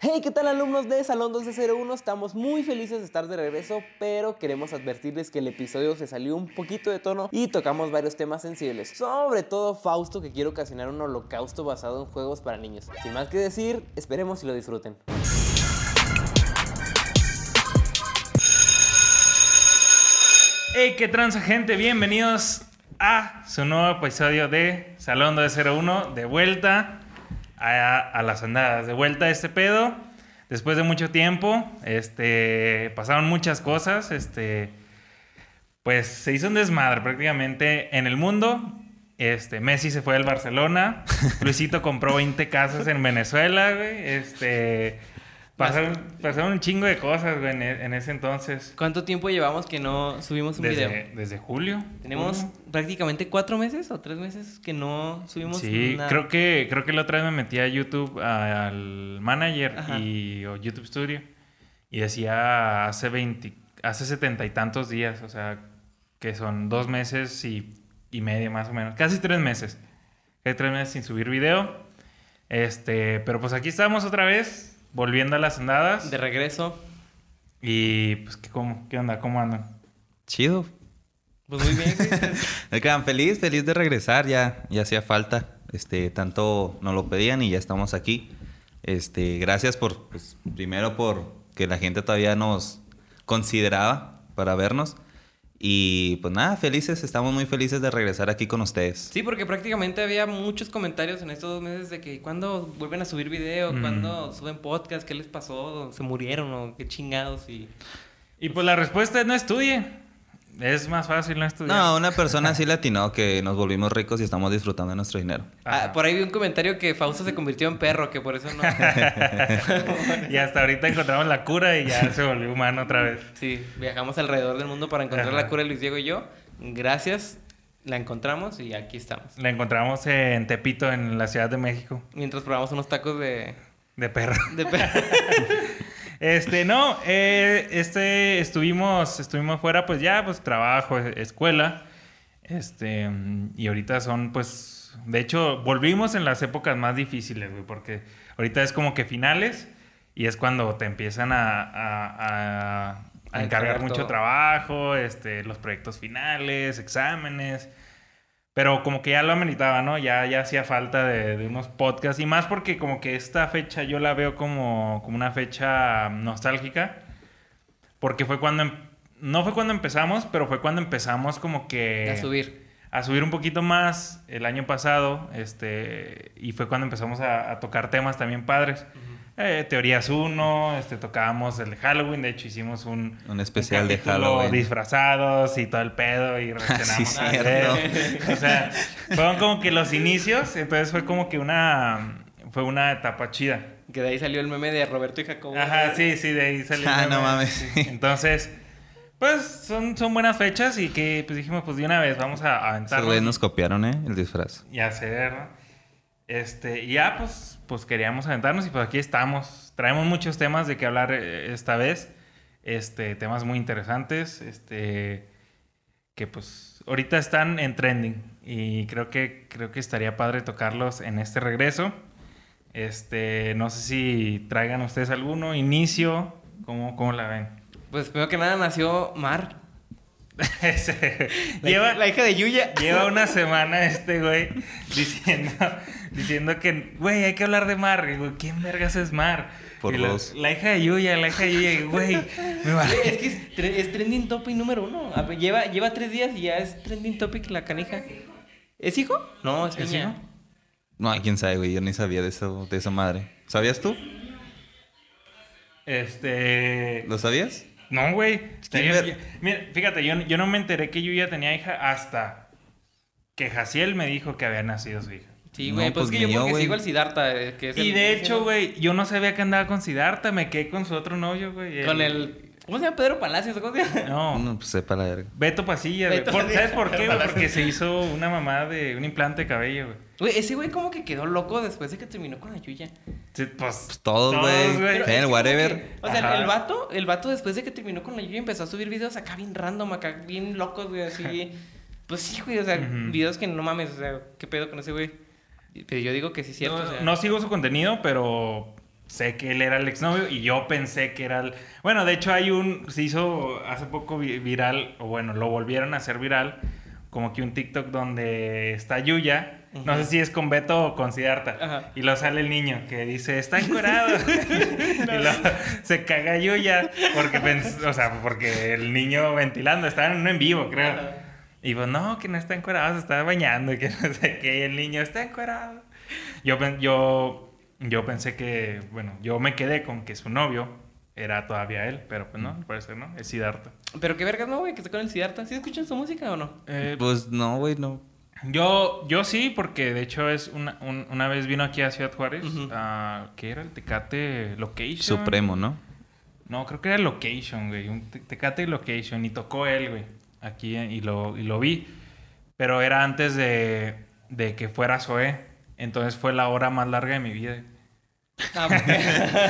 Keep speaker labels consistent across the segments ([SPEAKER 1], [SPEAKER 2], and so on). [SPEAKER 1] Hey, ¿qué tal alumnos de Salón 1201? Estamos muy felices de estar de regreso, pero queremos advertirles que el episodio se salió un poquito de tono y tocamos varios temas sensibles, sobre todo Fausto que quiere ocasionar un holocausto basado en juegos para niños. Sin más que decir, esperemos y lo disfruten.
[SPEAKER 2] Hey, qué transa gente, bienvenidos a su nuevo episodio de Salón 201, de vuelta a, a las andadas, de vuelta a este pedo. Después de mucho tiempo, este, pasaron muchas cosas, este, pues se hizo un desmadre prácticamente en el mundo. Este, Messi se fue del Barcelona, Luisito compró 20 casas en Venezuela, güey, este, pasaron, pasaron un chingo de cosas, güey, en, e- en ese entonces.
[SPEAKER 3] ¿Cuánto tiempo llevamos que no subimos un video?
[SPEAKER 2] Desde, desde julio.
[SPEAKER 3] Tenemos
[SPEAKER 2] julio.
[SPEAKER 3] prácticamente cuatro meses o tres meses que no subimos
[SPEAKER 2] Sí,
[SPEAKER 3] nada.
[SPEAKER 2] creo que creo que la otra vez me metí a YouTube a- al manager
[SPEAKER 3] Ajá.
[SPEAKER 2] y o YouTube Studio y decía hace 20 hace setenta y tantos días, o sea, que son dos meses y, y medio más o menos, casi tres meses, casi tres meses sin subir video, este, pero pues aquí estamos otra vez volviendo a las andadas
[SPEAKER 3] De regreso.
[SPEAKER 2] y pues qué cómo qué onda cómo andan
[SPEAKER 4] Chido.
[SPEAKER 3] Pues muy bien. güey.
[SPEAKER 4] Me quedan feliz, feliz de regresar, ya, ya hacía falta. Este, tanto nos lo pedían y ya estamos aquí. Este, gracias por, pues, primero por que la gente todavía nos consideraba para vernos. Y pues nada, felices, estamos muy felices de regresar aquí con ustedes.
[SPEAKER 3] sí, porque prácticamente había muchos comentarios en estos dos meses de que cuando vuelven a subir video,
[SPEAKER 2] Mm.
[SPEAKER 3] cuando suben podcast, qué les pasó, se murieron o qué chingados y...
[SPEAKER 2] y pues la respuesta es no estudie, es más fácil no estudiar.
[SPEAKER 4] No, una persona así latino que nos volvimos ricos y estamos disfrutando de nuestro dinero.
[SPEAKER 2] Ajá.
[SPEAKER 3] Ah, por ahí vi un comentario que Fausto se convirtió en perro, que por eso no...
[SPEAKER 2] Y hasta ahorita encontramos la cura y ya se volvió humano otra vez.
[SPEAKER 3] Sí, viajamos alrededor del mundo para encontrar
[SPEAKER 2] Ajá.
[SPEAKER 3] la cura de Luis Diego y yo. Gracias, la encontramos y aquí estamos.
[SPEAKER 2] La encontramos en Tepito, en la Ciudad de México,
[SPEAKER 3] Mientras probamos unos tacos de...
[SPEAKER 2] de perro.
[SPEAKER 3] de perro.
[SPEAKER 2] Este, no, eh, este, estuvimos, estuvimos fuera, pues ya, pues trabajo, e- escuela. Este, mm, y ahorita son, pues, de hecho, volvimos en las épocas más difíciles, güey, porque ahorita es como que finales y es cuando te empiezan a, a- a- a
[SPEAKER 3] A
[SPEAKER 2] encargar
[SPEAKER 3] entregar
[SPEAKER 2] mucho
[SPEAKER 3] todo.
[SPEAKER 2] trabajo, este, los proyectos finales, exámenes. Pero como que ya lo ameritaba, ¿no? Ya, ya hacía falta de, de unos podcasts. Y más porque como que esta fecha yo la veo como, como una fecha nostálgica. Porque fue cuando... em- No fue cuando empezamos, pero fue cuando empezamos como que...
[SPEAKER 3] a subir.
[SPEAKER 2] a subir un poquito más el año pasado. Este... Y fue cuando empezamos a, a tocar temas también padres. Eh, teorías 1, este, tocábamos el de Halloween. De hecho, hicimos un...
[SPEAKER 4] Un especial de
[SPEAKER 2] capítulo
[SPEAKER 4] Halloween. Ah,
[SPEAKER 2] disfrazados y todo el pedo y reaccionamos.
[SPEAKER 4] Sí,
[SPEAKER 2] a
[SPEAKER 4] cierto.
[SPEAKER 2] hacer. O sea, fueron como que los inicios, entonces fue como que una fue una etapa chida.
[SPEAKER 3] Que de ahí salió el meme de Roberto y Jacobo.
[SPEAKER 2] Ajá, sí, sí, de ahí salió. el
[SPEAKER 4] Ah, no
[SPEAKER 2] meme.
[SPEAKER 4] mames.
[SPEAKER 2] Sí. Entonces, pues son, son buenas fechas y que pues dijimos, pues de una vez vamos a
[SPEAKER 4] Esos güeyes nos
[SPEAKER 2] aventarnos
[SPEAKER 4] copiaron, ¿eh? El disfraz.
[SPEAKER 2] y hacer, ¿no? Este, y ya pues pues queríamos aventarnos y pues aquí estamos. Traemos muchos temas de que hablar eh, esta vez. Este, temas muy interesantes, este que pues ahorita están en trending y creo que creo que estaría padre tocarlos en este regreso. Este, no sé si traigan ustedes alguno inicio, ¿cómo, cómo la ven?
[SPEAKER 3] Pues primero que nada nació Mar.
[SPEAKER 2] Ese-
[SPEAKER 3] La,
[SPEAKER 2] lleva
[SPEAKER 3] la hija de Yuya.
[SPEAKER 2] Lleva una semana este güey diciendo, diciendo que, güey, hay que hablar de Mar. Y, güey, ¿Quién vergas es Mar?
[SPEAKER 4] Por
[SPEAKER 2] Y la,
[SPEAKER 4] dos.
[SPEAKER 2] la hija de Yuya, la hija de Yuya, y, güey. me va-
[SPEAKER 3] Güey, Es que es, tre- es trending topic número uno. A ver, Lleva, lleva tres días y ya es trending topic la canija. ¿Es hijo? No, es,
[SPEAKER 2] ¿Es
[SPEAKER 3] niña.
[SPEAKER 2] hijo?
[SPEAKER 4] No, quién sabe, güey. Yo ni sabía de, eso, de esa madre. ¿Sabías tú?
[SPEAKER 2] Este.
[SPEAKER 4] ¿Lo sabías?
[SPEAKER 2] No, güey.
[SPEAKER 4] ¿Quién
[SPEAKER 2] Yo-
[SPEAKER 4] ver-
[SPEAKER 2] yo- mira, fíjate, yo, yo no me enteré que Yuya tenía hija hasta que Jaciel me dijo que había nacido su hija.
[SPEAKER 3] Sí,
[SPEAKER 4] No,
[SPEAKER 3] güey. pues,
[SPEAKER 4] pues
[SPEAKER 3] es que yo
[SPEAKER 4] ni yo,
[SPEAKER 3] porque
[SPEAKER 4] güey.
[SPEAKER 3] sigo al Siddhartha. eh, que es
[SPEAKER 2] Y
[SPEAKER 3] el-
[SPEAKER 2] de hecho, güey, yo no sabía que andaba con Siddhartha. Me quedé con su otro novio, güey.
[SPEAKER 3] Con el... ¿Cómo se llama? Pedro Palacios. ¿Cómo se llama?
[SPEAKER 2] No.
[SPEAKER 4] No, pues sepa la verga.
[SPEAKER 2] Beto Pasillas, güey.
[SPEAKER 3] Beto
[SPEAKER 2] Por-
[SPEAKER 3] Pasillas.
[SPEAKER 2] ¿Sabes por qué, güey? Porque se hizo una mamá de un implante de cabello, güey.
[SPEAKER 3] Güey, ese güey como que quedó loco después de que terminó con la Yuya.
[SPEAKER 2] Sí, pues,
[SPEAKER 4] Pues todos, güey.
[SPEAKER 2] güey.
[SPEAKER 3] Pero es
[SPEAKER 4] El
[SPEAKER 3] que
[SPEAKER 4] whatever.
[SPEAKER 3] como que- o sea, el-
[SPEAKER 2] Ajá.
[SPEAKER 3] el vato, el vato después de que terminó con la lluvia empezó a subir videos acá bien random, acá bien locos, güey, así. Pues sí, güey, o sea,
[SPEAKER 2] Ujú.
[SPEAKER 3] videos que no mames, o sea, qué pedo con ese güey. Y- Pero yo digo que sí es cierto,
[SPEAKER 2] no,
[SPEAKER 3] o sea.
[SPEAKER 2] no sigo su contenido, pero sé que él era el exnovio y yo pensé que era el... Bueno, de hecho hay un... Se hizo hace poco vi- viral, o bueno, lo volvieron a hacer viral, como que un TikTok donde está Yuya. No sé si es con Beto o con Siddhartha.
[SPEAKER 3] Ajá.
[SPEAKER 2] Y lo sale el niño que dice, está encuerado. y luego se caga Yuya porque, pens- o sea, porque el niño ventilando, estaba en un en vivo, creo.
[SPEAKER 3] Ajá.
[SPEAKER 2] Y pues, no, que no está encuerado, se está bañando y que no sé qué. Y el niño está encuerado. Yo, pen- yo, yo pensé que, bueno, yo me quedé con que su novio era todavía él, pero pues no, parece no, es Siddhartha.
[SPEAKER 3] Pero qué vergas, no, güey, que está con el Siddhartha. ¿Sí escuchan su música o no?
[SPEAKER 2] eh,
[SPEAKER 4] Pues no, güey, no.
[SPEAKER 2] Yo, yo sí, porque de hecho es una, un- una vez vino aquí a Ciudad Juárez,
[SPEAKER 3] Ujú.
[SPEAKER 2] a- que era el Tecate Location.
[SPEAKER 4] Supremo, ¿no?
[SPEAKER 2] No, creo que era Location, güey. Un te- Tecate Location. Y tocó él, güey. Aquí eh, y lo, y lo vi. Pero era antes de, de que fuera Zoé. Entonces fue la hora más larga de mi vida.
[SPEAKER 3] Ah, ¿por qué?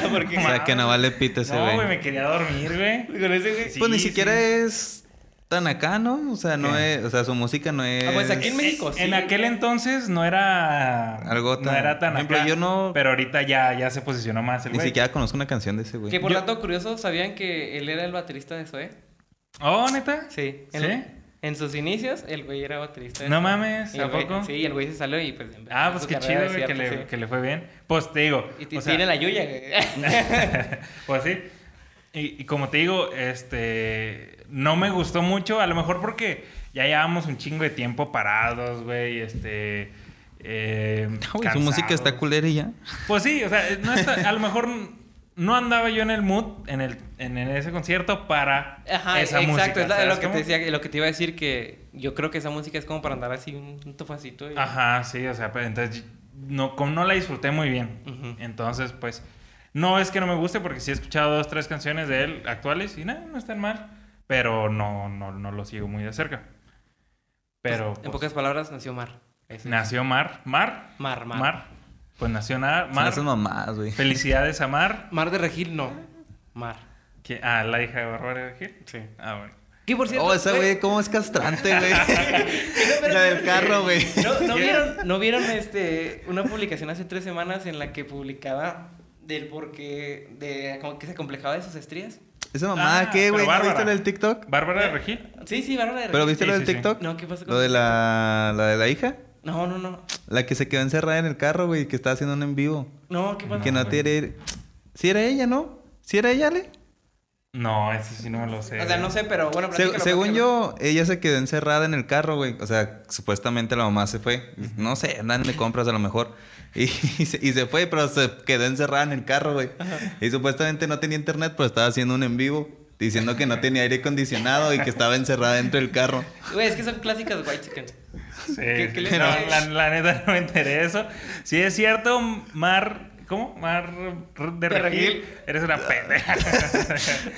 [SPEAKER 4] O
[SPEAKER 3] Porque
[SPEAKER 4] sea, que no vale pito ese
[SPEAKER 2] no,
[SPEAKER 4] güey.
[SPEAKER 2] güey, me quería dormir, güey.
[SPEAKER 3] con ese güey.
[SPEAKER 2] Sí,
[SPEAKER 4] pues ni
[SPEAKER 2] sí. Eh.
[SPEAKER 4] siquiera es tan acá, ¿no? O sea, no
[SPEAKER 2] ¿Qué?
[SPEAKER 4] es, o sea, su música no es.
[SPEAKER 3] Ah, pues aquí en México, sí.
[SPEAKER 2] Eh, En aquel entonces no era.
[SPEAKER 4] Algo tan-
[SPEAKER 2] No era tan.
[SPEAKER 4] por ejemplo,
[SPEAKER 2] acá,
[SPEAKER 4] yo no-
[SPEAKER 2] Pero ahorita ya, ya se posicionó más el
[SPEAKER 4] Ni
[SPEAKER 2] güey.
[SPEAKER 4] siquiera conozco una canción de ese güey.
[SPEAKER 3] Que por
[SPEAKER 2] Yo-
[SPEAKER 3] dato curioso, ¿sabían que él era el baterista de Zoe?
[SPEAKER 2] Oh, neta.
[SPEAKER 3] Sí. En,
[SPEAKER 2] ¿Sí?
[SPEAKER 3] en sus inicios, el güey era baterista de
[SPEAKER 2] No
[SPEAKER 3] Zoé.
[SPEAKER 2] mames,
[SPEAKER 3] Y el
[SPEAKER 2] ¿a
[SPEAKER 3] güey-
[SPEAKER 2] poco?
[SPEAKER 3] Sí, y el güey se salió y pues...
[SPEAKER 2] Ah,
[SPEAKER 3] empezó
[SPEAKER 2] pues
[SPEAKER 3] su
[SPEAKER 2] qué
[SPEAKER 3] carrera
[SPEAKER 2] chido,
[SPEAKER 3] de
[SPEAKER 2] güey, que,
[SPEAKER 3] Siddhartha,
[SPEAKER 2] le,
[SPEAKER 3] sí.
[SPEAKER 2] que le fue bien. Pues te digo.
[SPEAKER 3] Y t-
[SPEAKER 2] o sea,
[SPEAKER 3] tiene la Yuya, güey.
[SPEAKER 2] pues sí. Y, y como te digo, este. No me gustó mucho, a lo mejor porque ya llevábamos un chingo de tiempo parados, güey, este. eh,
[SPEAKER 4] Ah, güey, su música está
[SPEAKER 2] cansados.
[SPEAKER 4] culera y ya.
[SPEAKER 2] Pues sí, o sea, no está- a lo mejor no andaba yo en el mood en, el, en, en ese concierto para
[SPEAKER 3] Ajá,
[SPEAKER 2] esa
[SPEAKER 3] exacto.
[SPEAKER 2] música.
[SPEAKER 3] es la-
[SPEAKER 2] ¿sabes
[SPEAKER 3] lo, que
[SPEAKER 2] cómo?
[SPEAKER 3] te decía, lo que te iba a decir que yo creo que esa música es como para andar así un, un tofacito. y-
[SPEAKER 2] Ajá, sí, o sea, pero entonces no, como no la disfruté muy bien.
[SPEAKER 3] Ujú.
[SPEAKER 2] Entonces, pues, no es que no me guste porque sí he escuchado dos, tres canciones de él actuales y nada, no están mal, pero no, no, no lo sigo muy de cerca. Pero
[SPEAKER 3] En
[SPEAKER 2] pues,
[SPEAKER 3] pocas palabras, nació Mar. Ese.
[SPEAKER 2] nació Mar, Mar,
[SPEAKER 3] Mar, Mar.
[SPEAKER 2] Mar, pues nació Mar,
[SPEAKER 4] Son
[SPEAKER 2] Mar.
[SPEAKER 4] esas mamás, güey.
[SPEAKER 2] Felicidades a Mar.
[SPEAKER 3] Mar de Regil, no. Mar.
[SPEAKER 2] que- ah, la hija de Bárbara de Gil.
[SPEAKER 3] Sí.
[SPEAKER 2] Ah, bueno.
[SPEAKER 3] ¿Qué por cierto?
[SPEAKER 4] Oh, esa güey, cómo es castrante, güey. la del carro, güey.
[SPEAKER 3] ¿No, no vieron, ¿no vieron este, una publicación hace tres semanas en la que publicaba del por qué, de como que se complejaba de sus estrías?
[SPEAKER 4] Esa mamada,
[SPEAKER 2] Ah,
[SPEAKER 4] ¿qué,
[SPEAKER 2] pero
[SPEAKER 4] güey? ¿No
[SPEAKER 2] Bárbara.
[SPEAKER 4] viste lo del TikTok?
[SPEAKER 2] Bárbara
[SPEAKER 3] Eh.
[SPEAKER 2] de Regil.
[SPEAKER 3] Sí, sí, Bárbara de
[SPEAKER 4] ¿Pero
[SPEAKER 3] Regil.
[SPEAKER 4] viste
[SPEAKER 2] Sí,
[SPEAKER 4] lo
[SPEAKER 2] sí,
[SPEAKER 4] del
[SPEAKER 2] sí.
[SPEAKER 4] TikTok?
[SPEAKER 3] No, ¿qué pasó con
[SPEAKER 4] ¿Lo de
[SPEAKER 3] eso?
[SPEAKER 4] la, la de la hija?
[SPEAKER 3] No, no, no.
[SPEAKER 4] La que se quedó encerrada en el carro, güey, que estaba haciendo un en vivo.
[SPEAKER 3] No, ¿qué pasó?
[SPEAKER 4] que no tiene... Si era ella, ¿no? Si era ella, Ale.
[SPEAKER 2] No, ese sí no me lo sé.
[SPEAKER 3] O sea, no sé, pero bueno,
[SPEAKER 4] Se-
[SPEAKER 3] platícalo,
[SPEAKER 4] según
[SPEAKER 3] platícalo.
[SPEAKER 4] yo, ella se quedó encerrada en el carro, güey. O sea, supuestamente la mamá se fue. No sé, andan de compras a lo mejor. Y, y se, y se fue, pero se quedó encerrada en el carro, güey. Y supuestamente no tenía internet, pero estaba haciendo un en vivo. Diciendo que no tenía aire acondicionado y que estaba encerrada dentro del carro.
[SPEAKER 3] Güey, es que son clásicas white chicken.
[SPEAKER 2] Sí,
[SPEAKER 3] ¿Qué- qué le
[SPEAKER 2] pero
[SPEAKER 3] traes?
[SPEAKER 2] la, la neta no me interesa. Si es cierto, Mar. ¿Cómo? Mar R- de
[SPEAKER 3] De Regil.
[SPEAKER 2] Regil. Eres una pendeja.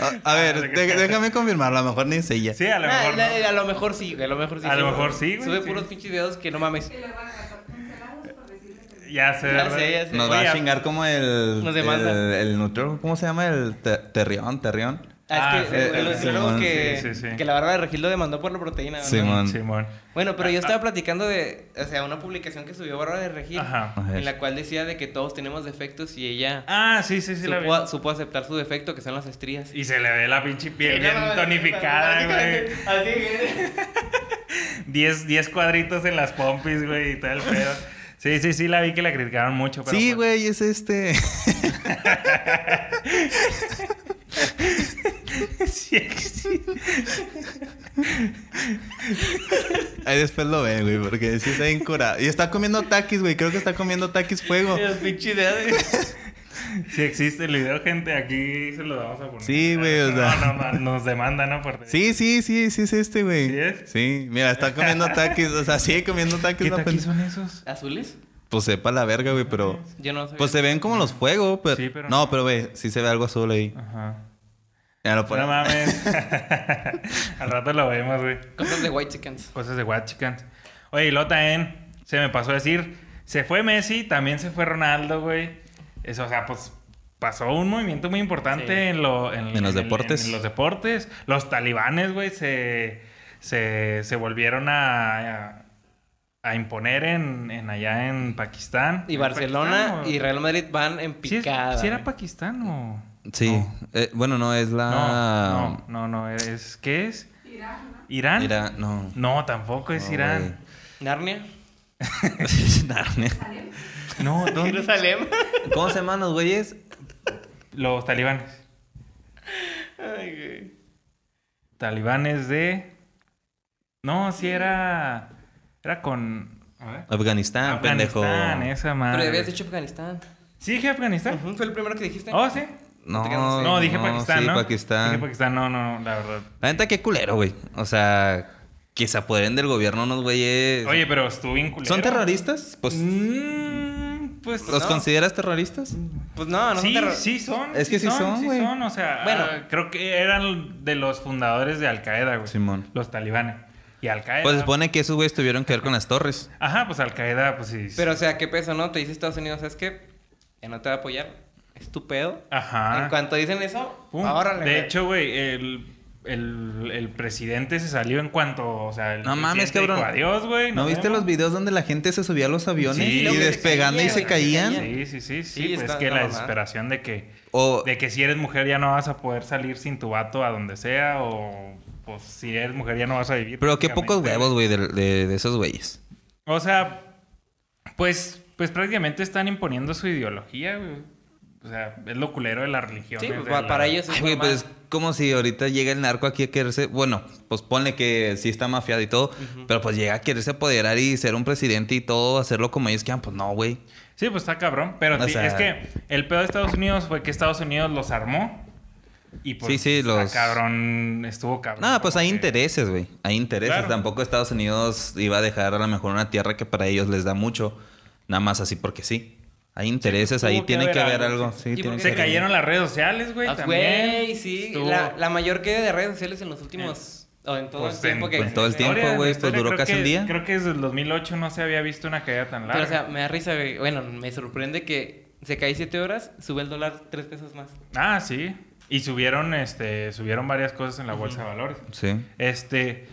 [SPEAKER 3] Ah,
[SPEAKER 4] A, a ver, de- déjame confirmarlo. A lo mejor ni es ella.
[SPEAKER 2] Sí, a lo
[SPEAKER 3] Nah,
[SPEAKER 2] mejor.
[SPEAKER 3] Ah, la-
[SPEAKER 2] no.
[SPEAKER 3] A lo mejor sí, güey. A lo mejor sí.
[SPEAKER 2] A lo mejor sí, güey,
[SPEAKER 3] Sube
[SPEAKER 2] sí.
[SPEAKER 3] puros pinches videos que no mames.
[SPEAKER 5] Y lo van a estar cancelados por decirle que
[SPEAKER 2] Ya sé,
[SPEAKER 3] Ya
[SPEAKER 2] ¿verdad?
[SPEAKER 3] sé, ya sé.
[SPEAKER 4] Nos va
[SPEAKER 2] Oye,
[SPEAKER 4] a chingar como el...
[SPEAKER 3] Nos
[SPEAKER 4] el,
[SPEAKER 3] demanda.
[SPEAKER 4] el nutriólogo. ¿Cómo se llama? El te- terrión, terrión.
[SPEAKER 3] Ah,
[SPEAKER 2] Ah,
[SPEAKER 3] es
[SPEAKER 2] sí,
[SPEAKER 3] que el-
[SPEAKER 2] sí,
[SPEAKER 3] el
[SPEAKER 2] sí,
[SPEAKER 3] nutriólogo
[SPEAKER 4] Simón.
[SPEAKER 3] que,
[SPEAKER 2] Sí, sí, sí.
[SPEAKER 3] que la barba de Regil lo demandó por la proteína. ¿no?
[SPEAKER 4] Simón. man.
[SPEAKER 2] Simón.
[SPEAKER 3] Bueno, pero yo estaba platicando de, o sea, una publicación que subió Bárbara de Regil,
[SPEAKER 2] Ajá.
[SPEAKER 4] Ajá.
[SPEAKER 3] en la cual decía de que todos tenemos defectos y ella
[SPEAKER 2] Ah, sí, sí, sí. La vi.
[SPEAKER 3] supo, supo aceptar su defecto, que son las estrías.
[SPEAKER 2] Y se le ve la pinche piel bien tonificada, güey.
[SPEAKER 3] Así que...
[SPEAKER 2] Diez, diez cuadritos en las pompis, güey, y todo el pedo. Sí, sí, sí, la vi que la criticaron mucho. Pero
[SPEAKER 4] Sí,
[SPEAKER 2] pues-
[SPEAKER 4] güey, es este.
[SPEAKER 2] Sí, sí.
[SPEAKER 4] Ahí después lo ve, güey, porque sí está bien curado. Y está comiendo takis, güey. Creo que está comiendo takis fuego.
[SPEAKER 3] Los pinches ideas.
[SPEAKER 2] Si existe el video, gente, aquí se lo vamos a poner.
[SPEAKER 4] Sí, güey, o sea.
[SPEAKER 2] No, no, no, nos demandan, ¿no? Por-
[SPEAKER 4] Sí, sí, sí, sí es este, güey.
[SPEAKER 2] ¿Sí es?
[SPEAKER 4] Sí, mira, está comiendo takis. O sea, sigue comiendo takis.
[SPEAKER 2] ¿Qué
[SPEAKER 4] no
[SPEAKER 2] taquis
[SPEAKER 4] pens-
[SPEAKER 2] son esos?
[SPEAKER 3] ¿Azules?
[SPEAKER 4] Pues sepa la verga, güey, pero.
[SPEAKER 3] Yo no sabía.
[SPEAKER 4] Pues se ven como los fuegos, pero.
[SPEAKER 2] Sí, pero
[SPEAKER 4] no,
[SPEAKER 2] no. Ah.
[SPEAKER 4] pero, güey, sí se ve algo azul ahí.
[SPEAKER 2] Ajá.
[SPEAKER 4] Ya lo
[SPEAKER 2] No
[SPEAKER 4] ponemos.
[SPEAKER 2] mames. Al rato lo vemos, güey.
[SPEAKER 3] Cosas de white chickens.
[SPEAKER 2] Cosas de Watchicans. Oye, y luego también se me pasó a decir, se fue Messi, también se fue Ronaldo, güey. Eso, o sea, pues pasó un movimiento muy importante
[SPEAKER 3] Sí.
[SPEAKER 2] en, lo, en,
[SPEAKER 4] En los
[SPEAKER 2] el-
[SPEAKER 4] deportes.
[SPEAKER 2] en los deportes. Los talibanes, güey, se, se, se volvieron a, a, a imponer en, en allá en Pakistán.
[SPEAKER 3] Y
[SPEAKER 2] ¿En
[SPEAKER 3] Barcelona
[SPEAKER 2] Pakistán o-
[SPEAKER 3] y Real Madrid van en
[SPEAKER 2] Ah, ¿Sí es-
[SPEAKER 3] picada.
[SPEAKER 2] ¿Sí era
[SPEAKER 3] güey.
[SPEAKER 2] Pakistán o...?
[SPEAKER 4] Sí.
[SPEAKER 2] No.
[SPEAKER 4] Eh, bueno, no, es
[SPEAKER 2] No,
[SPEAKER 4] la...
[SPEAKER 2] no, no, no, es... ¿Qué es?
[SPEAKER 5] Irán, ¿no?
[SPEAKER 2] ¿Irán?
[SPEAKER 4] Mira, no.
[SPEAKER 2] No, tampoco es
[SPEAKER 4] No,
[SPEAKER 2] Irán.
[SPEAKER 3] Narnia.
[SPEAKER 4] güey. Narnia.
[SPEAKER 5] Salem.
[SPEAKER 2] No, ¿dónde?
[SPEAKER 3] Jerusalén.
[SPEAKER 4] ¿Cómo se llaman los güeyes?
[SPEAKER 2] Los talibanes.
[SPEAKER 3] Ay, güey.
[SPEAKER 2] Talibanes de... No, sí era... Era con... A ver.
[SPEAKER 4] Afganistán,
[SPEAKER 2] Afganistán,
[SPEAKER 4] Ah, pendejo.
[SPEAKER 2] esa
[SPEAKER 3] Pero
[SPEAKER 2] madre.
[SPEAKER 3] habías dicho Afganistán.
[SPEAKER 2] ¿Sí dije Afganistán?
[SPEAKER 3] Ujú, Fue el primero que dijiste.
[SPEAKER 2] Oh, sí.
[SPEAKER 4] No,
[SPEAKER 3] Te quedas así.
[SPEAKER 2] No, dije Pakistán,
[SPEAKER 4] sí,
[SPEAKER 2] ¿no?
[SPEAKER 4] Pakistán.
[SPEAKER 2] Dije Pakistán, no, no, la verdad.
[SPEAKER 4] La neta, qué culero, güey. O sea, que se apoderen del gobierno unos güeyes.
[SPEAKER 2] Oye, pero estuvo bien culero.
[SPEAKER 4] ¿Son terroristas? Pues,
[SPEAKER 2] Mm, pues
[SPEAKER 4] ¿Los
[SPEAKER 3] no.
[SPEAKER 4] consideras terroristas?
[SPEAKER 3] Pues no, no son
[SPEAKER 2] sí,
[SPEAKER 3] terror-
[SPEAKER 2] sí son.
[SPEAKER 4] Es que sí son,
[SPEAKER 2] sí
[SPEAKER 4] güey.
[SPEAKER 2] son, o sea,
[SPEAKER 3] Bueno.
[SPEAKER 2] ah, creo que eran de los fundadores de Al Qaeda, güey.
[SPEAKER 4] Simón.
[SPEAKER 2] Los talibanes. Y Al Qaeda.
[SPEAKER 4] Pues se supone que esos güeyes tuvieron que ver con las torres.
[SPEAKER 2] Ajá, pues Al Qaeda, pues sí.
[SPEAKER 3] Pero o sea, qué peso, ¿no? Te dice Estados Unidos, ¿sabes qué? Ya no te va a apoyar. Es tu pedo.
[SPEAKER 2] Ajá.
[SPEAKER 3] En cuanto dicen eso,
[SPEAKER 2] Pum.
[SPEAKER 3] órale.
[SPEAKER 2] de
[SPEAKER 3] güey.
[SPEAKER 2] hecho, güey, el, el, el presidente se salió en cuanto. O sea, el
[SPEAKER 4] No mames,
[SPEAKER 2] presidente
[SPEAKER 4] cabrón.
[SPEAKER 2] dijo, Adiós, güey.
[SPEAKER 4] ¿No
[SPEAKER 2] nos
[SPEAKER 4] viste
[SPEAKER 2] vemos".
[SPEAKER 4] los videos donde la gente se subía a los aviones
[SPEAKER 2] Sí,
[SPEAKER 4] y
[SPEAKER 2] luego que se
[SPEAKER 4] despegando y se
[SPEAKER 3] caían,
[SPEAKER 4] caían?
[SPEAKER 3] se
[SPEAKER 2] Sí, sí, sí, sí.
[SPEAKER 3] Sí,
[SPEAKER 2] pues
[SPEAKER 3] está-
[SPEAKER 2] es que
[SPEAKER 3] no,
[SPEAKER 2] la
[SPEAKER 3] mamá.
[SPEAKER 2] desesperación de que,
[SPEAKER 4] O
[SPEAKER 2] de que si eres mujer ya no vas a poder salir sin tu vato a donde sea o pues si eres mujer ya no vas a vivir.
[SPEAKER 4] Pero qué
[SPEAKER 2] prácticamente.
[SPEAKER 4] pocos huevos, güey, de, de- de esos güeyes.
[SPEAKER 2] O sea, pues, pues prácticamente están imponiendo su ideología, güey. O sea, es lo culero de la religión.
[SPEAKER 3] Sí,
[SPEAKER 2] es
[SPEAKER 3] pues,
[SPEAKER 2] de
[SPEAKER 3] pa-
[SPEAKER 2] la-
[SPEAKER 3] para ellos es
[SPEAKER 4] Ay, güey,
[SPEAKER 3] normal.
[SPEAKER 4] pues es como si ahorita llega el narco aquí a quererse... Bueno, pues ponle que sí está mafiado y todo, pero pues llega a quererse apoderar y ser un presidente y todo, hacerlo como ellos quieran. Pues no, güey.
[SPEAKER 2] Sí, pues está cabrón. Pero
[SPEAKER 4] O
[SPEAKER 2] ti-
[SPEAKER 4] sea-
[SPEAKER 2] es que el pedo de Estados Unidos fue que Estados Unidos los armó. Y pues
[SPEAKER 4] Sí, sí,
[SPEAKER 2] está
[SPEAKER 4] los-
[SPEAKER 2] cabrón, estuvo cabrón.
[SPEAKER 4] No, pues hay
[SPEAKER 2] Porque-
[SPEAKER 4] intereses, güey. Hay intereses.
[SPEAKER 2] Claro.
[SPEAKER 4] Tampoco Estados Unidos iba a dejar a lo mejor una tierra que para ellos les da mucho. Nada más así porque sí. Hay intereses,
[SPEAKER 2] tuvo
[SPEAKER 4] ahí
[SPEAKER 2] que
[SPEAKER 4] tiene
[SPEAKER 2] haber
[SPEAKER 4] que haber
[SPEAKER 2] algo,
[SPEAKER 4] algo.
[SPEAKER 2] sí.
[SPEAKER 4] Sí,
[SPEAKER 3] ¿Y
[SPEAKER 4] tiene
[SPEAKER 3] por qué
[SPEAKER 4] que
[SPEAKER 2] Se
[SPEAKER 4] haber.
[SPEAKER 2] cayeron las redes sociales, güey,
[SPEAKER 3] Ah,
[SPEAKER 2] también.
[SPEAKER 3] güey, sí.
[SPEAKER 2] Estuvo-
[SPEAKER 3] La, la mayor que de redes sociales en los últimos. O en todo
[SPEAKER 2] Pues,
[SPEAKER 3] el tiempo
[SPEAKER 2] en-
[SPEAKER 3] que.
[SPEAKER 4] en todo el
[SPEAKER 2] la
[SPEAKER 4] tiempo,
[SPEAKER 2] historia, en
[SPEAKER 4] güey,
[SPEAKER 2] la
[SPEAKER 4] esto
[SPEAKER 2] historia,
[SPEAKER 4] duró
[SPEAKER 2] creo
[SPEAKER 4] casi
[SPEAKER 2] que-
[SPEAKER 4] un día.
[SPEAKER 2] Creo que desde el 2008 no se había visto una caída tan
[SPEAKER 3] Pero,
[SPEAKER 2] larga.
[SPEAKER 3] o sea, me da risa, güey. Bueno, me sorprende que se cae 7 horas, sube el dólar 3 pesos más.
[SPEAKER 2] Ah, sí. Y subieron, este, subieron varias cosas en la bolsa de valores.
[SPEAKER 4] Sí.
[SPEAKER 2] Este,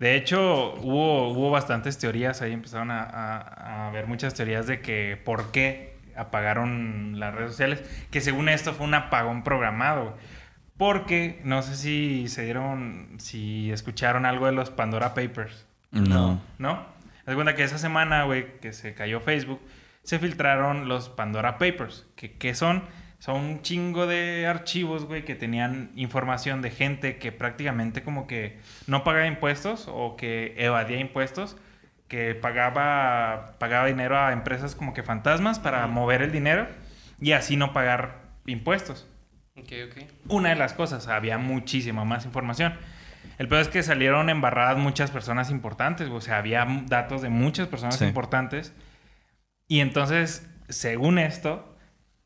[SPEAKER 2] de hecho, hubo, hubo bastantes teorías. Ahí empezaron a, a, a ver muchas teorías de que por qué apagaron las redes sociales. Que según esto fue un apagón programado. güey. Porque no sé si se dieron, si escucharon algo de los Pandora Papers.
[SPEAKER 4] No.
[SPEAKER 2] ¿no? Haz de cuenta que esa semana, güey, que se cayó Facebook, se filtraron los Pandora Papers, que, que son, son un chingo de archivos, güey, que tenían información de gente que prácticamente como que no pagaba impuestos o que evadía impuestos, que pagaba, pagaba dinero a empresas como que fantasmas para mover el dinero y así no pagar impuestos
[SPEAKER 3] Ok, ok.
[SPEAKER 2] una de las cosas, había muchísima más información. El peor es que salieron embarradas muchas personas importantes, o sea, había m- datos de muchas personas
[SPEAKER 4] Sí.
[SPEAKER 2] importantes. Y entonces, según esto,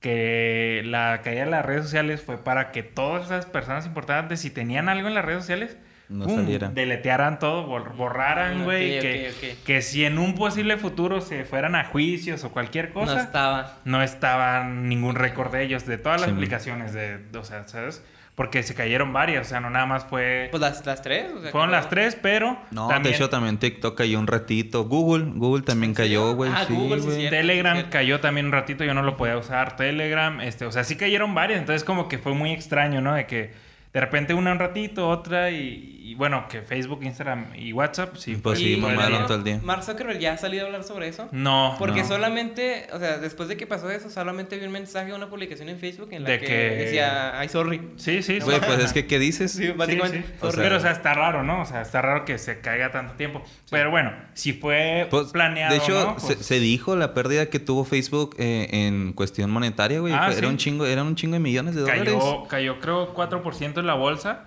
[SPEAKER 2] que la caída de las redes sociales fue para que todas esas personas importantes, si tenían algo en las redes sociales,
[SPEAKER 4] No saliera.
[SPEAKER 2] deletearan todo, bor- borraran,
[SPEAKER 3] Ah,
[SPEAKER 2] güey.
[SPEAKER 3] ok,
[SPEAKER 2] que,
[SPEAKER 3] ok, ok.
[SPEAKER 2] que si en un posible futuro se fueran a juicios o cualquier cosa,
[SPEAKER 3] No estaba.
[SPEAKER 2] no estaba ningún récord de ellos, de todas las
[SPEAKER 4] Sí.
[SPEAKER 2] aplicaciones, de, o sea, ¿sabes? Porque se cayeron varias, o sea, no nada más fue...
[SPEAKER 3] Pues las, las tres. O sea,
[SPEAKER 2] fueron
[SPEAKER 3] que-
[SPEAKER 2] las tres, pero
[SPEAKER 4] No,
[SPEAKER 2] también
[SPEAKER 4] de hecho también TikTok cayó un ratito. Google, Google también cayó, güey.
[SPEAKER 3] Ah,
[SPEAKER 4] sí,
[SPEAKER 3] Google, sí,
[SPEAKER 4] güey.
[SPEAKER 3] cierto.
[SPEAKER 2] Telegram cayó también un ratito, yo no lo podía usar, Telegram, este, o sea, sí cayeron varias, entonces como que fue muy extraño, ¿no? De que de repente una un ratito, otra y, y bueno, que Facebook, Instagram y WhatsApp, sí.
[SPEAKER 4] Pues
[SPEAKER 2] fue-
[SPEAKER 4] sí,
[SPEAKER 2] fue
[SPEAKER 3] por
[SPEAKER 4] mamaron
[SPEAKER 2] el-
[SPEAKER 3] ejemplo,
[SPEAKER 4] todo el día.
[SPEAKER 3] Mark Zuckerberg ya ha salido a hablar sobre eso.
[SPEAKER 2] No,
[SPEAKER 3] Porque
[SPEAKER 4] No.
[SPEAKER 3] solamente, o sea, después de que pasó eso, solamente vi un mensaje, una publicación en Facebook en la
[SPEAKER 2] De
[SPEAKER 3] que,
[SPEAKER 2] que-
[SPEAKER 3] decía, ay, sorry.
[SPEAKER 2] sí, sí.
[SPEAKER 4] Güey,
[SPEAKER 2] sí.
[SPEAKER 4] pues es que, ¿qué dices?
[SPEAKER 3] Sí,
[SPEAKER 2] Sí,
[SPEAKER 3] básicamente.
[SPEAKER 2] sí.
[SPEAKER 4] O
[SPEAKER 3] sorry.
[SPEAKER 4] sea-
[SPEAKER 2] Pero, o sea, está raro, ¿no? O sea, está raro que se caiga tanto tiempo. Pero bueno, si fue
[SPEAKER 4] Pues,
[SPEAKER 2] planeado.
[SPEAKER 4] De hecho,
[SPEAKER 2] ¿no?
[SPEAKER 4] se,
[SPEAKER 2] Pues-
[SPEAKER 4] se dijo la pérdida que tuvo Facebook eh, en cuestión monetaria, güey.
[SPEAKER 2] Ah,
[SPEAKER 4] Fue-
[SPEAKER 2] sí.
[SPEAKER 4] Era un chingo, eran un chingo de millones de dólares.
[SPEAKER 2] cayó, cayó creo 4% en la bolsa,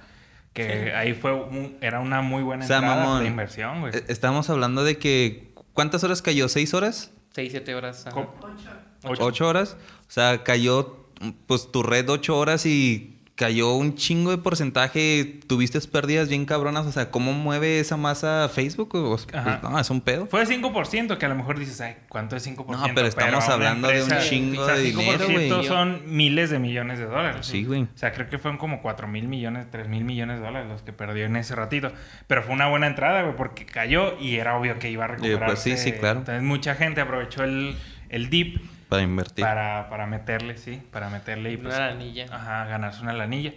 [SPEAKER 2] que ahí fue un- era una muy buena
[SPEAKER 4] O sea,
[SPEAKER 2] entrada
[SPEAKER 4] mamón,
[SPEAKER 2] de inversión, güey.
[SPEAKER 4] Eh, Estamos hablando de que. ¿Cuántas horas cayó? ¿Seis horas?
[SPEAKER 3] Seis, siete horas. ajá.
[SPEAKER 2] Co-
[SPEAKER 5] Ocho.
[SPEAKER 2] ocho.
[SPEAKER 4] ¿Ocho horas? O sea, cayó pues tu red ocho horas y cayó un chingo de porcentaje, tuviste pérdidas bien cabronas, o sea, ¿cómo mueve esa masa Facebook? O- pues,
[SPEAKER 2] Ajá.
[SPEAKER 4] no, es un pedo.
[SPEAKER 2] Fue 5%, que a lo mejor dices, ay, ¿cuánto es 5%?
[SPEAKER 4] No, pero estamos
[SPEAKER 2] una
[SPEAKER 4] hablando de un chingo
[SPEAKER 2] o sea,
[SPEAKER 4] de dinero,
[SPEAKER 2] 5%
[SPEAKER 4] güey.
[SPEAKER 2] son miles de millones de dólares.
[SPEAKER 4] Sí, güey.
[SPEAKER 2] O sea, creo que fueron como 4 mil millones, 3 mil millones de dólares los que perdió en ese ratito. Pero fue una buena entrada, güey, porque cayó y era obvio que iba a
[SPEAKER 4] pues, sí,
[SPEAKER 2] recuperarse.
[SPEAKER 4] sí, claro.
[SPEAKER 2] Entonces mucha gente aprovechó el, el dip
[SPEAKER 4] Para invertir.
[SPEAKER 2] para, para meterle, sí, para meterle y pues...
[SPEAKER 3] Una anilla.
[SPEAKER 2] Ajá, ganarse una lanilla.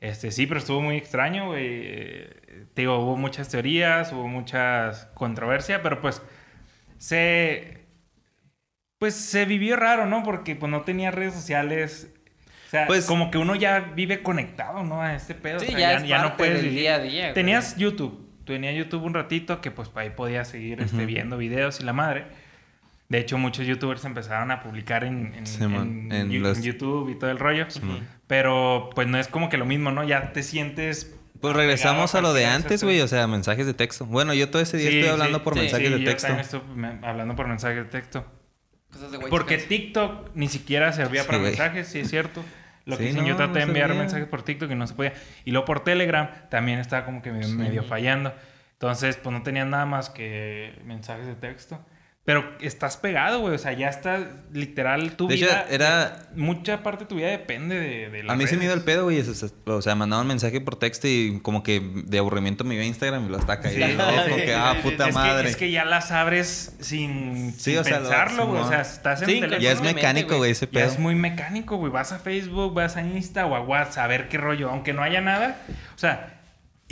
[SPEAKER 2] Este, sí, pero estuvo muy extraño, güey. Eh, Te digo, hubo muchas teorías, hubo muchas controversia, pero pues se... Pues se vivió raro, ¿no? Porque pues no tenía redes sociales. O sea,
[SPEAKER 4] Pues-
[SPEAKER 2] como que uno ya vive conectado, ¿no? A este pedo.
[SPEAKER 3] Sí,
[SPEAKER 2] O sea,
[SPEAKER 3] ya, es parte del
[SPEAKER 2] vivir.
[SPEAKER 3] día a día. güey.
[SPEAKER 2] Tenías YouTube. Tenía YouTube un ratito que pues ahí podías seguir este, viendo videos y la madre. De hecho, muchos youtubers empezaron a publicar en, en-
[SPEAKER 4] Simón,
[SPEAKER 2] en
[SPEAKER 4] en
[SPEAKER 2] Yu-
[SPEAKER 4] los-
[SPEAKER 2] en YouTube y todo el rollo. Pero pues no es como que lo mismo, ¿no? Ya te sientes...
[SPEAKER 4] Pues regresamos a lo de
[SPEAKER 2] apegado este,
[SPEAKER 4] antes, güey, o sea, mensajes de texto. Bueno, yo todo ese día
[SPEAKER 2] Sí,
[SPEAKER 4] estoy hablando
[SPEAKER 2] sí,
[SPEAKER 4] por
[SPEAKER 2] sí,
[SPEAKER 4] mensajes
[SPEAKER 2] sí,
[SPEAKER 4] de
[SPEAKER 2] yo
[SPEAKER 4] texto.
[SPEAKER 2] también estoy me- hablando por mensajes de texto.
[SPEAKER 3] Cosas de güey
[SPEAKER 2] Porque
[SPEAKER 3] chicas.
[SPEAKER 2] TikTok ni siquiera servía
[SPEAKER 4] Sí,
[SPEAKER 2] para
[SPEAKER 4] güey.
[SPEAKER 2] mensajes, sí es cierto. Lo que
[SPEAKER 4] Sí,
[SPEAKER 2] dicen,
[SPEAKER 4] no,
[SPEAKER 2] yo traté de
[SPEAKER 4] no
[SPEAKER 2] enviar
[SPEAKER 4] servía.
[SPEAKER 2] mensajes por TikTok y no se podía. Y luego por Telegram también estaba como que medio, medio fallando. Entonces, pues no tenía nada más que mensajes de texto. Pero estás pegado, güey. O sea, ya está literal tu
[SPEAKER 4] De hecho,
[SPEAKER 2] vida.
[SPEAKER 4] era-
[SPEAKER 2] Mucha parte de tu vida depende de, de las
[SPEAKER 4] A mí se me iba el
[SPEAKER 2] redes.
[SPEAKER 4] pedo, güey. O sea, o sea, mandaba un mensaje por texto y como que de aburrimiento me iba a Instagram y lo está
[SPEAKER 2] Sí.
[SPEAKER 4] cayendo. como que, ah, puta
[SPEAKER 2] es
[SPEAKER 4] madre.
[SPEAKER 2] Que, es que ya las abres sin,
[SPEAKER 4] Sí,
[SPEAKER 2] sin
[SPEAKER 4] o sea, lo-
[SPEAKER 2] pensarlo, güey. O
[SPEAKER 4] Simón.
[SPEAKER 2] sea, estás en
[SPEAKER 3] Sí,
[SPEAKER 2] el teléfono.
[SPEAKER 4] Ya es
[SPEAKER 3] Obviamente,
[SPEAKER 4] mecánico,
[SPEAKER 3] güey.
[SPEAKER 4] güey, ese
[SPEAKER 2] Ya
[SPEAKER 4] pedo.
[SPEAKER 2] Este es muy mecánico, güey. Vas a Facebook, vas a Insta o a WhatsApp a ver qué rollo, aunque no haya nada. O sea,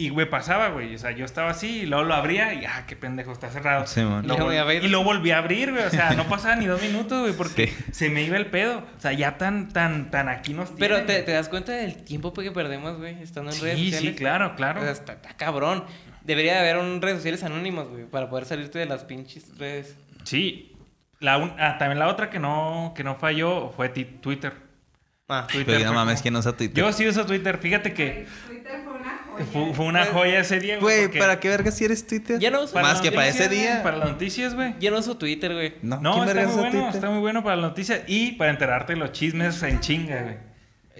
[SPEAKER 2] y güey, pasaba, güey. O sea, yo estaba así y luego lo abría y, ah, qué pendejo, está cerrado.
[SPEAKER 4] Sí, man.
[SPEAKER 2] Lo
[SPEAKER 3] Y lo voy a
[SPEAKER 2] vol-
[SPEAKER 3] ver.
[SPEAKER 2] y lo volví a abrir, güey. O sea, no pasaba ni dos minutos, güey, porque
[SPEAKER 4] Sí.
[SPEAKER 2] se me iba el pedo. O sea, ya tan, tan, tan aquí nos
[SPEAKER 3] Pero te,
[SPEAKER 2] tienen,
[SPEAKER 3] te das cuenta del tiempo pues, que perdemos, güey, estando en
[SPEAKER 2] güey.
[SPEAKER 3] redes
[SPEAKER 2] Sí,
[SPEAKER 3] sociales.
[SPEAKER 2] sí, claro, claro.
[SPEAKER 3] O sea, está, está cabrón. Debería de haber un redes sociales anónimas, güey, para poder salirte de las pinches redes.
[SPEAKER 2] Sí. La un- ah, también la otra que no, que no falló fue ti- Twitter.
[SPEAKER 3] Ah,
[SPEAKER 2] Twitter
[SPEAKER 4] Pero no
[SPEAKER 2] fue
[SPEAKER 4] mames,
[SPEAKER 2] como-
[SPEAKER 4] que no sea Twitter.
[SPEAKER 2] Yo sí uso Twitter. Fíjate que
[SPEAKER 5] Twitter fue una joya.
[SPEAKER 2] fu- fue
[SPEAKER 3] Pues,
[SPEAKER 2] una joya ese día,
[SPEAKER 4] Güey,
[SPEAKER 2] porque-
[SPEAKER 4] ¿para qué verga si eres Twitter?
[SPEAKER 3] Ya no uso-
[SPEAKER 4] Más
[SPEAKER 2] las
[SPEAKER 4] que para ese
[SPEAKER 2] noticias, güey,
[SPEAKER 4] día.
[SPEAKER 2] Para las noticias, güey.
[SPEAKER 3] yo no uso Twitter, güey.
[SPEAKER 4] No,
[SPEAKER 2] No,
[SPEAKER 4] ¿quién
[SPEAKER 2] está
[SPEAKER 4] verga
[SPEAKER 2] muy
[SPEAKER 4] usa
[SPEAKER 2] bueno,
[SPEAKER 4] Twitter?
[SPEAKER 2] está muy bueno para las noticias y para enterarte de los chismes en chinga, güey.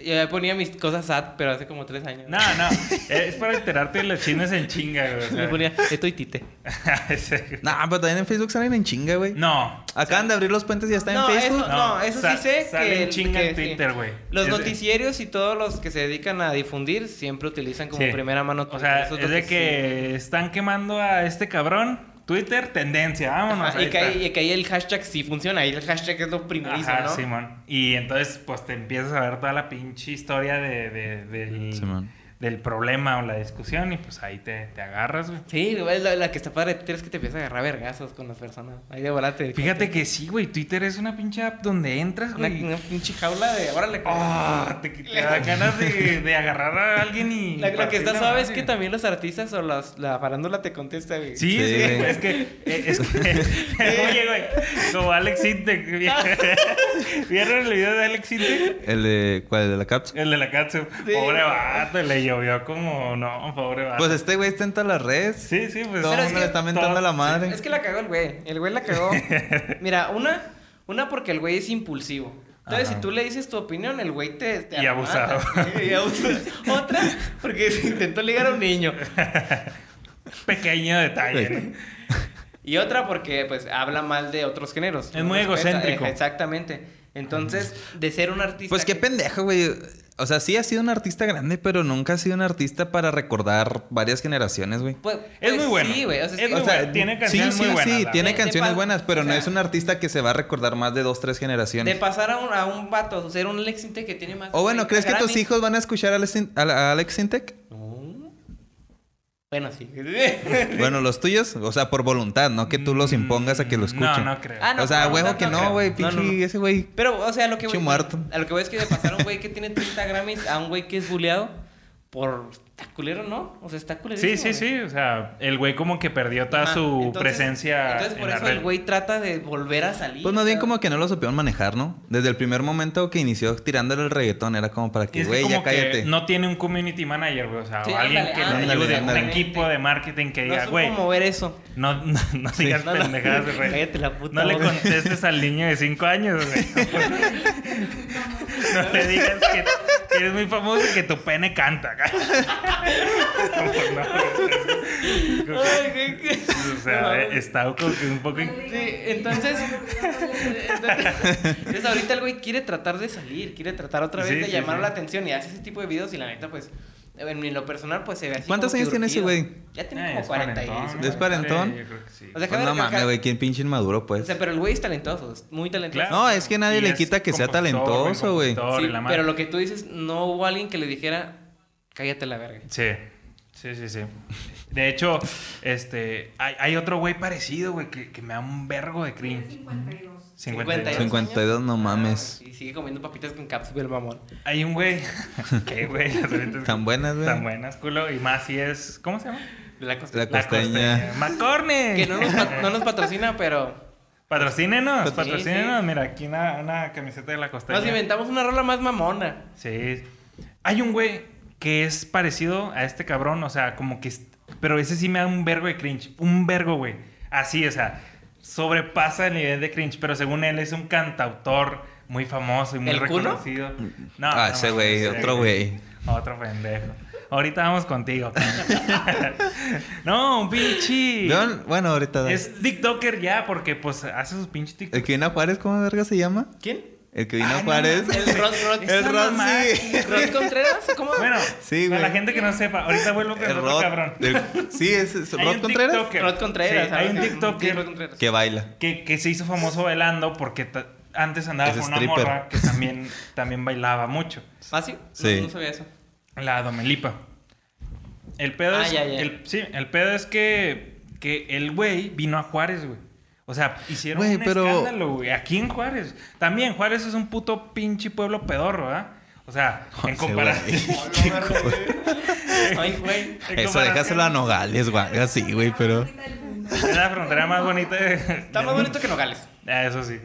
[SPEAKER 3] Yo ya ponía mis cosas sad, pero hace como tres años.
[SPEAKER 2] No, no, eh, es para enterarte de los chismes en chinga, güey. o sea.
[SPEAKER 3] Me ponía, estoy tite.
[SPEAKER 2] Ese, güey.
[SPEAKER 4] Nah, pero también en Facebook salen en chinga, güey.
[SPEAKER 2] no,
[SPEAKER 4] Acaban de abrir los puentes y ya está
[SPEAKER 3] No,
[SPEAKER 4] en Facebook.
[SPEAKER 3] eso- sí
[SPEAKER 2] sa-
[SPEAKER 3] sé
[SPEAKER 2] sale
[SPEAKER 3] que-
[SPEAKER 2] en chinga
[SPEAKER 3] que
[SPEAKER 2] en
[SPEAKER 3] sí.
[SPEAKER 2] Twitter, güey.
[SPEAKER 3] Los
[SPEAKER 2] Es de-
[SPEAKER 3] noticieros y todos los que se dedican a difundir siempre utilizan como
[SPEAKER 2] Sí.
[SPEAKER 3] primera mano
[SPEAKER 2] O sea,
[SPEAKER 3] Eso
[SPEAKER 2] es,
[SPEAKER 3] lo
[SPEAKER 2] de
[SPEAKER 3] sí.
[SPEAKER 2] que están quemando a este cabrón. Twitter, tendencia, vámonos.
[SPEAKER 3] Ajá,
[SPEAKER 2] ahí
[SPEAKER 3] y, que
[SPEAKER 2] está.
[SPEAKER 3] ahí, y que ahí el hashtag sí funciona. Ahí el hashtag es lo primerizo,
[SPEAKER 2] Ajá,
[SPEAKER 3] ¿no?
[SPEAKER 2] Simón. Y entonces, pues te empiezas a ver toda la pinche historia de, de- del,
[SPEAKER 4] Simón.
[SPEAKER 2] del problema o la discusión, y pues ahí te, te agarras, güey.
[SPEAKER 3] Sí, güey, la, la que está padre de Twitter es que te empiezas a agarrar vergazos con las personas. Ahí de volate.
[SPEAKER 2] Fíjate que sí, güey. Twitter es una pinche app donde entras,
[SPEAKER 3] Una,
[SPEAKER 2] güey.
[SPEAKER 3] una pinche jaula de. Ahora le.
[SPEAKER 2] Ah, te, te dan ganas de, de agarrar a alguien y.
[SPEAKER 3] la, la que está
[SPEAKER 2] partirle
[SPEAKER 3] suave es
[SPEAKER 2] madre.
[SPEAKER 3] que también los artistas o las, la farándula te contesta, güey.
[SPEAKER 2] Sí, sí,
[SPEAKER 4] Sí,
[SPEAKER 2] güey,
[SPEAKER 4] güey.
[SPEAKER 2] es que. eh, Es que oye, güey. Como Alex Intec. ¿Vieron el video de Alex Intec?
[SPEAKER 4] ¿El de cuál? ¿El de la cápsula?
[SPEAKER 2] El de la catsup.
[SPEAKER 3] Sí.
[SPEAKER 2] Pobre vato, le llovió como. No, pobre vato.
[SPEAKER 4] Pues este güey está en todas las redes.
[SPEAKER 2] sí, sí, pues.
[SPEAKER 4] Todo el
[SPEAKER 3] Pero es
[SPEAKER 4] mundo
[SPEAKER 3] que
[SPEAKER 4] le está mentando
[SPEAKER 2] todo-
[SPEAKER 4] a la madre.
[SPEAKER 3] Es que la cagó el güey. El güey la cagó. Mira, una, una porque el güey es impulsivo. Entonces,
[SPEAKER 2] Ajá.
[SPEAKER 3] si tú le dices tu opinión, el güey te, te
[SPEAKER 2] Y
[SPEAKER 3] armata.
[SPEAKER 2] abusado.
[SPEAKER 3] Y abusado. Otra, porque se intentó ligar a un niño.
[SPEAKER 2] Pequeño detalle. ¿no?
[SPEAKER 3] Y otra porque, pues, habla mal de otros géneros.
[SPEAKER 2] Es muy
[SPEAKER 3] respeta,
[SPEAKER 2] egocéntrico.
[SPEAKER 3] eh, Exactamente. Entonces, de ser un artista...
[SPEAKER 4] Pues qué
[SPEAKER 3] que-
[SPEAKER 4] pendejo, güey. O sea, sí ha sido un artista grande, pero nunca ha sido un artista para recordar varias generaciones, güey.
[SPEAKER 3] Pues-
[SPEAKER 2] Es
[SPEAKER 3] pues
[SPEAKER 2] muy bueno.
[SPEAKER 3] Sí, güey. O sea,
[SPEAKER 2] Es
[SPEAKER 3] sí,
[SPEAKER 2] muy
[SPEAKER 3] o sea,
[SPEAKER 2] bueno. Tiene canciones
[SPEAKER 4] sí,
[SPEAKER 2] muy
[SPEAKER 4] sí,
[SPEAKER 2] buenas,
[SPEAKER 4] Sí,
[SPEAKER 2] la
[SPEAKER 4] tiene
[SPEAKER 3] verdad.
[SPEAKER 4] canciones
[SPEAKER 3] De pa-
[SPEAKER 4] buenas, pero
[SPEAKER 3] o
[SPEAKER 4] no
[SPEAKER 3] sea-
[SPEAKER 4] es un artista que se va a recordar más de dos, tres
[SPEAKER 3] de
[SPEAKER 4] generaciones.
[SPEAKER 3] pasar a un, a un vato, ser un Lexinte que tiene más...
[SPEAKER 4] o bueno, ¿crees que tus
[SPEAKER 3] Grammys.
[SPEAKER 4] hijos van a escuchar a Alex, In- a- a Alex Intec?
[SPEAKER 3] No. Bueno, sí.
[SPEAKER 4] Bueno, los tuyos, o sea, por voluntad, no que tú los impongas a que lo escuchen.
[SPEAKER 2] Mm, No, no creo.
[SPEAKER 3] Ah, no,
[SPEAKER 4] o sea,
[SPEAKER 3] por
[SPEAKER 4] huevo
[SPEAKER 3] voluntad
[SPEAKER 4] que
[SPEAKER 3] no
[SPEAKER 4] no,
[SPEAKER 3] creo.
[SPEAKER 4] güey,
[SPEAKER 3] No, no,
[SPEAKER 4] pinche,
[SPEAKER 3] no.
[SPEAKER 4] ese güey.
[SPEAKER 3] Pero, o sea, lo que voy,
[SPEAKER 4] Pinche muerto.
[SPEAKER 3] A lo que voy es que de pasar a un güey que tiene 30 Grammys a un güey que es buleado por... Está culero, ¿no? O sea, está culero.
[SPEAKER 2] Sí, sí, sí. O sea, el güey como que perdió toda
[SPEAKER 3] Ajá,
[SPEAKER 2] su
[SPEAKER 3] entonces-
[SPEAKER 2] presencia.
[SPEAKER 3] Entonces, por
[SPEAKER 2] en la
[SPEAKER 3] eso
[SPEAKER 2] red.
[SPEAKER 3] el güey trata de volver a salir.
[SPEAKER 4] Pues más bien
[SPEAKER 3] o sea,
[SPEAKER 4] como que no lo supieron manejar, ¿no? Desde el primer momento que inició tirándole el reggaetón, era como para
[SPEAKER 2] Y
[SPEAKER 4] que,
[SPEAKER 2] es que
[SPEAKER 4] güey, ya
[SPEAKER 2] como que
[SPEAKER 4] cállate.
[SPEAKER 2] no tiene un community manager, güey. O sea,
[SPEAKER 3] Sí,
[SPEAKER 2] o alguien
[SPEAKER 3] ándale,
[SPEAKER 2] que le
[SPEAKER 3] ándale,
[SPEAKER 2] ayude,
[SPEAKER 4] ándale.
[SPEAKER 2] un equipo de marketing que
[SPEAKER 3] No
[SPEAKER 2] diga,
[SPEAKER 3] supo
[SPEAKER 2] güey,
[SPEAKER 3] mover eso.
[SPEAKER 2] no, no, no digas
[SPEAKER 3] No, no.
[SPEAKER 2] pendejadas, güey.
[SPEAKER 3] Cállate la puta
[SPEAKER 2] No le
[SPEAKER 3] boca.
[SPEAKER 2] contestes al niño de 5 años, güey. No le digas que que eres muy famoso y que tu pene canta. Como, no, como que-
[SPEAKER 3] Ay, güey, qué-
[SPEAKER 2] o sea, eh, está como que un poco... in-
[SPEAKER 5] Sí,
[SPEAKER 3] entonces- Entonces, entonces ahorita el güey quiere tratar de salir, quiere tratar otra vez
[SPEAKER 2] Sí,
[SPEAKER 3] de
[SPEAKER 2] sí,
[SPEAKER 3] llamar
[SPEAKER 2] sí.
[SPEAKER 3] la atención y hace ese tipo de videos y la neta, pues, en en lo personal, pues se ve así.
[SPEAKER 4] ¿Cuántos
[SPEAKER 3] como que
[SPEAKER 4] años tiene ese
[SPEAKER 3] urgido.
[SPEAKER 4] güey?
[SPEAKER 3] Ya tiene
[SPEAKER 2] Eh,
[SPEAKER 3] como
[SPEAKER 2] es
[SPEAKER 3] 40 y...
[SPEAKER 2] cuarentón,
[SPEAKER 4] ¿Es
[SPEAKER 2] ¿no?
[SPEAKER 4] cuarentón?
[SPEAKER 2] Sí, yo creo que sí.
[SPEAKER 3] O sea,
[SPEAKER 4] Pues
[SPEAKER 3] cabe
[SPEAKER 4] no
[SPEAKER 3] recalcar-
[SPEAKER 4] mames, güey, quién pinche inmaduro,
[SPEAKER 3] O
[SPEAKER 4] pues.
[SPEAKER 3] sea, pero el güey es talentoso, es muy talentoso.
[SPEAKER 2] Pues, Claro.
[SPEAKER 4] No, es que nadie
[SPEAKER 2] Y
[SPEAKER 4] le
[SPEAKER 2] es
[SPEAKER 4] quita que sea
[SPEAKER 2] compositor,
[SPEAKER 4] talentoso, güey.
[SPEAKER 2] compositor y
[SPEAKER 3] Sí,
[SPEAKER 2] la madre.
[SPEAKER 3] pero lo que tú dices, no hubo alguien que le dijera, cállate la verga.
[SPEAKER 2] Sí, sí, sí, sí. De hecho, este, hay, hay otro güey parecido, güey, que, que me da un vergo de cringe.
[SPEAKER 5] 52.
[SPEAKER 2] 52.
[SPEAKER 4] 52, no
[SPEAKER 3] años.
[SPEAKER 4] mames.
[SPEAKER 3] Ah, Y sigue comiendo papitas con cápsula, el mamón.
[SPEAKER 2] Hay un güey. ¿Qué, güey? Las ahorita-
[SPEAKER 4] Tan buenas, güey.
[SPEAKER 2] Tan buenas, culo. Y más si es. ¿Cómo se llama?
[SPEAKER 3] De la costa.
[SPEAKER 4] La costeña.
[SPEAKER 2] ¡Macorne!
[SPEAKER 3] Que no nos, pat- no nos patrocina, pero...
[SPEAKER 2] Patrocínenos,
[SPEAKER 3] Sí,
[SPEAKER 2] patrocínenos.
[SPEAKER 3] sí.
[SPEAKER 2] Mira, aquí una, una camiseta de la costeña.
[SPEAKER 3] Nos inventamos una rola más mamona.
[SPEAKER 2] Sí. Hay un güey que es parecido a este cabrón, o sea, como que... es- Pero ese sí me da un vergo de cringe. Un vergo, güey. Así, o sea, sobrepasa el nivel de cringe, pero según él es un cantautor muy famoso y muy
[SPEAKER 3] ¿El Cuno?
[SPEAKER 2] reconocido. No,
[SPEAKER 4] Ah,
[SPEAKER 2] no,
[SPEAKER 4] ese
[SPEAKER 2] no,
[SPEAKER 4] güey,
[SPEAKER 2] ese
[SPEAKER 4] otro güey.
[SPEAKER 2] Otro pendejo. Ahorita vamos contigo. no, un pinche...
[SPEAKER 4] León, Bueno, ahorita.
[SPEAKER 2] Es TikToker ya, porque pues hace sus pinches TikTok.
[SPEAKER 4] El que vino a Juárez, ¿cómo verga se llama?
[SPEAKER 3] ¿Quién?
[SPEAKER 4] El que vino
[SPEAKER 2] Ah,
[SPEAKER 4] a
[SPEAKER 2] no
[SPEAKER 4] Juárez.
[SPEAKER 2] mames.
[SPEAKER 3] El Rod, Rod,
[SPEAKER 4] El
[SPEAKER 2] Esa
[SPEAKER 4] Rod,
[SPEAKER 2] mamá.
[SPEAKER 4] sí.
[SPEAKER 3] Rod Contreras, ¿cómo?
[SPEAKER 2] Bueno,
[SPEAKER 4] Sí,
[SPEAKER 2] para la
[SPEAKER 4] güey.
[SPEAKER 2] gente que no sepa, ahorita vuelvo con el otro
[SPEAKER 4] Rod-
[SPEAKER 2] cabrón.
[SPEAKER 4] el- sí, es, es
[SPEAKER 2] Hay
[SPEAKER 4] Rod
[SPEAKER 2] un
[SPEAKER 4] Contreras.
[SPEAKER 2] TikToker.
[SPEAKER 3] Rod Contreras.
[SPEAKER 2] Sí, hay un
[SPEAKER 3] ¿sabes? Sí,
[SPEAKER 2] TikToker
[SPEAKER 3] Rod Contreras.
[SPEAKER 4] Que baila.
[SPEAKER 2] que, que se hizo famoso bailando porque ta- antes andaba
[SPEAKER 4] Es
[SPEAKER 2] con una
[SPEAKER 4] stripper.
[SPEAKER 2] morra que también, también bailaba mucho.
[SPEAKER 3] ¿Ah, sí? No,
[SPEAKER 4] Sí.
[SPEAKER 3] No, sabía eso.
[SPEAKER 2] La Domelipa. El pedo
[SPEAKER 3] Ah,
[SPEAKER 2] es.
[SPEAKER 3] ya, ya.
[SPEAKER 2] El, sí, el pedo es que, que el güey vino a Juárez, güey. O sea, hicieron
[SPEAKER 4] Güey,
[SPEAKER 2] un
[SPEAKER 4] pero-
[SPEAKER 2] escándalo, güey. Aquí en Juárez. También Juárez es un puto pinche pueblo pedorro, ¿verdad? O sea, en
[SPEAKER 4] Ese güey.
[SPEAKER 2] comparación.
[SPEAKER 3] Ay, güey.
[SPEAKER 2] en
[SPEAKER 4] Eso
[SPEAKER 2] comparación-
[SPEAKER 4] déjaselo a Nogales, güey. Así, güey, pero.
[SPEAKER 2] Es la frontera más bonita de-
[SPEAKER 3] Está más bonito que Nogales.
[SPEAKER 2] Ah, eso sí.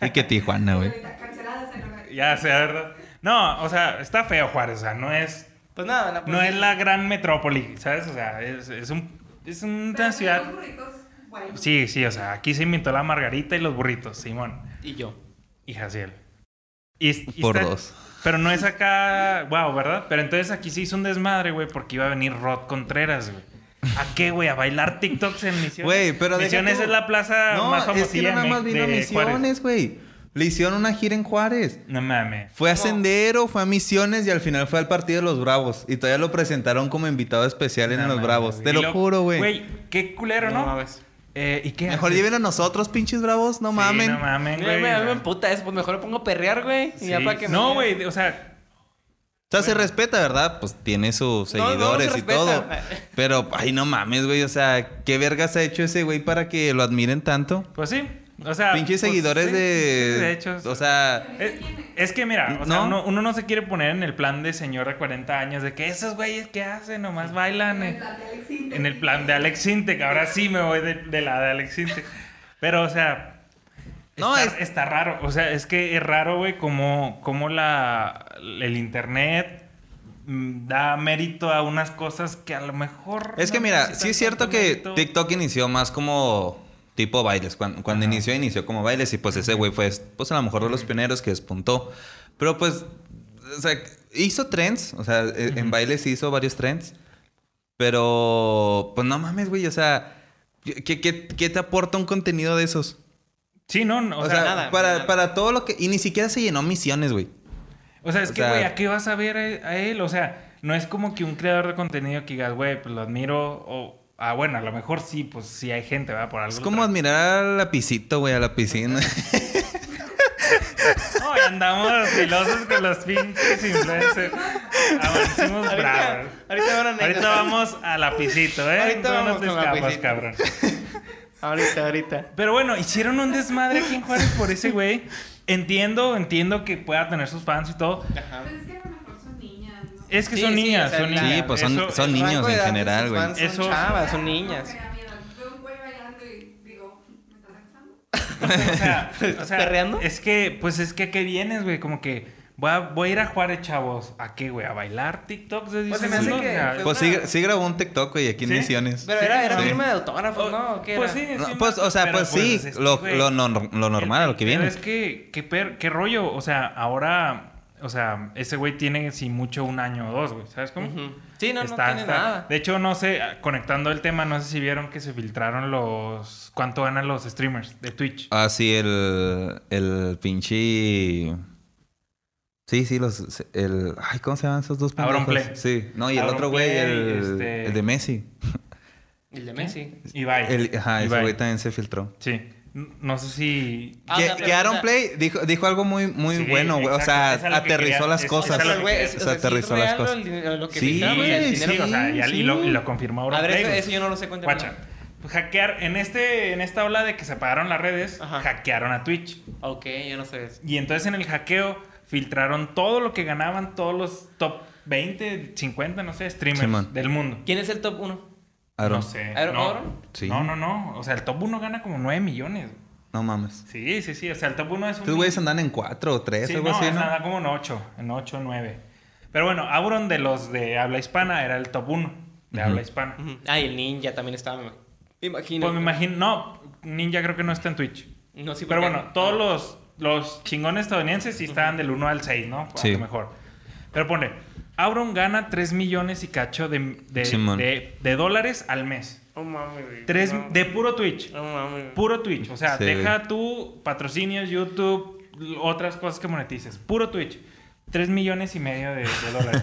[SPEAKER 4] Y que Tijuana, güey.
[SPEAKER 5] Canceladas en hogar.
[SPEAKER 2] ya sea, ¿verdad? No, o sea, está feo Juárez. O sea, no es
[SPEAKER 3] Pues nada, no, pues
[SPEAKER 2] No
[SPEAKER 3] sí.
[SPEAKER 2] es la gran metrópoli, ¿sabes? O sea, es, es un, es
[SPEAKER 5] Pero
[SPEAKER 2] una
[SPEAKER 5] los
[SPEAKER 2] ciudad...
[SPEAKER 5] burritos, bueno.
[SPEAKER 2] Sí, sí, o sea, aquí se inventó la margarita y los burritos, Simón
[SPEAKER 3] Y yo.
[SPEAKER 2] y Jaciel. Y, y
[SPEAKER 4] Por
[SPEAKER 2] está-
[SPEAKER 4] dos.
[SPEAKER 2] Pero no es acá, wow, ¿verdad? Pero entonces aquí se hizo un desmadre, güey, porque iba a venir Rod Contreras, güey. ¿A qué, güey? ¿A bailar TikToks en Misiones?
[SPEAKER 4] Güey, pero deja
[SPEAKER 2] Misiones
[SPEAKER 4] tú.
[SPEAKER 2] es la plaza
[SPEAKER 4] No,
[SPEAKER 2] Ah, más famosilla
[SPEAKER 4] es que no nada
[SPEAKER 2] de
[SPEAKER 4] más vino a
[SPEAKER 2] de Juárez.
[SPEAKER 4] Misiones, güey. Le hicieron una gira en Juárez.
[SPEAKER 2] No mames.
[SPEAKER 4] Fue a
[SPEAKER 3] No.
[SPEAKER 4] Sendero, fue a Misiones y al final fue al partido de los Bravos. Y todavía lo presentaron como invitado especial en
[SPEAKER 2] No
[SPEAKER 4] los
[SPEAKER 2] mames,
[SPEAKER 4] Bravos.
[SPEAKER 2] güey.
[SPEAKER 4] Te
[SPEAKER 2] Y
[SPEAKER 4] lo juro, güey.
[SPEAKER 2] Güey, qué culero,
[SPEAKER 3] No pues.
[SPEAKER 2] ¿no?
[SPEAKER 3] mames.
[SPEAKER 2] Eh, ¿Y qué
[SPEAKER 4] Mejor
[SPEAKER 2] haces?
[SPEAKER 4] lleven a nosotros, pinches Bravos, no
[SPEAKER 2] Sí,
[SPEAKER 4] mamen.
[SPEAKER 2] no mamen,
[SPEAKER 3] Mira,
[SPEAKER 2] güey.
[SPEAKER 3] me- a mí me emputa eso, pues mejor me pongo a perrear, güey. Y ya
[SPEAKER 2] Sí.
[SPEAKER 3] para que me-
[SPEAKER 2] No, güey, o sea,
[SPEAKER 4] O sea, se respeta, ¿verdad? Pues tiene sus
[SPEAKER 3] No, no,
[SPEAKER 4] seguidores
[SPEAKER 3] se
[SPEAKER 4] y
[SPEAKER 3] respeta.
[SPEAKER 4] todo. Pero, ay, no mames, güey. O sea, ¿qué vergas ha hecho ese güey para que lo admiren tanto?
[SPEAKER 2] Pues sí. O sea.
[SPEAKER 4] Pinches
[SPEAKER 2] pues,
[SPEAKER 4] seguidores
[SPEAKER 2] sí,
[SPEAKER 4] de...
[SPEAKER 2] De hecho.
[SPEAKER 4] O sea...
[SPEAKER 2] Es, es que mira, o sea,
[SPEAKER 4] ¿No?
[SPEAKER 2] uno, uno no se quiere poner en el plan de señor de 40 años de que esos güeyes que hacen nomás bailan eh, en el plan de Alex Sintek. Ahora sí me voy de, de la de Alex Sintek. Pero, o sea.
[SPEAKER 4] No,
[SPEAKER 2] está,
[SPEAKER 4] es-
[SPEAKER 2] está raro. O sea, es que es raro, güey, cómo, cómo la, el internet mm, da mérito a unas cosas que a lo mejor.
[SPEAKER 4] Es que
[SPEAKER 2] no
[SPEAKER 4] mira,
[SPEAKER 2] necesitan
[SPEAKER 4] sí es cierto
[SPEAKER 2] tanto
[SPEAKER 4] que
[SPEAKER 2] mérito.
[SPEAKER 4] TikTok inició más como tipo bailes. Cuando, cuando
[SPEAKER 2] Ajá.
[SPEAKER 4] inició, inició como bailes. Y pues ese güey fue, pues a lo mejor de los pioneros que despuntó. Pero pues, o sea, hizo trends. O sea, e- en bailes hizo varios trends. Pero, pues no mames, güey. O sea, ¿qué, qué, qué te aporta un contenido de esos?
[SPEAKER 2] Sí, no, no,
[SPEAKER 4] O, sea,
[SPEAKER 3] nada,
[SPEAKER 4] para,
[SPEAKER 3] nada.
[SPEAKER 4] para todo lo que... Y ni siquiera se llenó misiones, güey.
[SPEAKER 2] O sea, es
[SPEAKER 4] O
[SPEAKER 2] que,
[SPEAKER 4] sea-
[SPEAKER 2] güey, ¿a qué vas a ver a a él? O sea, no es como que un creador de contenido que digas, güey, pues lo admiro o... Ah, bueno, a lo mejor sí, pues sí hay gente, ¿verdad? Por algo.
[SPEAKER 4] Es como
[SPEAKER 2] tra-
[SPEAKER 4] admirar al lapicito, güey, a la piscina.
[SPEAKER 2] No, y andamos filosos con los pinches influencers. Avancimos
[SPEAKER 3] Ahorita,
[SPEAKER 2] bravos.
[SPEAKER 3] ahorita van a
[SPEAKER 2] Ahorita vamos a lapicito, ¿eh?
[SPEAKER 3] Ahorita
[SPEAKER 2] Tú
[SPEAKER 3] vamos
[SPEAKER 2] no te
[SPEAKER 3] con
[SPEAKER 2] escapas,
[SPEAKER 3] lapicito.
[SPEAKER 2] cabrón.
[SPEAKER 3] Ahorita, ahorita.
[SPEAKER 2] Pero bueno, hicieron un desmadre aquí en Juárez por ese güey. Entiendo, entiendo que pueda tener sus fans y todo.
[SPEAKER 3] Ajá.
[SPEAKER 5] Pues es que a lo mejor son niñas, ¿no?
[SPEAKER 2] Es que
[SPEAKER 3] Sí,
[SPEAKER 2] son
[SPEAKER 3] sí,
[SPEAKER 2] niñas,
[SPEAKER 3] o sea,
[SPEAKER 2] son
[SPEAKER 3] la-
[SPEAKER 2] niñas.
[SPEAKER 4] Sí, pues son-
[SPEAKER 2] Eso-
[SPEAKER 4] son
[SPEAKER 3] El
[SPEAKER 4] niños
[SPEAKER 3] rango de
[SPEAKER 4] en
[SPEAKER 3] edad de
[SPEAKER 4] general,
[SPEAKER 3] sus
[SPEAKER 4] güey.
[SPEAKER 3] fans
[SPEAKER 2] Eso-
[SPEAKER 3] Son chavas, Ah, son
[SPEAKER 5] Me
[SPEAKER 3] niñas.
[SPEAKER 5] da miedo. Veo un güey bailando y digo, ¿me estás acusando?
[SPEAKER 2] O sea, o sea,
[SPEAKER 3] perreando?
[SPEAKER 2] Es que, pues es que, ¿a qué vienes, güey? Como que voy a, voy a ir a Juárez, chavos. ¿A qué, güey? ¿A bailar TikToks? de
[SPEAKER 3] Pues se
[SPEAKER 2] 10
[SPEAKER 3] me hace
[SPEAKER 2] segundos?
[SPEAKER 3] que-
[SPEAKER 2] O sea,
[SPEAKER 3] pues,
[SPEAKER 4] pues sí, sí grabó un TikTok, güey, aquí en
[SPEAKER 2] ¿Sí?
[SPEAKER 4] Misiones.
[SPEAKER 3] Pero era, era
[SPEAKER 2] Sí.
[SPEAKER 3] firma de
[SPEAKER 2] o-
[SPEAKER 3] autógrafos, ¿no? ¿O ¿Qué
[SPEAKER 2] pues
[SPEAKER 3] era?
[SPEAKER 2] sí,
[SPEAKER 4] No,
[SPEAKER 2] sí,
[SPEAKER 4] pues,
[SPEAKER 2] no,
[SPEAKER 4] o sea,
[SPEAKER 2] pero,
[SPEAKER 4] pues sí,
[SPEAKER 2] es que,
[SPEAKER 4] lo,
[SPEAKER 2] güey,
[SPEAKER 4] lo, nor- lo normal,
[SPEAKER 2] el-
[SPEAKER 4] lo que
[SPEAKER 2] pero
[SPEAKER 4] viene.
[SPEAKER 2] Es que, ¿qué, per- qué rollo? O sea, ahora O sea, ese güey tiene, si mucho, un año o dos, güey. ¿Sabes cómo?
[SPEAKER 3] Ujú. Sí, no,
[SPEAKER 2] Está-
[SPEAKER 3] no tiene
[SPEAKER 2] está-
[SPEAKER 3] nada.
[SPEAKER 2] De hecho, no sé, conectando el tema, no sé si vieron que se filtraron los. ¿Cuánto ganan los streamers de Twitch?
[SPEAKER 4] Ah, sí, el, el pinche... Sí, sí, los... El... Ay, ¿cómo se llaman esos dos
[SPEAKER 2] Auron Play.
[SPEAKER 4] Sí. No, y el
[SPEAKER 2] Auron
[SPEAKER 4] otro güey,
[SPEAKER 2] Play,
[SPEAKER 4] el,
[SPEAKER 2] este-
[SPEAKER 4] el de Messi.
[SPEAKER 3] El de Messi.
[SPEAKER 2] Ibai.
[SPEAKER 4] El- ajá, ese
[SPEAKER 2] eh, Ibai.
[SPEAKER 4] güey también se filtró.
[SPEAKER 2] Sí. N- No sé si.
[SPEAKER 3] Ah, o
[SPEAKER 4] que,
[SPEAKER 3] sea,
[SPEAKER 4] que
[SPEAKER 3] pero,
[SPEAKER 4] Aaron
[SPEAKER 3] o sea-
[SPEAKER 4] Play dijo, dijo algo muy, muy
[SPEAKER 2] Sí,
[SPEAKER 4] bueno, güey. O
[SPEAKER 2] exacto,
[SPEAKER 4] sea,
[SPEAKER 2] es a lo que
[SPEAKER 4] aterrizó
[SPEAKER 2] quería-
[SPEAKER 4] las
[SPEAKER 2] es-
[SPEAKER 3] O sea,
[SPEAKER 4] cosas.
[SPEAKER 2] es a lo
[SPEAKER 3] el güey, es- o sea, sí
[SPEAKER 4] aterrizó
[SPEAKER 3] es
[SPEAKER 4] las
[SPEAKER 3] real
[SPEAKER 4] cosas.
[SPEAKER 3] Lo, lo- lo que
[SPEAKER 4] Sí,
[SPEAKER 3] filtraron, o sea, el
[SPEAKER 4] sí,
[SPEAKER 2] Sí, pues,
[SPEAKER 3] dinero.
[SPEAKER 2] o sea, y, al- y lo, y lo confirmó Auron
[SPEAKER 3] A ver,
[SPEAKER 2] Play,
[SPEAKER 3] eso,
[SPEAKER 2] güey.
[SPEAKER 3] eso yo no lo sé cuánto.
[SPEAKER 2] Guacha. Pues hackear, en, este, en esta ola de que separaron las redes,
[SPEAKER 3] Ajá.
[SPEAKER 2] hackearon a Twitch.
[SPEAKER 3] Ok, yo no sé eso.
[SPEAKER 2] Y entonces en el hackeo filtraron todo lo que ganaban todos los top 20, 50, no sé, streamers
[SPEAKER 4] Simón.
[SPEAKER 2] del mundo.
[SPEAKER 3] ¿Quién es el top 1?
[SPEAKER 4] Aaron.
[SPEAKER 2] No sé.
[SPEAKER 3] ¿Aaron-
[SPEAKER 2] no.
[SPEAKER 3] Aaron?
[SPEAKER 4] Sí.
[SPEAKER 2] no, no, no. O sea, el top 1 gana como 9 millones.
[SPEAKER 4] No mames.
[SPEAKER 2] Sí, sí, sí. O sea, el top 1 es un.
[SPEAKER 4] Estos güeyes andan en cuatro o tres,
[SPEAKER 2] Sí,
[SPEAKER 4] algo
[SPEAKER 2] no,
[SPEAKER 4] así,
[SPEAKER 2] es
[SPEAKER 4] ¿no?
[SPEAKER 2] nada, como en 8, en 8, 9. Pero bueno, Auron de los de habla hispana era el top 1 de
[SPEAKER 4] Ujú.
[SPEAKER 2] habla hispana.
[SPEAKER 3] Ah, y el ninja también estaba. me Imagino.
[SPEAKER 2] Pues me imagino, no, Ninja creo que no está en Twitch.
[SPEAKER 3] No, sí,
[SPEAKER 2] Pero
[SPEAKER 3] porque-
[SPEAKER 2] bueno, todos los, los chingones estadounidenses sí estaban del 1 al 6, ¿no? A
[SPEAKER 4] Sí.
[SPEAKER 2] lo mejor. Pero pone, Auron gana 3 millones y cacho de, de,
[SPEAKER 4] Simón.
[SPEAKER 2] de- de dólares al mes.
[SPEAKER 3] No mames, güey.
[SPEAKER 2] Tres,
[SPEAKER 3] No,
[SPEAKER 2] de puro Twitch.
[SPEAKER 3] no mames.
[SPEAKER 2] Puro Twitch. O sea,
[SPEAKER 4] Sí,
[SPEAKER 2] deja tu patrocinios, YouTube, l- otras cosas que monetices. Puro Twitch. 3 millones y medio de, de dólares.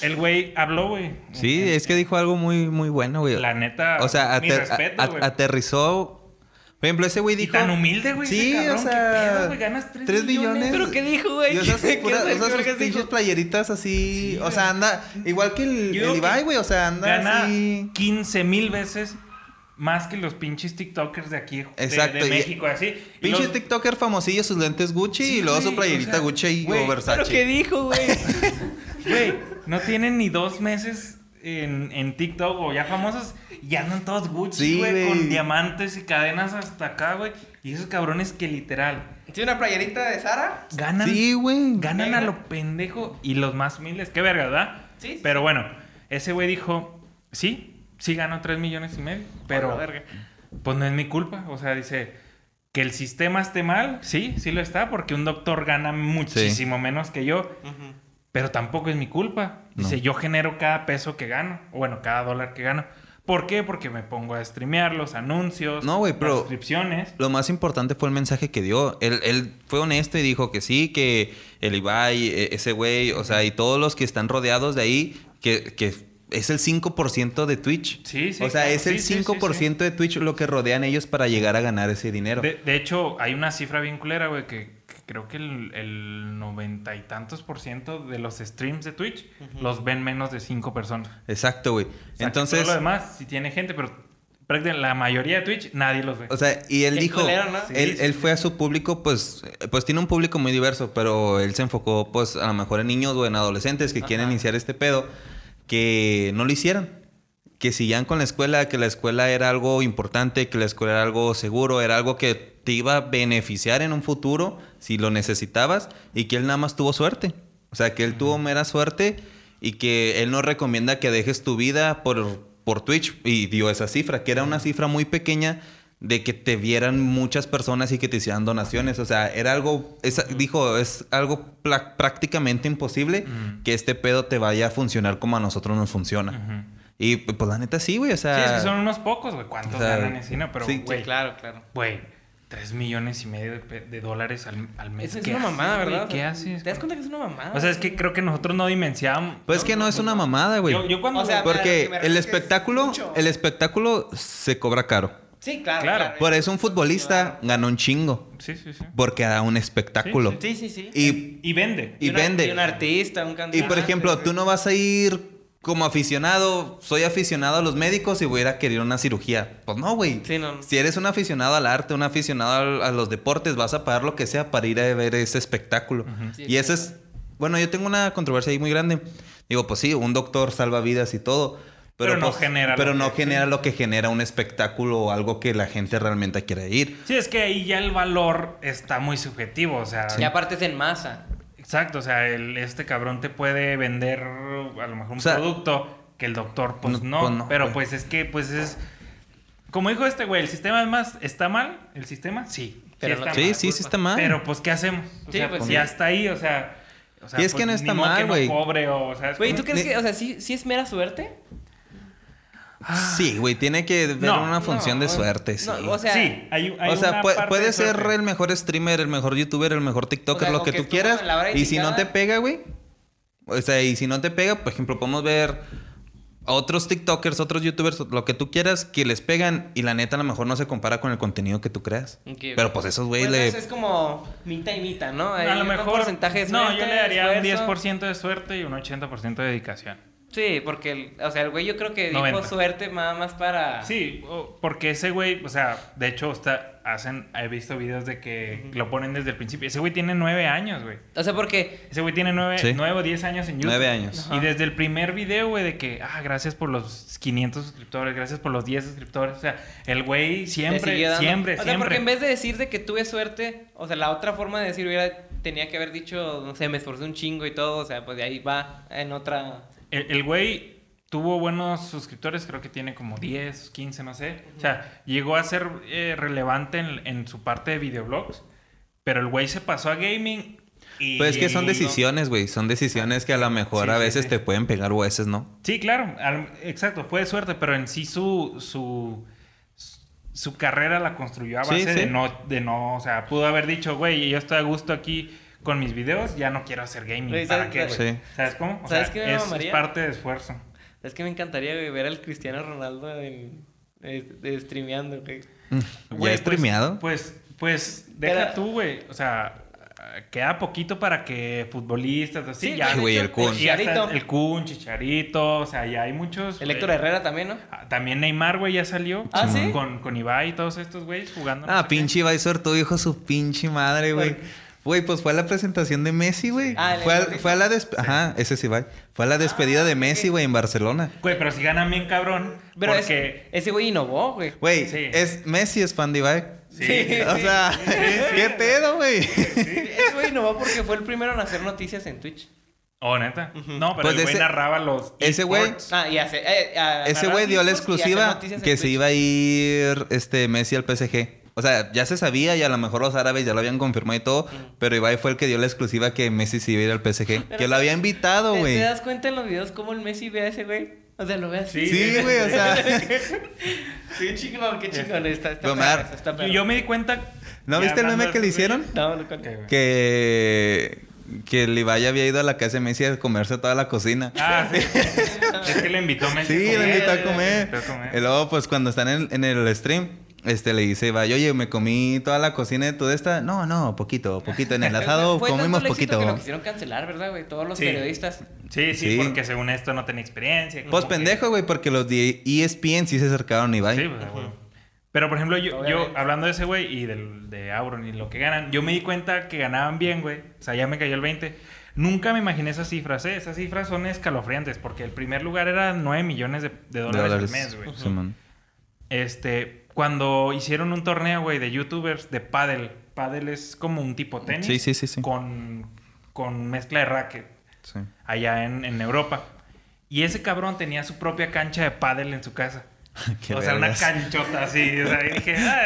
[SPEAKER 2] El güey habló, güey.
[SPEAKER 4] Sí,
[SPEAKER 2] En- en-
[SPEAKER 4] es que dijo algo muy, muy bueno, güey.
[SPEAKER 2] La neta.
[SPEAKER 4] O sea,
[SPEAKER 2] mi
[SPEAKER 4] ater-
[SPEAKER 2] respeto,
[SPEAKER 4] a-
[SPEAKER 2] güey.
[SPEAKER 4] aterrizó. Por ejemplo, ese güey
[SPEAKER 2] Y
[SPEAKER 4] dijo.
[SPEAKER 2] tan humilde, güey. ese
[SPEAKER 4] Sí,
[SPEAKER 2] cabrón,
[SPEAKER 4] o
[SPEAKER 2] ¿qué
[SPEAKER 4] sea,
[SPEAKER 2] pedo, güey? Ganas 3,
[SPEAKER 4] tres
[SPEAKER 2] millones.
[SPEAKER 4] millones.
[SPEAKER 3] ¿Pero qué dijo, güey?
[SPEAKER 4] Y usas
[SPEAKER 3] ¿Qué- qué
[SPEAKER 4] puras-
[SPEAKER 3] es el
[SPEAKER 4] usas sus
[SPEAKER 3] vergas dijo?
[SPEAKER 4] pinches playeritas así.
[SPEAKER 2] Sí,
[SPEAKER 4] o sea, anda. Igual que el,
[SPEAKER 2] Yo digo
[SPEAKER 4] el Ibai,
[SPEAKER 2] que
[SPEAKER 4] güey. O sea, anda
[SPEAKER 2] Gana
[SPEAKER 4] así.
[SPEAKER 2] 15 mil veces más que los pinches TikTokers de aquí. de-
[SPEAKER 4] Exacto,
[SPEAKER 2] De,
[SPEAKER 4] y-
[SPEAKER 2] México, así. Y
[SPEAKER 4] Pinche
[SPEAKER 2] los-
[SPEAKER 4] TikToker famosillo, sus lentes Gucci
[SPEAKER 2] Sí,
[SPEAKER 4] y luego
[SPEAKER 2] güey,
[SPEAKER 4] su playerita
[SPEAKER 2] o sea,
[SPEAKER 4] Gucci y
[SPEAKER 2] güey,
[SPEAKER 4] o Versace.
[SPEAKER 3] ¿Pero qué dijo, güey?
[SPEAKER 2] Güey, no tienen ni dos meses en, en TikTok o ya famosos y andan todos Gucci,
[SPEAKER 4] Sí,
[SPEAKER 2] güey,
[SPEAKER 4] güey.
[SPEAKER 2] con diamantes y cadenas hasta acá, güey. Y esos cabrones que literal
[SPEAKER 3] ¿Tiene una playerita de Sara?
[SPEAKER 2] ganan,
[SPEAKER 4] Sí, güey.
[SPEAKER 2] ganan a lo pendejo y los más humildes. Qué verga, ¿verdad?
[SPEAKER 3] Sí.
[SPEAKER 2] Pero bueno, ese güey dijo, sí, sí ganó 3 millones y medio, pero
[SPEAKER 3] A la verga.
[SPEAKER 2] pues no es mi culpa. O sea, dice que el sistema esté mal, sí, sí lo está, porque un doctor gana muchísimo menos que yo.
[SPEAKER 3] Ujú.
[SPEAKER 2] Pero tampoco es mi culpa. Dice,
[SPEAKER 4] No.
[SPEAKER 2] yo genero cada peso que gano. O bueno, cada dólar que gano. ¿Por qué? Porque me pongo a streamear los anuncios,
[SPEAKER 4] No, güey, pero-
[SPEAKER 2] las suscripciones.
[SPEAKER 4] Lo más importante fue el mensaje que dio. Él, él fue honesto y dijo que sí, que el Ibai, e- ese güey, o sea, y todos los que están rodeados de ahí, que, que es el 5% de Twitch.
[SPEAKER 2] Sí, sí,
[SPEAKER 4] O sea,
[SPEAKER 2] claro,
[SPEAKER 4] es
[SPEAKER 2] sí,
[SPEAKER 4] el
[SPEAKER 2] sí, sí,
[SPEAKER 4] 5% de Twitch lo que rodean ellos para llegar a ganar ese dinero.
[SPEAKER 2] De, de hecho, hay una cifra bien culera, güey, que, que creo que el- el noventa y tantos por ciento de los streams de Twitch los ven menos de cinco personas.
[SPEAKER 4] Exacto, güey.
[SPEAKER 2] O sea, que
[SPEAKER 4] Entonces,
[SPEAKER 2] Todo lo demás, si tiene gente, pero prácticamente la mayoría de Twitch nadie los ve.
[SPEAKER 4] o sea, y él
[SPEAKER 3] Qué
[SPEAKER 4] dijo,
[SPEAKER 3] culero, ¿no?
[SPEAKER 4] él,
[SPEAKER 2] Sí, sí,
[SPEAKER 4] él
[SPEAKER 2] sí.
[SPEAKER 4] fue a su público, pues, eh, pues tiene un público muy diverso, pero él se enfocó, pues, a lo mejor en niños o en adolescentes que quieren
[SPEAKER 3] Ajá.
[SPEAKER 4] iniciar este pedo, que no lo hicieran. Que sigan con la escuela, que la escuela era algo importante, que la escuela era algo seguro, era algo que te iba a beneficiar en un futuro si lo necesitabas y que él nada más tuvo suerte. O sea, que él tuvo mera suerte y que él no recomienda que dejes tu vida por, por Twitch y dio esa cifra, que era una cifra muy pequeña de que te vieran muchas personas y que te hicieran donaciones. O sea, era algo, es- dijo, es algo pla- prácticamente imposible
[SPEAKER 2] Ujú.
[SPEAKER 4] que este pedo te vaya a funcionar como a nosotros nos funciona.
[SPEAKER 2] Ujú.
[SPEAKER 4] Y pues la neta sí, güey, o sea...
[SPEAKER 2] sí, es que son unos pocos, güey. ¿Cuántos
[SPEAKER 4] o sea,
[SPEAKER 2] ganan en cine? Pero,
[SPEAKER 4] sí, sí,
[SPEAKER 2] güey,
[SPEAKER 3] Sí, claro, claro.
[SPEAKER 2] Güey, 3 millones y medio de, pe- de dólares al, al mes.
[SPEAKER 3] Eso es
[SPEAKER 2] ¿Qué
[SPEAKER 3] una
[SPEAKER 2] haces,
[SPEAKER 3] mamada,
[SPEAKER 2] güey?
[SPEAKER 3] ¿verdad?
[SPEAKER 2] ¿Qué
[SPEAKER 3] ¿Te
[SPEAKER 2] haces?
[SPEAKER 3] das cuenta que es una mamada?
[SPEAKER 2] O sea, es que creo que nosotros no dimensionamos.
[SPEAKER 4] Pues es que no es una mamada, güey.
[SPEAKER 2] Yo, yo cuando.
[SPEAKER 3] O sea, pero-
[SPEAKER 4] Porque
[SPEAKER 3] lo que me
[SPEAKER 4] el
[SPEAKER 3] refiero es que es
[SPEAKER 4] espectáculo,
[SPEAKER 3] mucho.
[SPEAKER 4] el espectáculo se cobra caro.
[SPEAKER 3] Sí, claro.
[SPEAKER 2] Claro.
[SPEAKER 3] claro.
[SPEAKER 4] Por eso un futbolista gana un chingo,
[SPEAKER 2] Sí, sí, sí.
[SPEAKER 4] porque da un espectáculo.
[SPEAKER 2] Sí,
[SPEAKER 3] Sí, sí, sí.
[SPEAKER 4] Y,
[SPEAKER 2] Y vende.
[SPEAKER 4] y
[SPEAKER 3] una-
[SPEAKER 4] vende.
[SPEAKER 3] Y un artista, un cantante.
[SPEAKER 4] y por ejemplo, tú no vas a ir como aficionado, soy aficionado a los médicos y voy a ir a querer una cirugía. Pues no, güey.
[SPEAKER 3] Sí, no.
[SPEAKER 4] Si eres un aficionado al arte, un aficionado al- a los deportes, vas a pagar lo que sea para ir a ver ese espectáculo.
[SPEAKER 2] Ujú.
[SPEAKER 3] Sí,
[SPEAKER 4] Y eso es, bueno, yo tengo una controversia ahí muy grande. Digo, pues sí, un doctor salva vidas y todo. Pero,
[SPEAKER 2] Pero no
[SPEAKER 4] pues,
[SPEAKER 2] genera lo
[SPEAKER 4] Pero
[SPEAKER 2] que-
[SPEAKER 4] no genera lo que genera un espectáculo o algo que la gente realmente quiera ir.
[SPEAKER 2] Sí, es que ahí ya el valor está muy subjetivo. O sea,
[SPEAKER 3] Y aparte es en masa.
[SPEAKER 2] exacto. O sea, el- este cabrón te puede vender a lo mejor un
[SPEAKER 4] O sea,
[SPEAKER 2] producto que el doctor, pues
[SPEAKER 4] no,
[SPEAKER 2] no.
[SPEAKER 4] pues no,
[SPEAKER 2] pero
[SPEAKER 4] güey.
[SPEAKER 2] pues es que, pues es. Como dijo este güey, el sistema es más. ¿Está mal? ¿El sistema? Sí.
[SPEAKER 3] Pero no-
[SPEAKER 2] está
[SPEAKER 4] Sí,
[SPEAKER 2] mal.
[SPEAKER 4] sí, sí está mal.
[SPEAKER 2] Pero pues, ¿qué hacemos? O
[SPEAKER 3] Sí,
[SPEAKER 2] sea,
[SPEAKER 3] pues,
[SPEAKER 2] pues
[SPEAKER 3] sí.
[SPEAKER 2] ya está ahí, o sea, O sea, pues,
[SPEAKER 4] Y es que no
[SPEAKER 2] ni
[SPEAKER 4] está
[SPEAKER 2] modo
[SPEAKER 4] mal,
[SPEAKER 2] que no
[SPEAKER 4] güey.
[SPEAKER 2] pobre o, o sea, es
[SPEAKER 3] Güey,
[SPEAKER 2] como-
[SPEAKER 3] ¿tú crees
[SPEAKER 4] Ni-
[SPEAKER 3] que, o sea, sí, sí es mera suerte?
[SPEAKER 4] Sí, güey, tiene que ver
[SPEAKER 2] No,
[SPEAKER 4] una función
[SPEAKER 3] No,
[SPEAKER 4] de
[SPEAKER 3] o-
[SPEAKER 4] suerte, sí.
[SPEAKER 3] no, o sea,
[SPEAKER 2] Sí, hay, hay
[SPEAKER 4] o sea,
[SPEAKER 2] una
[SPEAKER 4] pue-
[SPEAKER 2] parte
[SPEAKER 4] puede
[SPEAKER 2] de
[SPEAKER 4] ser
[SPEAKER 2] suerte.
[SPEAKER 4] el mejor streamer, el mejor youtuber, el mejor TikToker,
[SPEAKER 3] O sea,
[SPEAKER 4] lo
[SPEAKER 3] con
[SPEAKER 4] que,
[SPEAKER 3] que
[SPEAKER 4] tú
[SPEAKER 3] estuvo
[SPEAKER 4] quieras.
[SPEAKER 3] en la hora
[SPEAKER 4] Y si no te
[SPEAKER 3] indicada.
[SPEAKER 4] pega, güey. O sea, y si no te pega, por ejemplo, podemos ver a otros TikTokers, otros YouTubers, lo que tú quieras, que les pegan y la neta a lo mejor no se compara con el contenido que tú creas.
[SPEAKER 3] Ok.
[SPEAKER 4] Pero pues esos güey
[SPEAKER 3] Bueno,
[SPEAKER 4] le...
[SPEAKER 3] eso es como mitad y mitad, ¿no? Hay
[SPEAKER 2] A lo
[SPEAKER 3] un
[SPEAKER 2] mejor.
[SPEAKER 3] porcentaje de
[SPEAKER 2] no,
[SPEAKER 3] suerte,
[SPEAKER 2] yo le daría un
[SPEAKER 3] esfuerzo.
[SPEAKER 2] 10% de suerte y un 80% de dedicación.
[SPEAKER 3] Sí, porque, el- o sea, el güey yo creo que dijo
[SPEAKER 2] 90.
[SPEAKER 3] suerte nada más para...
[SPEAKER 2] Sí, o- porque ese güey, o sea, de hecho, está, hacen, he visto videos de que lo ponen desde el principio. Ese güey tiene nueve años, güey.
[SPEAKER 3] O sea, porque...
[SPEAKER 2] Ese güey tiene nueve,
[SPEAKER 4] Sí.
[SPEAKER 2] nueve o diez años en YouTube.
[SPEAKER 4] Nueve años.
[SPEAKER 2] Y desde el primer video, güey, de que, ah, gracias por los 500 suscriptores, gracias por los 10 suscriptores. O sea, el güey
[SPEAKER 3] le
[SPEAKER 2] siempre,
[SPEAKER 3] siguió
[SPEAKER 2] siempre, siempre.
[SPEAKER 3] dando. O sea, porque en vez de decir de que tuve suerte, o sea, la otra forma de decir hubiera... Tenía que haber dicho, no sé, me esforcé un chingo y todo, o sea, pues de ahí va en otra...
[SPEAKER 2] El, el güey tuvo buenos suscriptores, creo que tiene como 10, 15, no sé. O sea, llegó a ser eh, relevante en, en su parte de videoblogs, pero el güey se pasó a gaming y...
[SPEAKER 4] Pues es que son decisiones, güey. Son decisiones que a lo mejor
[SPEAKER 2] Sí,
[SPEAKER 4] a
[SPEAKER 2] sí,
[SPEAKER 4] veces
[SPEAKER 2] sí.
[SPEAKER 4] te pueden pegar o a veces no.
[SPEAKER 2] Sí, claro, al- exacto, fue de suerte, pero en sí su... su su carrera la construyó a
[SPEAKER 4] Sí,
[SPEAKER 2] base de
[SPEAKER 4] sí.
[SPEAKER 2] no, de no, o sea, pudo haber dicho, güey, yo estoy a gusto aquí con mis videos, ya no quiero hacer gaming.
[SPEAKER 3] Güey,
[SPEAKER 2] ¿Para
[SPEAKER 3] ¿sabes
[SPEAKER 2] qué,
[SPEAKER 3] qué?
[SPEAKER 2] güey?
[SPEAKER 4] Sí.
[SPEAKER 2] ¿Sabes cómo? O
[SPEAKER 3] ¿Sabes
[SPEAKER 2] sea,
[SPEAKER 3] qué me
[SPEAKER 2] es- es
[SPEAKER 3] mamaría?
[SPEAKER 2] parte de esfuerzo.
[SPEAKER 3] Es que me encantaría güey, ver al Cristiano Ronaldo en, eh, eh, streameando, güey.
[SPEAKER 2] Pues,
[SPEAKER 4] ¿Ya
[SPEAKER 2] Güey,
[SPEAKER 4] he streameado?
[SPEAKER 2] Pues, pues, pues, deja
[SPEAKER 3] Pero-
[SPEAKER 2] tú, güey. O sea, queda poquito para que futbolistas, así,
[SPEAKER 3] Sí,
[SPEAKER 2] ya.
[SPEAKER 4] Ay, güey, el Kun.
[SPEAKER 2] ya está
[SPEAKER 3] Chicharito.
[SPEAKER 2] el Kun, Chicharito, o sea, ya hay muchos.
[SPEAKER 3] El
[SPEAKER 2] güey.
[SPEAKER 3] Héctor Herrera también, ¿no?
[SPEAKER 2] Ah, También Neymar, güey, ya salió.
[SPEAKER 3] Ah, ¿sí?
[SPEAKER 2] Con, con Ibai y todos estos güeyes jugando. no sé
[SPEAKER 4] Ah,
[SPEAKER 2] qué.
[SPEAKER 4] pinche Ibai tu hijo su pinche madre, güey. Güey, pues fue a la presentación de Messi, güey.
[SPEAKER 3] Ah, el
[SPEAKER 4] fue, al-
[SPEAKER 3] Ibai.
[SPEAKER 4] fue a la despe- Ajá, ese sí, Ibai. Fue a la despedida de Messi, güey, en Barcelona.
[SPEAKER 2] Güey, pero si ganan bien, cabrón.
[SPEAKER 3] Pero es-
[SPEAKER 2] porque.
[SPEAKER 3] ese güey innovó, güey.
[SPEAKER 4] Güey,
[SPEAKER 2] Sí.
[SPEAKER 4] es, Messi es fan de Ibai.
[SPEAKER 2] Sí.
[SPEAKER 4] O sea, ¿qué pedo, güey?
[SPEAKER 3] Ese güey innovó porque fue el primero en hacer noticias en Twitch.
[SPEAKER 2] Oh, neta. No, pero
[SPEAKER 4] Pues
[SPEAKER 2] el güey
[SPEAKER 4] ese-
[SPEAKER 2] narraba los.
[SPEAKER 4] ese güey-
[SPEAKER 2] esports.
[SPEAKER 3] Ah, y hace... eh, a-
[SPEAKER 4] Ese
[SPEAKER 3] narrar
[SPEAKER 4] güey dio la
[SPEAKER 3] esports y hacer
[SPEAKER 4] exclusiva
[SPEAKER 3] noticias en
[SPEAKER 4] que se
[SPEAKER 3] Twitch.
[SPEAKER 4] iba a ir este Messi al PSG. O sea, ya se sabía y a lo mejor los árabes ya lo habían confirmado y todo, pero Ibai fue el que dio la exclusiva que Messi se iba a ir al PSG.
[SPEAKER 3] Pero
[SPEAKER 4] que lo había invitado,
[SPEAKER 3] ¿Te, te
[SPEAKER 4] güey.
[SPEAKER 3] das cuenta en los videos cómo el Messi ve a ese güey? O sea, lo ve así.
[SPEAKER 2] Sí.
[SPEAKER 4] Sí, güey, o sea.
[SPEAKER 3] Qué chingón, qué
[SPEAKER 4] Este,
[SPEAKER 3] chingón. Está, está
[SPEAKER 4] Pero,
[SPEAKER 3] perro,
[SPEAKER 4] Mar,
[SPEAKER 3] eso, está
[SPEAKER 2] Yo,
[SPEAKER 3] perro.
[SPEAKER 2] yo me di cuenta.
[SPEAKER 4] ¿No
[SPEAKER 2] ya
[SPEAKER 4] viste el
[SPEAKER 2] hablando
[SPEAKER 4] meme
[SPEAKER 2] de
[SPEAKER 4] que le
[SPEAKER 2] estos
[SPEAKER 4] hicieron?
[SPEAKER 3] No, no conté.
[SPEAKER 2] güey. Ok, güey.
[SPEAKER 4] Que. Que el Ibai había ido a la casa de Messi a comerse toda la cocina.
[SPEAKER 2] Ah, sí. es que le invitó a Messi.
[SPEAKER 4] Sí,
[SPEAKER 2] a
[SPEAKER 4] lo
[SPEAKER 2] comer,
[SPEAKER 4] invitó a
[SPEAKER 2] le
[SPEAKER 4] comer.
[SPEAKER 2] invitó a comer.
[SPEAKER 4] Y luego, pues cuando están en, en el stream, este le dice, vaya, oye, me comí toda la cocina de toda esta. No, no, poquito, poquito. En el asado
[SPEAKER 3] Fue tanto
[SPEAKER 4] comimos
[SPEAKER 3] el éxito
[SPEAKER 4] poquito.
[SPEAKER 3] Que lo quisieron cancelar, ¿verdad, güey? Todos los
[SPEAKER 2] Sí.
[SPEAKER 3] periodistas.
[SPEAKER 2] Sí, sí,
[SPEAKER 4] Sí.
[SPEAKER 2] porque según esto no tenía experiencia.
[SPEAKER 4] Pues
[SPEAKER 2] como que-
[SPEAKER 4] pendejo, güey, porque los de E ESPN sí se acercaron a Ibai.
[SPEAKER 2] Sí, pues, güey. Pero por ejemplo, yo, yo
[SPEAKER 3] Obviamente.
[SPEAKER 2] hablando de ese güey y del, de Auron y lo que ganan, yo me di cuenta que ganaban bien, güey. O sea, ya me cayó el 20. Nunca me imaginé esas cifras, ¿eh? Esas cifras son escalofriantes, porque el primer lugar era 9 millones de, de dólares,
[SPEAKER 4] Dólares.
[SPEAKER 2] al mes, güey.
[SPEAKER 4] Sí, man.
[SPEAKER 2] Este, cuando hicieron un torneo, güey, de youtubers de paddle. Paddle es como un tipo tenis.
[SPEAKER 4] Sí, sí, sí, sí.
[SPEAKER 2] Con, con mezcla de racket
[SPEAKER 4] Sí.
[SPEAKER 2] allá en, en Europa. Y ese cabrón tenía su propia cancha de pádel en su casa.
[SPEAKER 4] Qué
[SPEAKER 2] o sea,
[SPEAKER 4] vergas.
[SPEAKER 2] una canchota así. O sea, y dije, "Ah,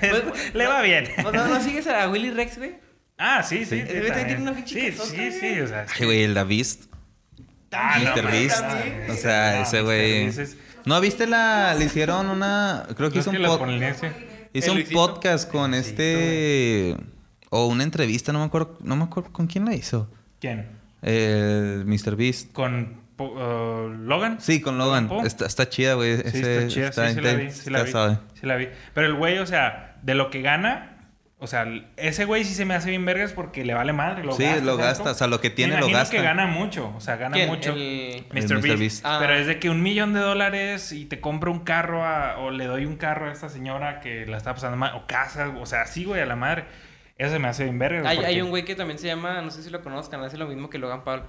[SPEAKER 3] Pues,
[SPEAKER 2] le
[SPEAKER 3] no-
[SPEAKER 2] va bien.
[SPEAKER 3] ¿No, no, no sigues a Willy Rex, güey?
[SPEAKER 2] Ah, sí, sí. sí,
[SPEAKER 4] Sí.
[SPEAKER 3] El güey también
[SPEAKER 2] también.
[SPEAKER 3] tiene una pinche
[SPEAKER 2] sí,
[SPEAKER 3] casota,
[SPEAKER 2] sí, sí,
[SPEAKER 3] güey.
[SPEAKER 2] o sea.
[SPEAKER 4] Ay, güey, el David.
[SPEAKER 2] Ah, no,
[SPEAKER 4] Mr.
[SPEAKER 2] mames,
[SPEAKER 4] Beast.
[SPEAKER 2] no,
[SPEAKER 4] O sea,
[SPEAKER 2] no,
[SPEAKER 4] ese
[SPEAKER 2] Mr.
[SPEAKER 4] güey.
[SPEAKER 2] Ah, Beast es-
[SPEAKER 4] No, viste la. Le hicieron una. Creo que
[SPEAKER 2] ¿no es
[SPEAKER 4] hizo
[SPEAKER 2] que
[SPEAKER 4] un
[SPEAKER 2] la
[SPEAKER 4] pod-
[SPEAKER 2] polinesia?
[SPEAKER 4] Hizo
[SPEAKER 3] ¿El
[SPEAKER 4] un
[SPEAKER 3] Luisito?
[SPEAKER 4] podcast con
[SPEAKER 2] Luisito,
[SPEAKER 4] este. O una entrevista, no me acuerdo. No me acuerdo con quién la hizo.
[SPEAKER 2] ¿Quién?
[SPEAKER 4] El Mr. Beast.
[SPEAKER 2] ¿Con po- uh, Logan?
[SPEAKER 4] Sí, con Logan.
[SPEAKER 2] Poe?
[SPEAKER 4] Está, está chida, güey.
[SPEAKER 2] Sí,
[SPEAKER 4] Ese-
[SPEAKER 2] está chida, sí, sí la vi,
[SPEAKER 4] intenso,
[SPEAKER 2] sí la
[SPEAKER 4] está
[SPEAKER 2] vi,
[SPEAKER 4] suave.
[SPEAKER 2] sí la vi. Pero el güey, o sea, de lo que gana, o sea, ese güey sí se me hace bien vergas porque le vale madre, lo
[SPEAKER 4] Sí,
[SPEAKER 2] gasta.
[SPEAKER 4] lo
[SPEAKER 2] ¿sabes
[SPEAKER 4] gasta,
[SPEAKER 2] cómo?
[SPEAKER 4] o sea, lo que tiene
[SPEAKER 2] me
[SPEAKER 4] lo
[SPEAKER 2] imagino
[SPEAKER 4] gasta.
[SPEAKER 2] que gana mucho, o sea, gana
[SPEAKER 3] ¿Quién?
[SPEAKER 2] mucho.
[SPEAKER 3] El-
[SPEAKER 2] Mr.
[SPEAKER 4] El Mr.
[SPEAKER 2] Beast.
[SPEAKER 4] Beast.
[SPEAKER 3] Ah.
[SPEAKER 2] Pero es de que un millón de dólares y te compro un carro a- o le doy un carro a esta señora que la está pasando mal, o casa, o sea, así, güey, a la madre. Eso se me hace bien vergas.
[SPEAKER 3] Hay,
[SPEAKER 2] porque-
[SPEAKER 3] hay un güey que también se llama, no sé si lo conozcan, hace lo mismo que Logan Paul.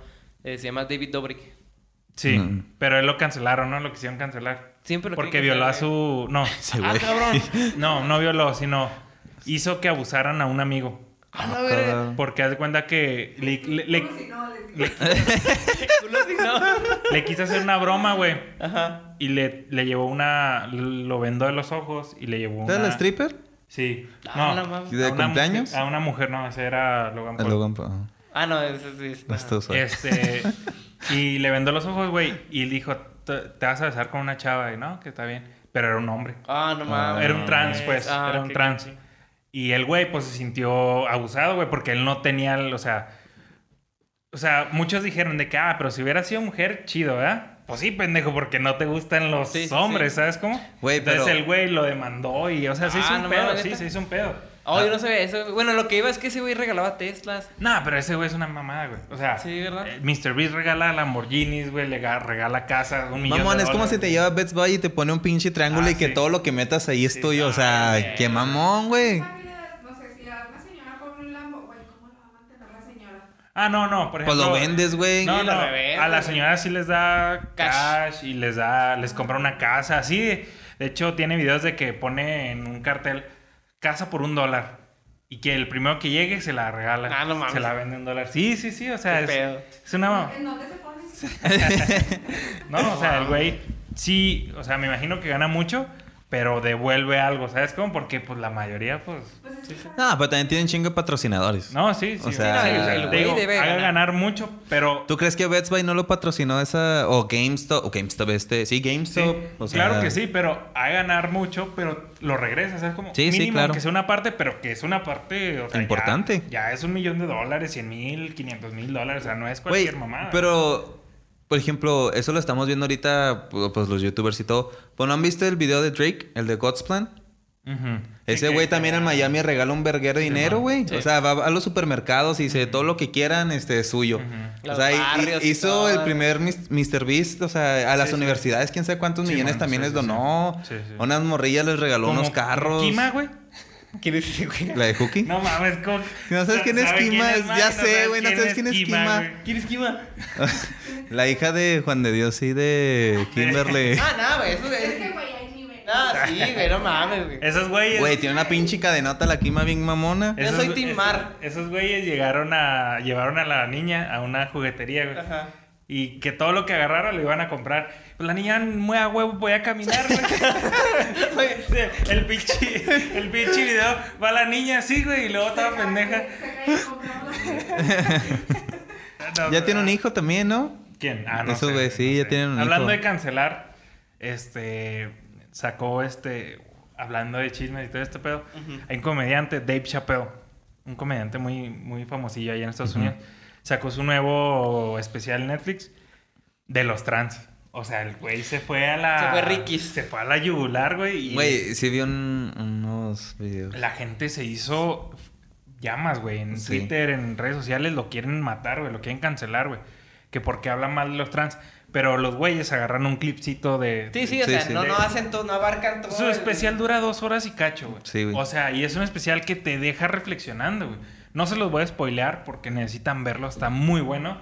[SPEAKER 3] eh, se llama David Dobrik.
[SPEAKER 2] Sí,
[SPEAKER 4] Mm.
[SPEAKER 2] pero él lo cancelaron, ¿no? Lo quisieron cancelar.
[SPEAKER 3] Siempre lo
[SPEAKER 2] Porque
[SPEAKER 3] quieren
[SPEAKER 2] violó a
[SPEAKER 3] cancelar,
[SPEAKER 2] su... No.
[SPEAKER 4] Sí,
[SPEAKER 2] ah,
[SPEAKER 4] güey.
[SPEAKER 2] cabrón. No, no violó, sino hizo que abusaran a un amigo.
[SPEAKER 3] Ah,
[SPEAKER 4] Ah,
[SPEAKER 3] no, güey.
[SPEAKER 4] cabrón.
[SPEAKER 2] Porque haz de cuenta que le, le-
[SPEAKER 5] Como si
[SPEAKER 2] le-
[SPEAKER 5] no, les digo.
[SPEAKER 3] Tú lo has dicho.
[SPEAKER 2] le quiso hacer una broma, güey.
[SPEAKER 3] Ajá.
[SPEAKER 2] Y le, le llevó una... Lo vendó de los ojos y le llevó
[SPEAKER 4] ¿Esta
[SPEAKER 2] una...
[SPEAKER 4] es la stripper?
[SPEAKER 2] Sí.
[SPEAKER 3] Ah,
[SPEAKER 2] No.
[SPEAKER 3] la mam-
[SPEAKER 2] a
[SPEAKER 4] ¿De
[SPEAKER 2] una
[SPEAKER 4] cumpleaños?
[SPEAKER 2] mujer- a una mujer, no. Ese era Logan
[SPEAKER 4] El
[SPEAKER 2] Paul.
[SPEAKER 4] Logan pues, Paul.
[SPEAKER 3] Ah, no, eso sí. está-
[SPEAKER 4] No es tu sueño.
[SPEAKER 2] Este, y le vendó los ojos, güey, y dijo, te te vas a besar con una chava, y no, que está bien. Pero era un hombre.
[SPEAKER 3] Ah, no mames.
[SPEAKER 2] Era un trans, pues.
[SPEAKER 3] Ah,
[SPEAKER 2] era un
[SPEAKER 3] qué
[SPEAKER 2] trans.
[SPEAKER 3] cachín.
[SPEAKER 2] Y el güey, pues, se sintió abusado, güey, porque él no tenía, el- o sea... O sea, muchos dijeron de que, ah, pero si hubiera sido mujer, chido, ¿verdad? Pues sí, pendejo, porque no te gustan los
[SPEAKER 3] Sí, sí,
[SPEAKER 2] hombres,
[SPEAKER 3] sí.
[SPEAKER 2] ¿sabes cómo?
[SPEAKER 4] Güey,
[SPEAKER 2] Entonces
[SPEAKER 4] pero-
[SPEAKER 2] el güey lo demandó y, o sea, se hizo
[SPEAKER 3] Ah,
[SPEAKER 2] un
[SPEAKER 3] no
[SPEAKER 2] pedo,
[SPEAKER 3] mames,
[SPEAKER 2] sí,
[SPEAKER 3] ¿neta?
[SPEAKER 2] se hizo un pedo.
[SPEAKER 3] Oh, yo no sabía eso. Bueno, lo que iba es que ese güey regalaba Teslas.
[SPEAKER 2] Nah, pero ese güey es una mamada, güey. O sea,
[SPEAKER 3] Sí, ¿verdad?
[SPEAKER 2] eh, Mr. Beast regala Lamborghinis, güey, le ga- regala casas, un millón
[SPEAKER 4] Mamón,
[SPEAKER 2] de
[SPEAKER 4] es como
[SPEAKER 2] dólares,
[SPEAKER 4] si te
[SPEAKER 2] güey.
[SPEAKER 4] lleva a Best Buy y te pone un pinche triángulo
[SPEAKER 2] Ah,
[SPEAKER 4] y que
[SPEAKER 2] sí.
[SPEAKER 4] todo lo que metas ahí es
[SPEAKER 2] Sí.
[SPEAKER 4] tuyo. O
[SPEAKER 2] Ay,
[SPEAKER 4] sea,
[SPEAKER 2] güey.
[SPEAKER 4] qué mamón, güey.
[SPEAKER 5] Rápidas, no sé, si la- una señora pone un Lambo, güey, ¿cómo la va a mantener la señora?
[SPEAKER 2] Ah, no, no, por
[SPEAKER 4] Pues
[SPEAKER 2] ejemplo.
[SPEAKER 4] lo vendes, güey.
[SPEAKER 2] No,
[SPEAKER 3] Sí,
[SPEAKER 2] no,
[SPEAKER 3] lo revendes,
[SPEAKER 2] a la
[SPEAKER 3] güey.
[SPEAKER 2] señora sí les da
[SPEAKER 3] Cash.
[SPEAKER 2] cash, y les da, les compra una casa, así. De, de hecho, tiene videos de que pone en un cartel casa por un dólar y que el primero que llegue se la regala.
[SPEAKER 3] Ah, no mames.
[SPEAKER 2] Se la vende un dólar. Sí, sí, sí, o sea,
[SPEAKER 3] Qué pedo.
[SPEAKER 2] es, es una mamá.
[SPEAKER 5] ¿En dónde se pone?
[SPEAKER 2] No, o sea, el güey sí, o sea, me imagino que gana mucho, pero devuelve algo, ¿sabes cómo? Porque pues la mayoría, pues...
[SPEAKER 5] Pues es que-
[SPEAKER 4] No, pero también tienen chingo de patrocinadores.
[SPEAKER 2] No, sí, sí.
[SPEAKER 4] O sea,
[SPEAKER 2] sí,
[SPEAKER 4] el
[SPEAKER 2] te
[SPEAKER 4] güey
[SPEAKER 2] digo,
[SPEAKER 3] debe
[SPEAKER 2] haga
[SPEAKER 3] ganar.
[SPEAKER 2] ganar mucho, pero...
[SPEAKER 4] ¿Tú crees que Best Buy no lo patrocinó esa o GameStop o GameStop este? Sí,
[SPEAKER 2] Sí,
[SPEAKER 4] GameStop. o sea,
[SPEAKER 2] claro que sí, pero a ganar mucho, pero lo regresa, ¿sabes? Como
[SPEAKER 4] Sí, sí,
[SPEAKER 2] mínimo
[SPEAKER 4] claro.
[SPEAKER 2] que sea una parte, pero que es una parte o sea, ya-
[SPEAKER 4] Importante.
[SPEAKER 2] Ya, es un millón de dólares, cien mil, quinientos mil dólares, o sea, no es
[SPEAKER 4] Güey,
[SPEAKER 2] cualquier mamada.
[SPEAKER 4] pero por ejemplo, eso lo estamos viendo ahorita pu- pues los YouTubers y todo. Pues no han visto el video de Drake, el de God's Plan?
[SPEAKER 2] Ujú.
[SPEAKER 4] Ese
[SPEAKER 2] Sí,
[SPEAKER 4] güey
[SPEAKER 2] que-
[SPEAKER 4] también en Miami regala un verguero de dinero, güey.
[SPEAKER 3] Sí.
[SPEAKER 4] O sea, va a los supermercados y dice todo lo que quieran, este es suyo. O
[SPEAKER 3] Los
[SPEAKER 4] sea, y- y-
[SPEAKER 3] barrios y
[SPEAKER 4] hizo
[SPEAKER 3] todo.
[SPEAKER 2] eh.
[SPEAKER 4] el primer mis- Mr. Beast, o sea, a las universidades, quién sabe cuántos
[SPEAKER 2] Sí,
[SPEAKER 4] millones
[SPEAKER 2] man,
[SPEAKER 4] también
[SPEAKER 2] sí,
[SPEAKER 4] les
[SPEAKER 2] sí, sí.
[SPEAKER 4] donó.
[SPEAKER 2] Sí, sí.
[SPEAKER 4] Unas morrillas les regaló
[SPEAKER 2] como
[SPEAKER 4] unos carros.
[SPEAKER 2] Kima, güey.
[SPEAKER 3] ¿Quién es ese güey?
[SPEAKER 4] ¿La de Cookie?
[SPEAKER 2] No mames, co-
[SPEAKER 4] No sabes quién es
[SPEAKER 2] ¿sabe
[SPEAKER 4] Kima,
[SPEAKER 2] man?
[SPEAKER 4] ya
[SPEAKER 2] No
[SPEAKER 4] sé,
[SPEAKER 2] sabes
[SPEAKER 4] güey, no sabes quién es Kima.
[SPEAKER 2] güey.
[SPEAKER 3] ¿Quién es Kima?
[SPEAKER 4] La hija de Juan de Dios y de Kimberly.
[SPEAKER 3] Ah, nada, güey. Eso
[SPEAKER 5] Es que,
[SPEAKER 3] es.
[SPEAKER 5] güey, hay niveles.
[SPEAKER 3] Ah, sí, güey. No mames, güey.
[SPEAKER 2] Esos güeyes.
[SPEAKER 4] Güey, tiene una pinche cadenota la quima bien mamona.
[SPEAKER 3] Yo soy Team
[SPEAKER 2] esos-
[SPEAKER 3] Mar.
[SPEAKER 2] Esos güeyes llegaron a. Llevaron a la niña a una juguetería, güey.
[SPEAKER 3] Ajá.
[SPEAKER 2] Y que todo lo que agarrara lo iban a comprar. Pues la niña, muy a huevo, voy a caminar, güey. Sí, el pinche. El pinche video. Va la niña así, güey. Y luego estaba pendeja. No,
[SPEAKER 4] Ya
[SPEAKER 2] no,
[SPEAKER 4] tiene un
[SPEAKER 2] no.
[SPEAKER 4] hijo también, ¿no?
[SPEAKER 2] ¿Quién? Ah, no.
[SPEAKER 4] Esos
[SPEAKER 2] sé,
[SPEAKER 4] güey, sí,
[SPEAKER 2] no
[SPEAKER 4] ya
[SPEAKER 2] sé.
[SPEAKER 4] tienen un
[SPEAKER 2] Hablando
[SPEAKER 4] hijo.
[SPEAKER 2] de cancelar, este. Sacó este. Hablando de chismes y todo este pedo. Hay un comediante, Dave Chappelle. Un comediante muy, muy famosillo allá en Estados Unidos. Sacó su nuevo especial en Netflix de los trans. O sea, el güey se fue a la.
[SPEAKER 3] Se fue riquis.
[SPEAKER 2] Se fue a la yugular, güey. Y
[SPEAKER 4] Güey, sí vi un- unos videos.
[SPEAKER 2] la gente se hizo llamas, güey. En
[SPEAKER 4] Sí.
[SPEAKER 2] Twitter, en redes sociales, lo quieren matar, güey. Lo quieren cancelar, güey. Que porque hablan mal de los trans. Pero los güeyes agarran un clipcito de...
[SPEAKER 3] Sí, sí, o
[SPEAKER 4] Sí,
[SPEAKER 3] sea,
[SPEAKER 4] sí.
[SPEAKER 3] No, no hacen todo, no abarcan todo.
[SPEAKER 2] Su
[SPEAKER 3] el-
[SPEAKER 2] especial dura dos horas y cacho, güey.
[SPEAKER 4] Sí, güey.
[SPEAKER 2] O sea, y es un especial que te deja reflexionando, güey. No se los voy a spoilear porque necesitan verlo, está muy bueno.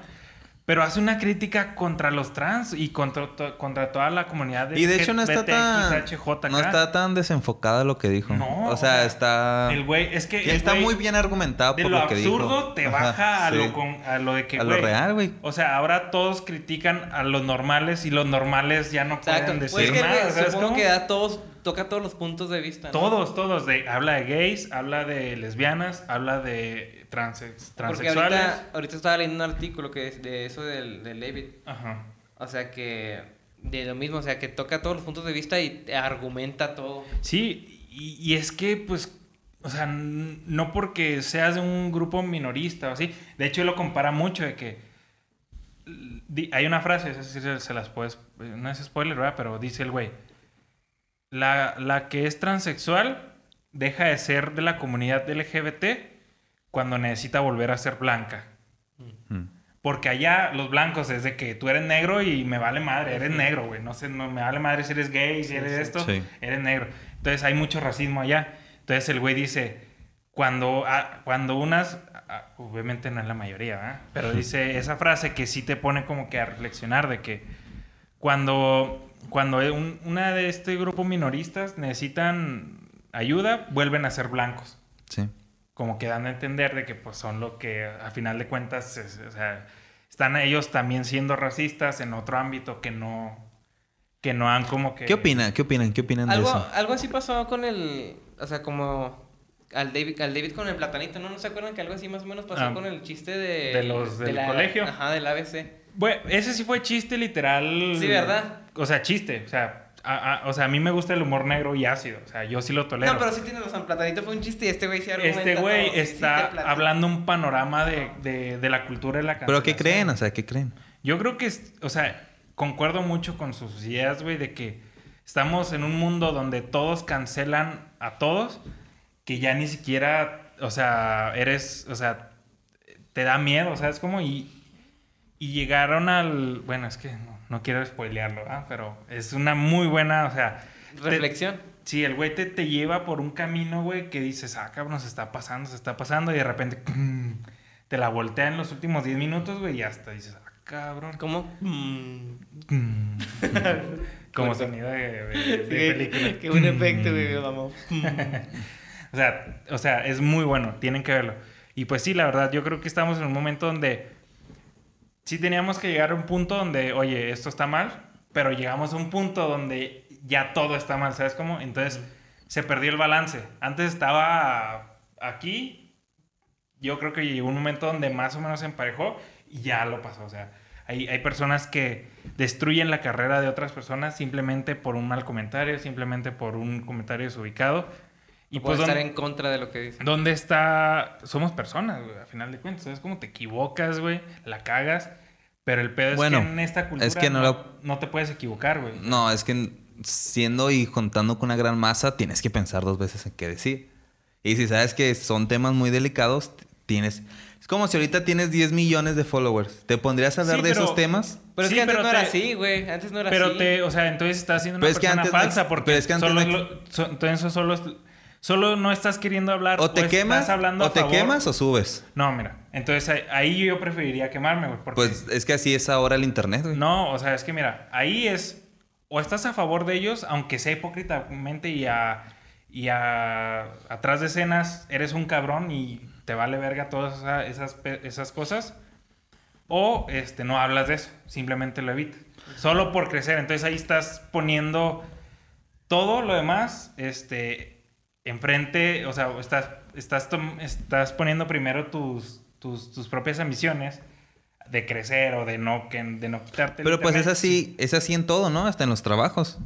[SPEAKER 2] Pero hace una crítica contra los trans y contra, to- contra toda la comunidad de
[SPEAKER 4] Y de hecho no está tan.
[SPEAKER 2] LGBTQXHJK.
[SPEAKER 4] No está tan desenfocada lo que dijo.
[SPEAKER 2] No,
[SPEAKER 4] O sea, está.
[SPEAKER 2] El güey, es que. el
[SPEAKER 4] Está
[SPEAKER 2] güey-
[SPEAKER 4] muy bien argumentado
[SPEAKER 2] de
[SPEAKER 4] Ah, por
[SPEAKER 2] lo,
[SPEAKER 4] lo que dijo.
[SPEAKER 2] absurdo te
[SPEAKER 4] Ajá,
[SPEAKER 2] baja a,
[SPEAKER 4] sí.
[SPEAKER 2] lo con- a lo de que
[SPEAKER 4] A lo
[SPEAKER 2] güey,
[SPEAKER 4] real, güey.
[SPEAKER 2] O sea, ahora todos critican a los normales y los normales ya no
[SPEAKER 3] Exacto.
[SPEAKER 2] pueden decir
[SPEAKER 3] Pues es que,
[SPEAKER 2] nada,
[SPEAKER 3] güey,
[SPEAKER 2] ¿sabes
[SPEAKER 3] supongo
[SPEAKER 2] cómo?
[SPEAKER 3] que da todos, toca todos los puntos de vista. ¿no?
[SPEAKER 2] Todos, todos de habla de gays, habla de lesbianas, habla de transe-
[SPEAKER 3] Porque
[SPEAKER 2] transexuales.
[SPEAKER 3] ahorita, ahorita estaba leyendo un artículo que es de eso del, del David.
[SPEAKER 2] Ajá.
[SPEAKER 3] O sea que de lo mismo, o sea que toca todos los puntos de vista y te argumenta todo.
[SPEAKER 2] Sí, y, y es que, pues, o sea, n- no porque seas de un grupo minorista o así. De hecho, él lo compara mucho de que l- di- hay una frase, es decir, se- se las puedes, eh, no es spoiler, ¿verdad? Pero dice el güey, la, la que es transexual deja de ser de la comunidad LGBT cuando necesita volver a ser blanca.
[SPEAKER 4] Mm.
[SPEAKER 2] Porque allá los blancos es de que tú eres negro y me vale madre, eres negro, güey. No sé, no me vale madre si eres gay, si eres esto,
[SPEAKER 4] Sí.
[SPEAKER 2] eres negro. Entonces hay mucho racismo allá. Entonces el güey dice, cuando, ah, cuando unas, ah, obviamente no es la mayoría, ¿verdad? Pero dice esa frase que sí te pone como que a reflexionar de que cuando, cuando un- una de este grupo minoristas necesitan ayuda, vuelven a ser blancos
[SPEAKER 4] Sí.
[SPEAKER 2] como que dan a entender de que pues son lo que a final de cuentas, es- o sea, están ellos también siendo racistas en otro ámbito que no, que no han como que...
[SPEAKER 4] ¿Qué opinan? ¿Qué opinan? ¿Qué opinan de
[SPEAKER 3] Algo,
[SPEAKER 4] eso?
[SPEAKER 3] algo así pasó con el, o sea, como al David, al David con el platanito, ¿no? ¿No se acuerdan que algo así más o menos pasó
[SPEAKER 2] Ah.
[SPEAKER 3] con el chiste de...
[SPEAKER 2] De los del colegio.
[SPEAKER 3] Ajá, del ABC.
[SPEAKER 2] Bueno, ese sí fue chiste literal.
[SPEAKER 3] Sí, ¿verdad?
[SPEAKER 2] O sea, chiste. O sea, a, a- o sea, a mí me gusta el humor negro y ácido. O sea, yo sí lo tolero.
[SPEAKER 3] No, pero sí tienes razón, platanito fue un chiste y este güey se argumenta
[SPEAKER 2] este güey
[SPEAKER 3] todo, sí, sí,
[SPEAKER 2] está
[SPEAKER 3] te platica.
[SPEAKER 2] hablando un panorama de, de- de la cultura y la
[SPEAKER 4] ¿Pero qué
[SPEAKER 2] cancelación.
[SPEAKER 4] creen? O sea, ¿qué creen?
[SPEAKER 2] Yo creo que, es- o sea, concuerdo mucho con sus ideas, güey, de que estamos en un mundo donde todos cancelan a todos, que ya ni siquiera, o sea, eres, o sea, te da miedo, o sea, es como y, y llegaron al, bueno, es que no, no quiero spoilearlo, ¿verdad? pero es una muy buena, o sea, te-
[SPEAKER 3] Reflexión.
[SPEAKER 2] Sí, el güey te, te lleva por un camino, güey, que dices, ah, cabrón, se está pasando, se está pasando, y de repente te la voltea en los últimos 10 minutos, güey, y hasta dices, ah, cabrón.
[SPEAKER 3] ¿Cómo? Mm,
[SPEAKER 2] Como sonido de, de- de película. Mm.
[SPEAKER 3] Qué buen efecto, güey, vamos.
[SPEAKER 2] O sea, o sea, es muy bueno, tienen que verlo. Y pues sí, la verdad, yo creo que estamos en un momento donde sí teníamos que llegar a un punto donde, oye, esto está mal, pero llegamos a un punto donde ya todo está mal, ¿sabes cómo? Entonces se perdió el balance. Antes estaba aquí, yo creo que llegó un momento donde más o menos se emparejó y ya lo pasó. O sea, hay, hay personas que destruyen la carrera de otras personas simplemente por un mal comentario, simplemente por un comentario desubicado. Y pues
[SPEAKER 3] Y puedo estar
[SPEAKER 2] don-
[SPEAKER 3] en contra de lo que dice.
[SPEAKER 2] ¿Dónde está? Somos personas, güey, a final de cuentas. Es como te equivocas, güey, la cagas. Pero el pedo
[SPEAKER 4] Bueno,
[SPEAKER 2] es que en esta cultura
[SPEAKER 4] es que no
[SPEAKER 2] no,
[SPEAKER 4] lo-
[SPEAKER 2] no te puedes equivocar, güey.
[SPEAKER 4] No, es que siendo y contando con una gran masa, tienes que pensar dos veces en qué decir. Y si sabes que son temas muy delicados, t- tienes... Es como si ahorita tienes 10 millones de followers. ¿Te pondrías a hablar
[SPEAKER 2] Sí,
[SPEAKER 4] de
[SPEAKER 2] pero-
[SPEAKER 4] esos temas?
[SPEAKER 3] Pero
[SPEAKER 2] Sí,
[SPEAKER 3] es que antes
[SPEAKER 2] pero
[SPEAKER 3] no era
[SPEAKER 2] te-
[SPEAKER 3] así, güey. Antes no era
[SPEAKER 2] Pero
[SPEAKER 3] así.
[SPEAKER 2] te, o sea, entonces estás haciendo una
[SPEAKER 4] Pero es que
[SPEAKER 2] persona
[SPEAKER 4] antes no
[SPEAKER 2] falsa
[SPEAKER 4] ex-
[SPEAKER 2] porque
[SPEAKER 4] pero es que antes
[SPEAKER 2] solo,
[SPEAKER 4] no
[SPEAKER 2] lo- so- entonces solo, es- solo no estás queriendo hablar.
[SPEAKER 4] O te
[SPEAKER 2] estás
[SPEAKER 4] quemas,
[SPEAKER 2] hablando a
[SPEAKER 4] o te
[SPEAKER 2] favor.
[SPEAKER 4] quemas o subes.
[SPEAKER 2] No, mira. Entonces ahí- ahí yo preferiría quemarme, güey. Porque
[SPEAKER 4] Pues es que así es ahora el internet, güey.
[SPEAKER 2] No, o sea, es que mira, ahí es. O estás a favor de ellos, aunque sea hipócritamente y a. Y a. Atrás de escenas eres un cabrón y te vale verga todas esa- esas, pe- esas cosas. O este, no hablas de eso, simplemente lo evitas. Solo por crecer. Entonces ahí estás poniendo todo lo demás este, enfrente. O sea, estás, estás, tom- estás poniendo primero tus, tus, tus propias ambiciones de crecer o de no, que, de no quitarte. el
[SPEAKER 4] Pero pues es
[SPEAKER 2] internet.
[SPEAKER 4] así, es así en todo, ¿no? Hasta en los trabajos.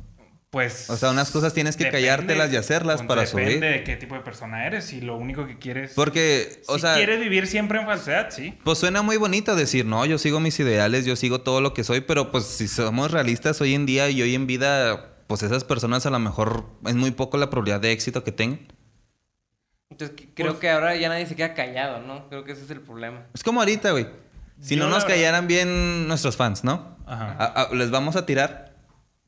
[SPEAKER 2] Pues.
[SPEAKER 4] O sea, unas cosas tienes que callártelas y hacerlas para subir.
[SPEAKER 2] Depende de qué tipo de persona eres y lo único que quieres.
[SPEAKER 4] Porque, o
[SPEAKER 2] si
[SPEAKER 4] sea,
[SPEAKER 2] quieres vivir siempre en falsedad, sí.
[SPEAKER 4] pues suena muy bonito decir, no, yo sigo mis ideales, yo sigo todo lo que soy, pero pues si somos realistas hoy en día y hoy en vida, pues esas personas a lo mejor es muy poco la probabilidad de éxito que tengan.
[SPEAKER 3] Entonces, que- creo
[SPEAKER 2] pues
[SPEAKER 3] que ahora ya nadie se queda callado, ¿no? Creo que ese es el problema.
[SPEAKER 4] Es como ahorita, güey. Si
[SPEAKER 2] Yo
[SPEAKER 4] no
[SPEAKER 2] la
[SPEAKER 4] nos
[SPEAKER 2] verdad-
[SPEAKER 4] callaran bien nuestros fans, ¿no?
[SPEAKER 2] Ajá.
[SPEAKER 4] A- a- les vamos a tirar.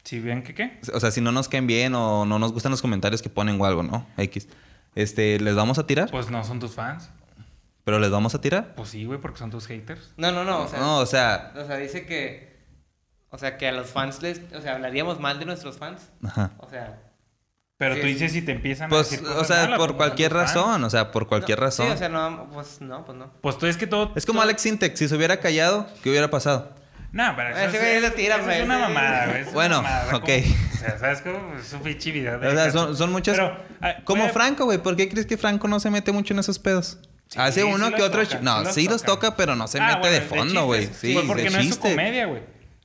[SPEAKER 2] Si bien que qué.
[SPEAKER 4] O sea, si no nos caen bien o no nos gustan los comentarios que ponen o algo, ¿no? X. Este, les vamos a tirar,
[SPEAKER 2] Pues no son tus fans.
[SPEAKER 4] pero les vamos a tirar.
[SPEAKER 2] Pues sí, güey, porque son tus haters.
[SPEAKER 3] No, no, no. O sea,
[SPEAKER 4] no, o sea,
[SPEAKER 3] o sea, dice que. O sea, que a los fans les. O sea, hablaríamos mal de nuestros fans.
[SPEAKER 4] ajá.
[SPEAKER 3] O sea.
[SPEAKER 2] Pero
[SPEAKER 3] Sí,
[SPEAKER 2] tú
[SPEAKER 3] sí.
[SPEAKER 2] dices si te empiezan a
[SPEAKER 4] Pues,
[SPEAKER 2] decir
[SPEAKER 4] o
[SPEAKER 2] cosas
[SPEAKER 4] sea,
[SPEAKER 2] malas, pues,
[SPEAKER 4] por
[SPEAKER 2] no
[SPEAKER 4] cualquier
[SPEAKER 2] son tus fans.
[SPEAKER 4] razón, o sea, por cualquier
[SPEAKER 3] no,
[SPEAKER 4] razón.
[SPEAKER 3] Sí, o sea, no. Pues no, pues no.
[SPEAKER 2] Pues tú es que todo.
[SPEAKER 4] Es como Alex Sintek, si se hubiera callado, ¿qué hubiera pasado?
[SPEAKER 2] No, pero eso
[SPEAKER 3] Ese
[SPEAKER 2] es-
[SPEAKER 3] güey lo tira,
[SPEAKER 2] eso
[SPEAKER 3] güey.
[SPEAKER 2] es una mamada, güey. eso es
[SPEAKER 4] pues, Bueno,
[SPEAKER 2] una mamada,
[SPEAKER 4] ok.
[SPEAKER 2] como- o sea, ¿sabes cómo? Es un pinche video de
[SPEAKER 4] O sea,
[SPEAKER 2] gato.
[SPEAKER 4] son, son muchas...
[SPEAKER 2] Pero, ah,
[SPEAKER 4] como
[SPEAKER 2] güey,
[SPEAKER 4] Franco, güey, ¿por qué crees que Franco no se mete mucho en esos pedos?
[SPEAKER 2] Sí,
[SPEAKER 4] Hace
[SPEAKER 2] sí
[SPEAKER 4] ah, uno
[SPEAKER 2] los
[SPEAKER 4] que otro...
[SPEAKER 2] toca,
[SPEAKER 4] chi- no,
[SPEAKER 2] sí los
[SPEAKER 4] sí los
[SPEAKER 2] toca.
[SPEAKER 4] toca, pero no se
[SPEAKER 2] Ah,
[SPEAKER 4] mete
[SPEAKER 2] bueno,
[SPEAKER 4] de
[SPEAKER 2] es
[SPEAKER 4] fondo, güey.
[SPEAKER 2] chistes.
[SPEAKER 4] Sí,
[SPEAKER 2] Pues porque
[SPEAKER 4] de
[SPEAKER 2] no es su
[SPEAKER 4] chiste.
[SPEAKER 2] comedia, güey.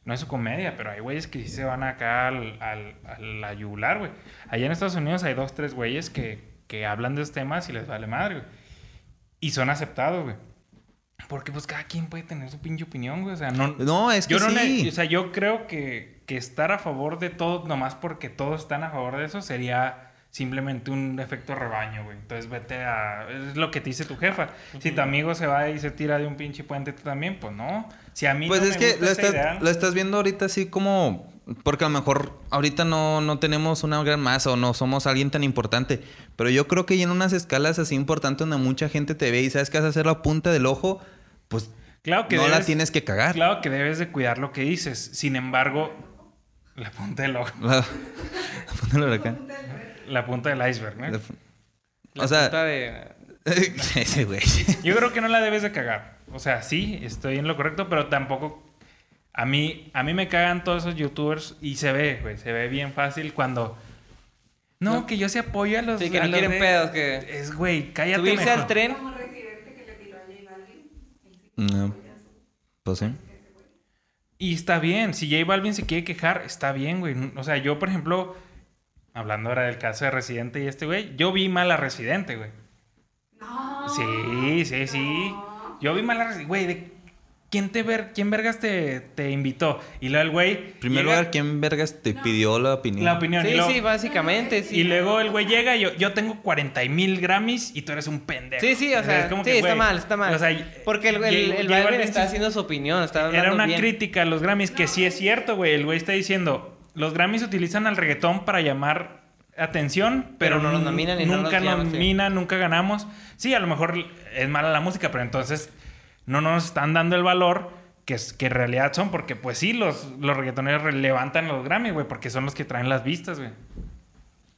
[SPEAKER 2] No es su comedia, pero hay güeyes que sí se van acá al, al, a la yugular, güey. Allá en Estados Unidos hay dos, tres güeyes que, que hablan de esos temas y les vale madre, güey. Y son aceptados, güey. Porque pues cada quien puede tener su pinche opinión, güey. O sea, no...
[SPEAKER 4] No, es que
[SPEAKER 2] yo no
[SPEAKER 4] sí.
[SPEAKER 2] ne- o sea, yo creo que, que estar a favor de todo, nomás porque todos están a favor de eso, sería simplemente un efecto rebaño, güey. Entonces vete a... Es lo que te dice tu jefa. Si tu amigo se va y se tira de un pinche puente, tú también, pues no. Si a mí
[SPEAKER 4] Pues
[SPEAKER 2] no
[SPEAKER 4] es
[SPEAKER 2] me
[SPEAKER 4] que
[SPEAKER 2] gusta
[SPEAKER 4] lo
[SPEAKER 2] esa idea,
[SPEAKER 4] estás, lo estás viendo ahorita así como... Porque a lo mejor ahorita no, no tenemos una gran masa o no somos alguien tan importante. Pero yo creo que en unas escalas así importantes donde mucha gente te ve y sabes que vas a hacer la punta del ojo, pues
[SPEAKER 2] claro que
[SPEAKER 4] no la
[SPEAKER 2] debes-
[SPEAKER 4] tienes que cagar.
[SPEAKER 2] Claro que debes de cuidar lo que dices. Sin embargo, la punta del ojo,
[SPEAKER 4] La- Póntelo acá.
[SPEAKER 2] la punta del iceberg, ¿no?
[SPEAKER 3] La
[SPEAKER 4] O sea-
[SPEAKER 3] puta de.
[SPEAKER 4] Ese güey.
[SPEAKER 2] Yo creo que no la debes de cagar. O sea, sí, estoy en lo correcto, pero tampoco. A mí, a mí me cagan todos esos youtubers y se ve, güey, se ve bien fácil cuando. No,
[SPEAKER 3] No.
[SPEAKER 2] que yo sí apoyo a los.
[SPEAKER 3] Sí, que
[SPEAKER 2] a
[SPEAKER 3] no
[SPEAKER 2] los
[SPEAKER 3] quieren
[SPEAKER 2] de-
[SPEAKER 3] pedos, que-
[SPEAKER 2] Es, güey, cállate.
[SPEAKER 3] Subirse
[SPEAKER 2] mejor.
[SPEAKER 3] al tren.
[SPEAKER 5] Como residente que le tiró a J Balvin. él sí
[SPEAKER 4] No.
[SPEAKER 5] fue a su-
[SPEAKER 4] Pues sí.
[SPEAKER 2] Y está bien, si J Balvin se quiere quejar, está bien, güey. O sea, yo, por ejemplo, hablando ahora del caso de Residente y este güey, yo vi mal a Residente, güey.
[SPEAKER 5] No.
[SPEAKER 2] Sí, sí, sí. Yo vi mal a Residente, güey. de- ¿Quién, te ver, ¿Quién vergas te, te invitó? Y luego el güey...
[SPEAKER 4] En primer
[SPEAKER 2] llega-
[SPEAKER 4] lugar, ¿quién vergas te pidió la opinión?
[SPEAKER 2] La opinión. y
[SPEAKER 3] Sí,
[SPEAKER 2] luego-
[SPEAKER 3] sí, básicamente, sí.
[SPEAKER 2] Y luego el güey llega y yo, yo tengo 40 mil Grammys y tú eres un pendejo.
[SPEAKER 3] Sí, sí, o sea,
[SPEAKER 2] es como
[SPEAKER 3] sí,
[SPEAKER 2] que,
[SPEAKER 3] está
[SPEAKER 2] güey,
[SPEAKER 3] mal, está mal.
[SPEAKER 2] o sea,
[SPEAKER 3] Porque el, el,
[SPEAKER 2] J-
[SPEAKER 3] el
[SPEAKER 2] J
[SPEAKER 3] Balvin
[SPEAKER 2] Balvin
[SPEAKER 3] está
[SPEAKER 2] sí-
[SPEAKER 3] haciendo su opinión, está
[SPEAKER 2] Era
[SPEAKER 3] hablando
[SPEAKER 2] una
[SPEAKER 3] bien.
[SPEAKER 2] crítica a los Grammys, que sí es cierto, güey. El güey está diciendo, los Grammys utilizan al reggaetón para llamar atención, pero,
[SPEAKER 3] Pero no los
[SPEAKER 2] nun-
[SPEAKER 3] nominan y no
[SPEAKER 2] nunca
[SPEAKER 3] los llaman, sí.
[SPEAKER 2] nominan, nunca ganamos. Sí, a lo mejor es mala la música, pero entonces no nos están dando el valor que, es- que en realidad son, porque pues sí, los, los reggaetoneros re- levantan los Grammys, güey, porque son los que traen las vistas, güey.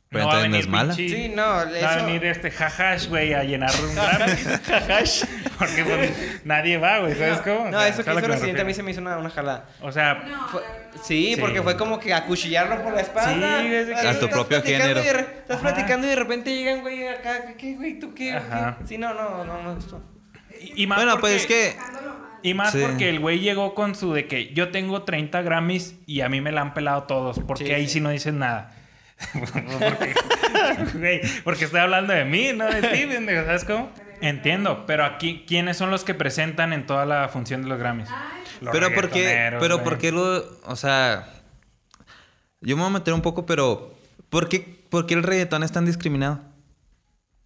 [SPEAKER 4] Pero entonces no es mala.
[SPEAKER 2] pinche-
[SPEAKER 3] Sí, no,
[SPEAKER 2] Va a
[SPEAKER 3] eso-
[SPEAKER 2] venir este jajash, güey, a llenar un Grammy. jajash. Porque pues, nadie va, güey, ¿sabes cómo? O
[SPEAKER 3] No,
[SPEAKER 2] sea,
[SPEAKER 3] eso que
[SPEAKER 2] ¿sabes
[SPEAKER 3] hizo
[SPEAKER 2] lo me
[SPEAKER 3] Residente a mí
[SPEAKER 2] refiero?
[SPEAKER 3] se me hizo una, una jalada.
[SPEAKER 2] O sea,
[SPEAKER 5] No,
[SPEAKER 3] Fue-
[SPEAKER 5] la verdad.
[SPEAKER 3] sí,
[SPEAKER 2] Sí.
[SPEAKER 3] porque fue como que acuchillarlo por la espalda.
[SPEAKER 2] Sí, es de que-
[SPEAKER 3] Así
[SPEAKER 2] A tu
[SPEAKER 3] estás
[SPEAKER 4] propio
[SPEAKER 3] platicando
[SPEAKER 4] género.
[SPEAKER 3] y de re- estás
[SPEAKER 2] Ajá.
[SPEAKER 3] platicando y de repente llegan, güey, acá. ¿Qué, güey? ¿Tú qué?
[SPEAKER 2] Ajá.
[SPEAKER 3] ¿Qué? Sí, no, no, no, no. esto.
[SPEAKER 2] y, y más
[SPEAKER 4] Bueno,
[SPEAKER 2] porque-
[SPEAKER 4] pues es que.
[SPEAKER 5] Dejándolo mal.
[SPEAKER 2] Y más
[SPEAKER 4] Sí.
[SPEAKER 2] porque el güey llegó con su de que yo tengo 30 Grammys y a mí me la han pelado todos, porque
[SPEAKER 3] Sí,
[SPEAKER 2] ahí
[SPEAKER 3] sí.
[SPEAKER 2] sí no dicen nada. porque, güey, porque estoy hablando de mí, no de ti, pendejo, ¿sabes cómo? Entiendo, pero aquí, ¿quiénes son los que presentan en toda la función de los Grammys? Los
[SPEAKER 4] pero porque.
[SPEAKER 2] reggaetoneros,
[SPEAKER 4] Pero
[SPEAKER 2] güey.
[SPEAKER 4] porque lo. O sea. Yo me voy a meter un poco, pero. ¿Por qué, por qué el reggaetón es tan discriminado?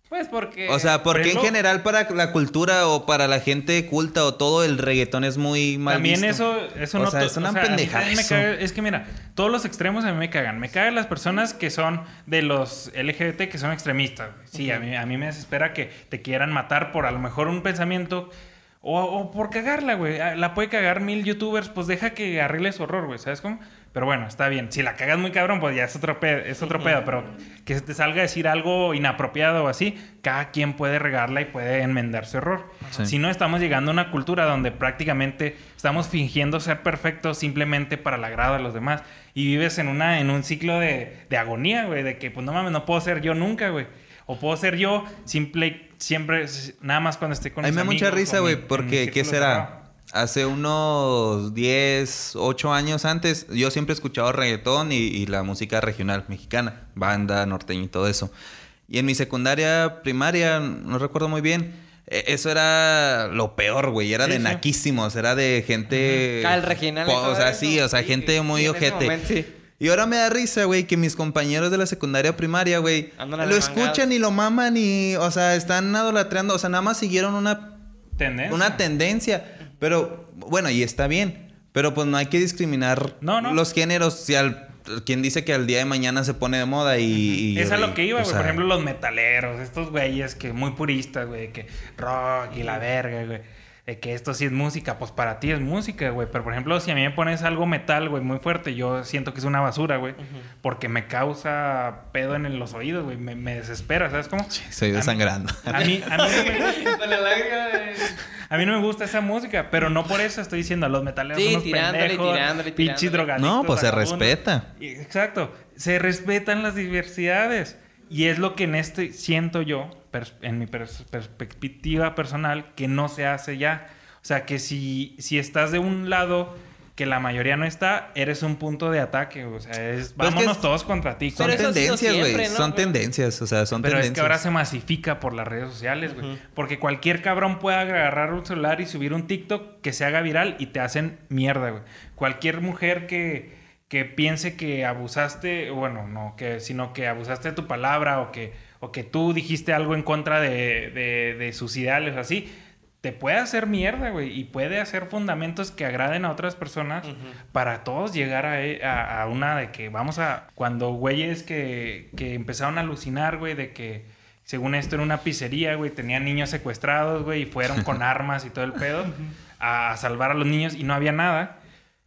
[SPEAKER 3] Pues porque.
[SPEAKER 4] O sea, ¿por qué en
[SPEAKER 2] pero-
[SPEAKER 4] general para la cultura o para la gente culta o todo el reggaetón es muy mal
[SPEAKER 2] También
[SPEAKER 4] visto?
[SPEAKER 2] eso, eso
[SPEAKER 4] O
[SPEAKER 2] no
[SPEAKER 4] sea,
[SPEAKER 2] to-
[SPEAKER 4] es una
[SPEAKER 2] o sea, a mí
[SPEAKER 4] pendejada
[SPEAKER 2] también me
[SPEAKER 4] eso.
[SPEAKER 2] caga- es que mira, todos los extremos a mí me cagan. Me cagan las personas que son de los LGBT que son extremistas. güey. Sí, a, mí, a mí me desespera que te quieran matar por a lo mejor un pensamiento o, o por cagarla, güey. Ah, La puede cagar mil youtubers, pues deja que arregle su horror, güey, ¿sabes cómo? Pero bueno, está bien. Si la cagas muy cabrón, pues ya es otro pedo, es otro pedo, pero que se te salga a decir algo inapropiado o así, cada quien puede regarla y puede enmendar su error.
[SPEAKER 4] Sí.
[SPEAKER 2] Si no, estamos llegando a una cultura donde prácticamente estamos fingiendo ser perfectos simplemente para el agrado de los demás. Y vives en, una, en un ciclo de, de agonía, güey, de que, pues no mames, no puedo ser yo nunca, güey. O puedo ser yo simple, y- siempre, s- nada más cuando esté con
[SPEAKER 4] A mí
[SPEAKER 2] mis
[SPEAKER 4] me da mucha
[SPEAKER 2] amigos o
[SPEAKER 4] risa,
[SPEAKER 2] mi-
[SPEAKER 4] güey,
[SPEAKER 2] en mi
[SPEAKER 4] porque ¿qué
[SPEAKER 2] círculo cerrado.
[SPEAKER 4] será? Hace unos 10, 8 años antes, yo siempre he escuchado reggaetón y, y la música regional mexicana, banda, norteño y todo eso. Y en mi secundaria, primaria, no recuerdo muy bien, e- eso era lo peor, güey. Era
[SPEAKER 2] Sí,
[SPEAKER 4] de
[SPEAKER 2] sí.
[SPEAKER 4] naquísimos, era de gente...
[SPEAKER 3] Ah, el regional y
[SPEAKER 4] po-
[SPEAKER 3] todo
[SPEAKER 4] O sea,
[SPEAKER 3] eso.
[SPEAKER 4] sí, o sea,
[SPEAKER 3] Sí,
[SPEAKER 4] gente
[SPEAKER 3] sí,
[SPEAKER 4] muy
[SPEAKER 3] sí, en ese
[SPEAKER 4] ojete.
[SPEAKER 3] momento, sí.
[SPEAKER 4] Y ahora me da risa, güey, que mis compañeros de la secundaria primaria, güey,
[SPEAKER 3] Andan a la
[SPEAKER 4] lo
[SPEAKER 3] mangada.
[SPEAKER 4] escuchan y lo maman y, o sea, están adolatreando, o sea, nada más siguieron una
[SPEAKER 2] ¿Tendencia?
[SPEAKER 4] una tendencia. Pero, bueno, y está bien. Pero pues no hay que discriminar
[SPEAKER 2] No, no.
[SPEAKER 4] los géneros. Si al, quien dice que al día de mañana se pone de moda y... y-
[SPEAKER 2] es a
[SPEAKER 4] y,
[SPEAKER 2] lo que iba,
[SPEAKER 4] o
[SPEAKER 2] güey.
[SPEAKER 4] sea,
[SPEAKER 2] Por ejemplo, los metaleros, estos güeyes que muy puristas, güey, que rock y la verga, güey. De que esto sí es música, pues para ti es música, güey. Pero por ejemplo, si a mí me pones algo metal, güey, muy fuerte, yo siento que es una basura, güey. Porque me causa pedo en los oídos, güey. Me, me desespera, ¿sabes cómo?
[SPEAKER 4] Estoy desangrando.
[SPEAKER 2] A mí, a mí no me-
[SPEAKER 3] Con la eh, lágrima de-
[SPEAKER 2] a mí no me gusta esa música, pero no por eso estoy diciendo a los metaleros
[SPEAKER 3] Sí,
[SPEAKER 2] son unos
[SPEAKER 3] tirándole,
[SPEAKER 2] pendejos,
[SPEAKER 3] tirándole,
[SPEAKER 2] pinches
[SPEAKER 3] tirándole.
[SPEAKER 2] drogadictos,
[SPEAKER 4] No, pues se
[SPEAKER 2] vagabundos.
[SPEAKER 4] respeta.
[SPEAKER 2] Y- Exacto, se respetan las diversidades y es lo que en este siento yo, pers- en mi pers- perspectiva personal, que no se hace ya. O sea, que si, si estás de un lado que la mayoría no está, eres un punto de ataque, o sea, es
[SPEAKER 4] Pero es que
[SPEAKER 2] vámonos
[SPEAKER 4] es-
[SPEAKER 2] todos contra ti.
[SPEAKER 4] Son
[SPEAKER 3] Pero eso ha sido
[SPEAKER 4] tendencias, güey.
[SPEAKER 3] siempre, ¿no?
[SPEAKER 4] Son tendencias, o sea, son
[SPEAKER 2] Pero es
[SPEAKER 4] tendencias.
[SPEAKER 2] que ahora se masifica por las redes sociales, güey. Porque cualquier cabrón puede agarrar un celular y subir un TikTok que se haga viral y te hacen mierda, güey. Cualquier mujer que, que piense que abusaste, bueno, no, que, sino que abusaste de tu palabra o que, o que tú dijiste algo en contra de, de, de sus ideales o así, te puede hacer mierda, güey. Y puede hacer fundamentos que agraden a otras personas para todos llegar a, e, a- a una de que vamos a... Cuando güeyes que, que empezaron a alucinar, güey, de que según esto era una pizzería, güey, tenían niños secuestrados, güey, y fueron con armas y todo el pedo a, a salvar a los niños y no había nada.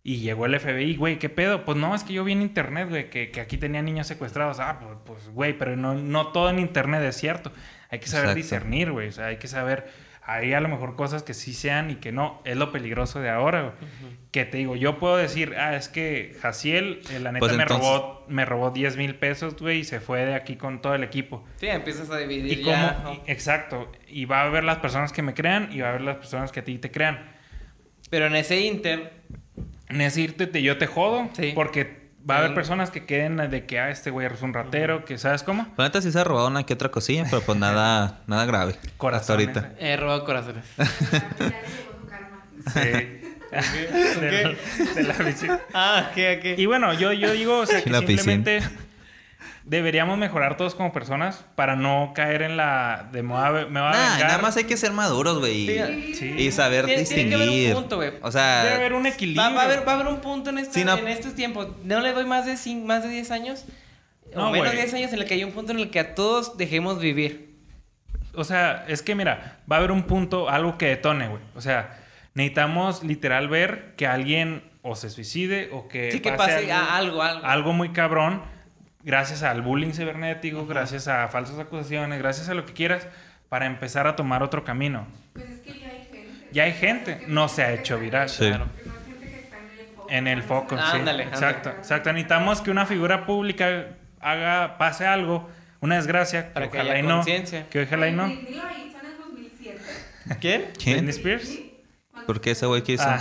[SPEAKER 2] Y llegó el FBI, güey, ¿qué pedo? Pues no, es que yo vi en internet, güey, que, que aquí tenían niños secuestrados. Ah, pues, pues, güey, pero no, no todo en internet es cierto. Hay que saber
[SPEAKER 4] Exacto.
[SPEAKER 2] discernir, güey. O sea, hay que saber Hay a lo mejor cosas que sí sean y que no. Es lo peligroso de ahora, güey. Que te digo, yo puedo decir, ah, es que Jaciel, eh, la neta,
[SPEAKER 4] Pues
[SPEAKER 2] me,
[SPEAKER 4] entonces-
[SPEAKER 2] robó, me robó 10 mil pesos, güey, y se fue de aquí con todo el equipo.
[SPEAKER 3] Sí, empiezas a dividir.
[SPEAKER 2] Y
[SPEAKER 3] ya,
[SPEAKER 2] cómo-
[SPEAKER 3] ¿no?
[SPEAKER 2] y- exacto. Y va a haber las personas que me crean y va a haber las personas que a ti te crean.
[SPEAKER 3] Pero en ese inter,
[SPEAKER 2] En ese irte, te- yo te jodo.
[SPEAKER 3] Sí.
[SPEAKER 2] Porque va a haber
[SPEAKER 3] Sí.
[SPEAKER 2] personas que queden de que, ah, este güey es un ratero, que ¿sabes cómo?
[SPEAKER 4] La neta sí se ha robado una que otra cosilla, pero pues nada, nada grave. Hasta
[SPEAKER 2] Corazones,
[SPEAKER 4] ahorita.
[SPEAKER 3] he robado eh, corazones.
[SPEAKER 5] Ya le llegó su karma.
[SPEAKER 2] Sí. De la- de la bici.
[SPEAKER 3] ah, ¿qué, qué?
[SPEAKER 2] Y bueno, yo, yo digo, o sea, que
[SPEAKER 4] La piscina.
[SPEAKER 2] simplemente deberíamos mejorar todos como personas para no caer en la de me va a ve- me va a
[SPEAKER 4] Nah,
[SPEAKER 2] vengar.
[SPEAKER 4] nada más hay que ser maduros, güey. y-
[SPEAKER 3] Sí.
[SPEAKER 2] Sí.
[SPEAKER 4] Y saber
[SPEAKER 3] Tiene- tiene que
[SPEAKER 4] distinguir.
[SPEAKER 3] haber un punto, güey.
[SPEAKER 4] o
[SPEAKER 2] Debe
[SPEAKER 4] sea,
[SPEAKER 2] haber un equilibrio.
[SPEAKER 3] Va, va a haber, va a haber un punto en, este,
[SPEAKER 4] Sí, no.
[SPEAKER 3] en estos tiempos. No le doy más de, cin- más de 10 años.
[SPEAKER 2] No,
[SPEAKER 3] o menos de
[SPEAKER 2] güey.
[SPEAKER 3] 10 años en el que hay un punto en el que a todos dejemos vivir.
[SPEAKER 2] O sea, es que mira, va a haber un punto, algo que detone, güey. O sea, necesitamos literal ver que alguien o se suicide o que
[SPEAKER 3] Sí, que pase a- algo, algo.
[SPEAKER 2] algo muy cabrón gracias al bullying cibernético, gracias a falsas acusaciones, gracias a lo que quieras para empezar a tomar otro camino.
[SPEAKER 5] Pues es que ya hay gente.
[SPEAKER 2] Ya hay gente, no se ha hecho viral.
[SPEAKER 4] Sí.
[SPEAKER 5] Claro. Porque no hay gente que está en el foco.
[SPEAKER 2] En el foco, sí.
[SPEAKER 3] Ándale, ándale.
[SPEAKER 2] exacto, exacto. Necesitamos que una figura pública haga, pase algo, una desgracia, que
[SPEAKER 3] Para que
[SPEAKER 2] ojalá
[SPEAKER 3] haya
[SPEAKER 2] y no.
[SPEAKER 3] conciencia.
[SPEAKER 2] Que ojalá y no.
[SPEAKER 5] Ay, Britney lo hizo en el 2007.
[SPEAKER 3] ¿Quién?
[SPEAKER 2] Britney
[SPEAKER 4] ¿quién?
[SPEAKER 2] Spears.
[SPEAKER 4] ¿Por qué ese güey quiso?
[SPEAKER 2] Ah.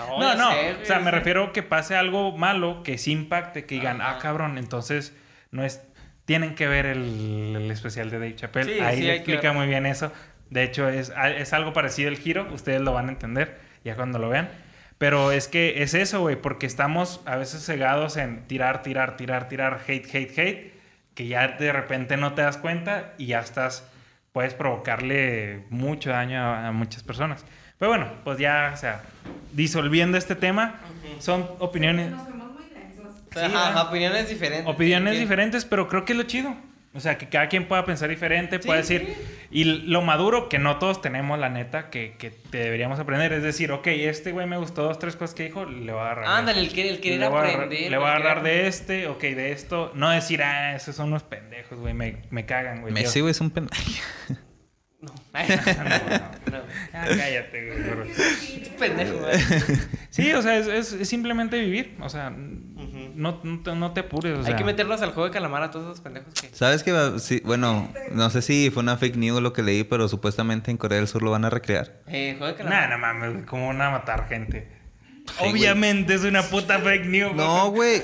[SPEAKER 2] No,
[SPEAKER 3] ya
[SPEAKER 2] no.
[SPEAKER 3] sé, güey,
[SPEAKER 2] o sea,
[SPEAKER 3] ya
[SPEAKER 2] me
[SPEAKER 3] sé.
[SPEAKER 2] refiero que pase algo malo, que sí impacte, que digan, ah,
[SPEAKER 3] Ajá.
[SPEAKER 2] cabrón, entonces no es. Tienen que ver el, el especial de Dave Chappelle.
[SPEAKER 3] Sí,
[SPEAKER 2] Ahí
[SPEAKER 3] sí, hay que
[SPEAKER 2] explica
[SPEAKER 3] ver.
[SPEAKER 2] muy bien eso. De hecho, es, es algo parecido el giro. Ustedes lo van a entender ya cuando lo vean. Pero es que es eso, güey, porque estamos a veces cegados en tirar, tirar, tirar, tirar, hate, hate, hate, que ya de repente no te das cuenta y ya estás, puedes provocarle mucho daño a, a muchas personas. Pero bueno, pues ya, o sea, disolviendo este tema, son opiniones,
[SPEAKER 5] Nos fuimos muy densos.
[SPEAKER 3] O sea,
[SPEAKER 2] Sí,
[SPEAKER 3] ajá,
[SPEAKER 2] va.
[SPEAKER 3] opiniones diferentes.
[SPEAKER 2] opiniones
[SPEAKER 3] Sí, sí.
[SPEAKER 2] diferentes, pero creo que es lo chido. O sea, que cada quien pueda pensar diferente,
[SPEAKER 3] Sí,
[SPEAKER 2] pueda decir, y lo maduro que no todos tenemos, la neta, que, que te deberíamos aprender, es decir, ok, este güey me gustó dos, tres cosas que dijo, le voy a agarrar.
[SPEAKER 3] Ándale, el, que- el querer
[SPEAKER 2] le voy a agarrar-
[SPEAKER 3] aprender.
[SPEAKER 2] Le voy a
[SPEAKER 3] el querer
[SPEAKER 2] agarrar de
[SPEAKER 3] aprender.
[SPEAKER 2] este, ok, de esto. No decir, ah, esos son unos pendejos, güey, me, me cagan, güey.
[SPEAKER 4] Messi,
[SPEAKER 2] Yo-
[SPEAKER 4] güey, es un pendejo.
[SPEAKER 3] No. Ay, no, no, no.
[SPEAKER 2] Ah, cállate, güey. pero-
[SPEAKER 3] Es pendejo, güey.
[SPEAKER 2] Sí, o sea, es, es- es simplemente vivir. O sea, no, no, te, no te apures. o
[SPEAKER 3] Hay
[SPEAKER 2] sea.
[SPEAKER 3] que meterlos al juego de calamar a todos esos pendejos que...
[SPEAKER 4] ¿Sabes qué? va- sí, bueno, no sé si fue una fake news lo que leí, pero supuestamente en Corea del Sur lo van a recrear.
[SPEAKER 3] Eh, juego de calamar.
[SPEAKER 2] Nah, no mames, güey, ¿cómo van a matar gente?
[SPEAKER 4] güey.
[SPEAKER 2] Obviamente es una puta fake news.
[SPEAKER 4] No, güey.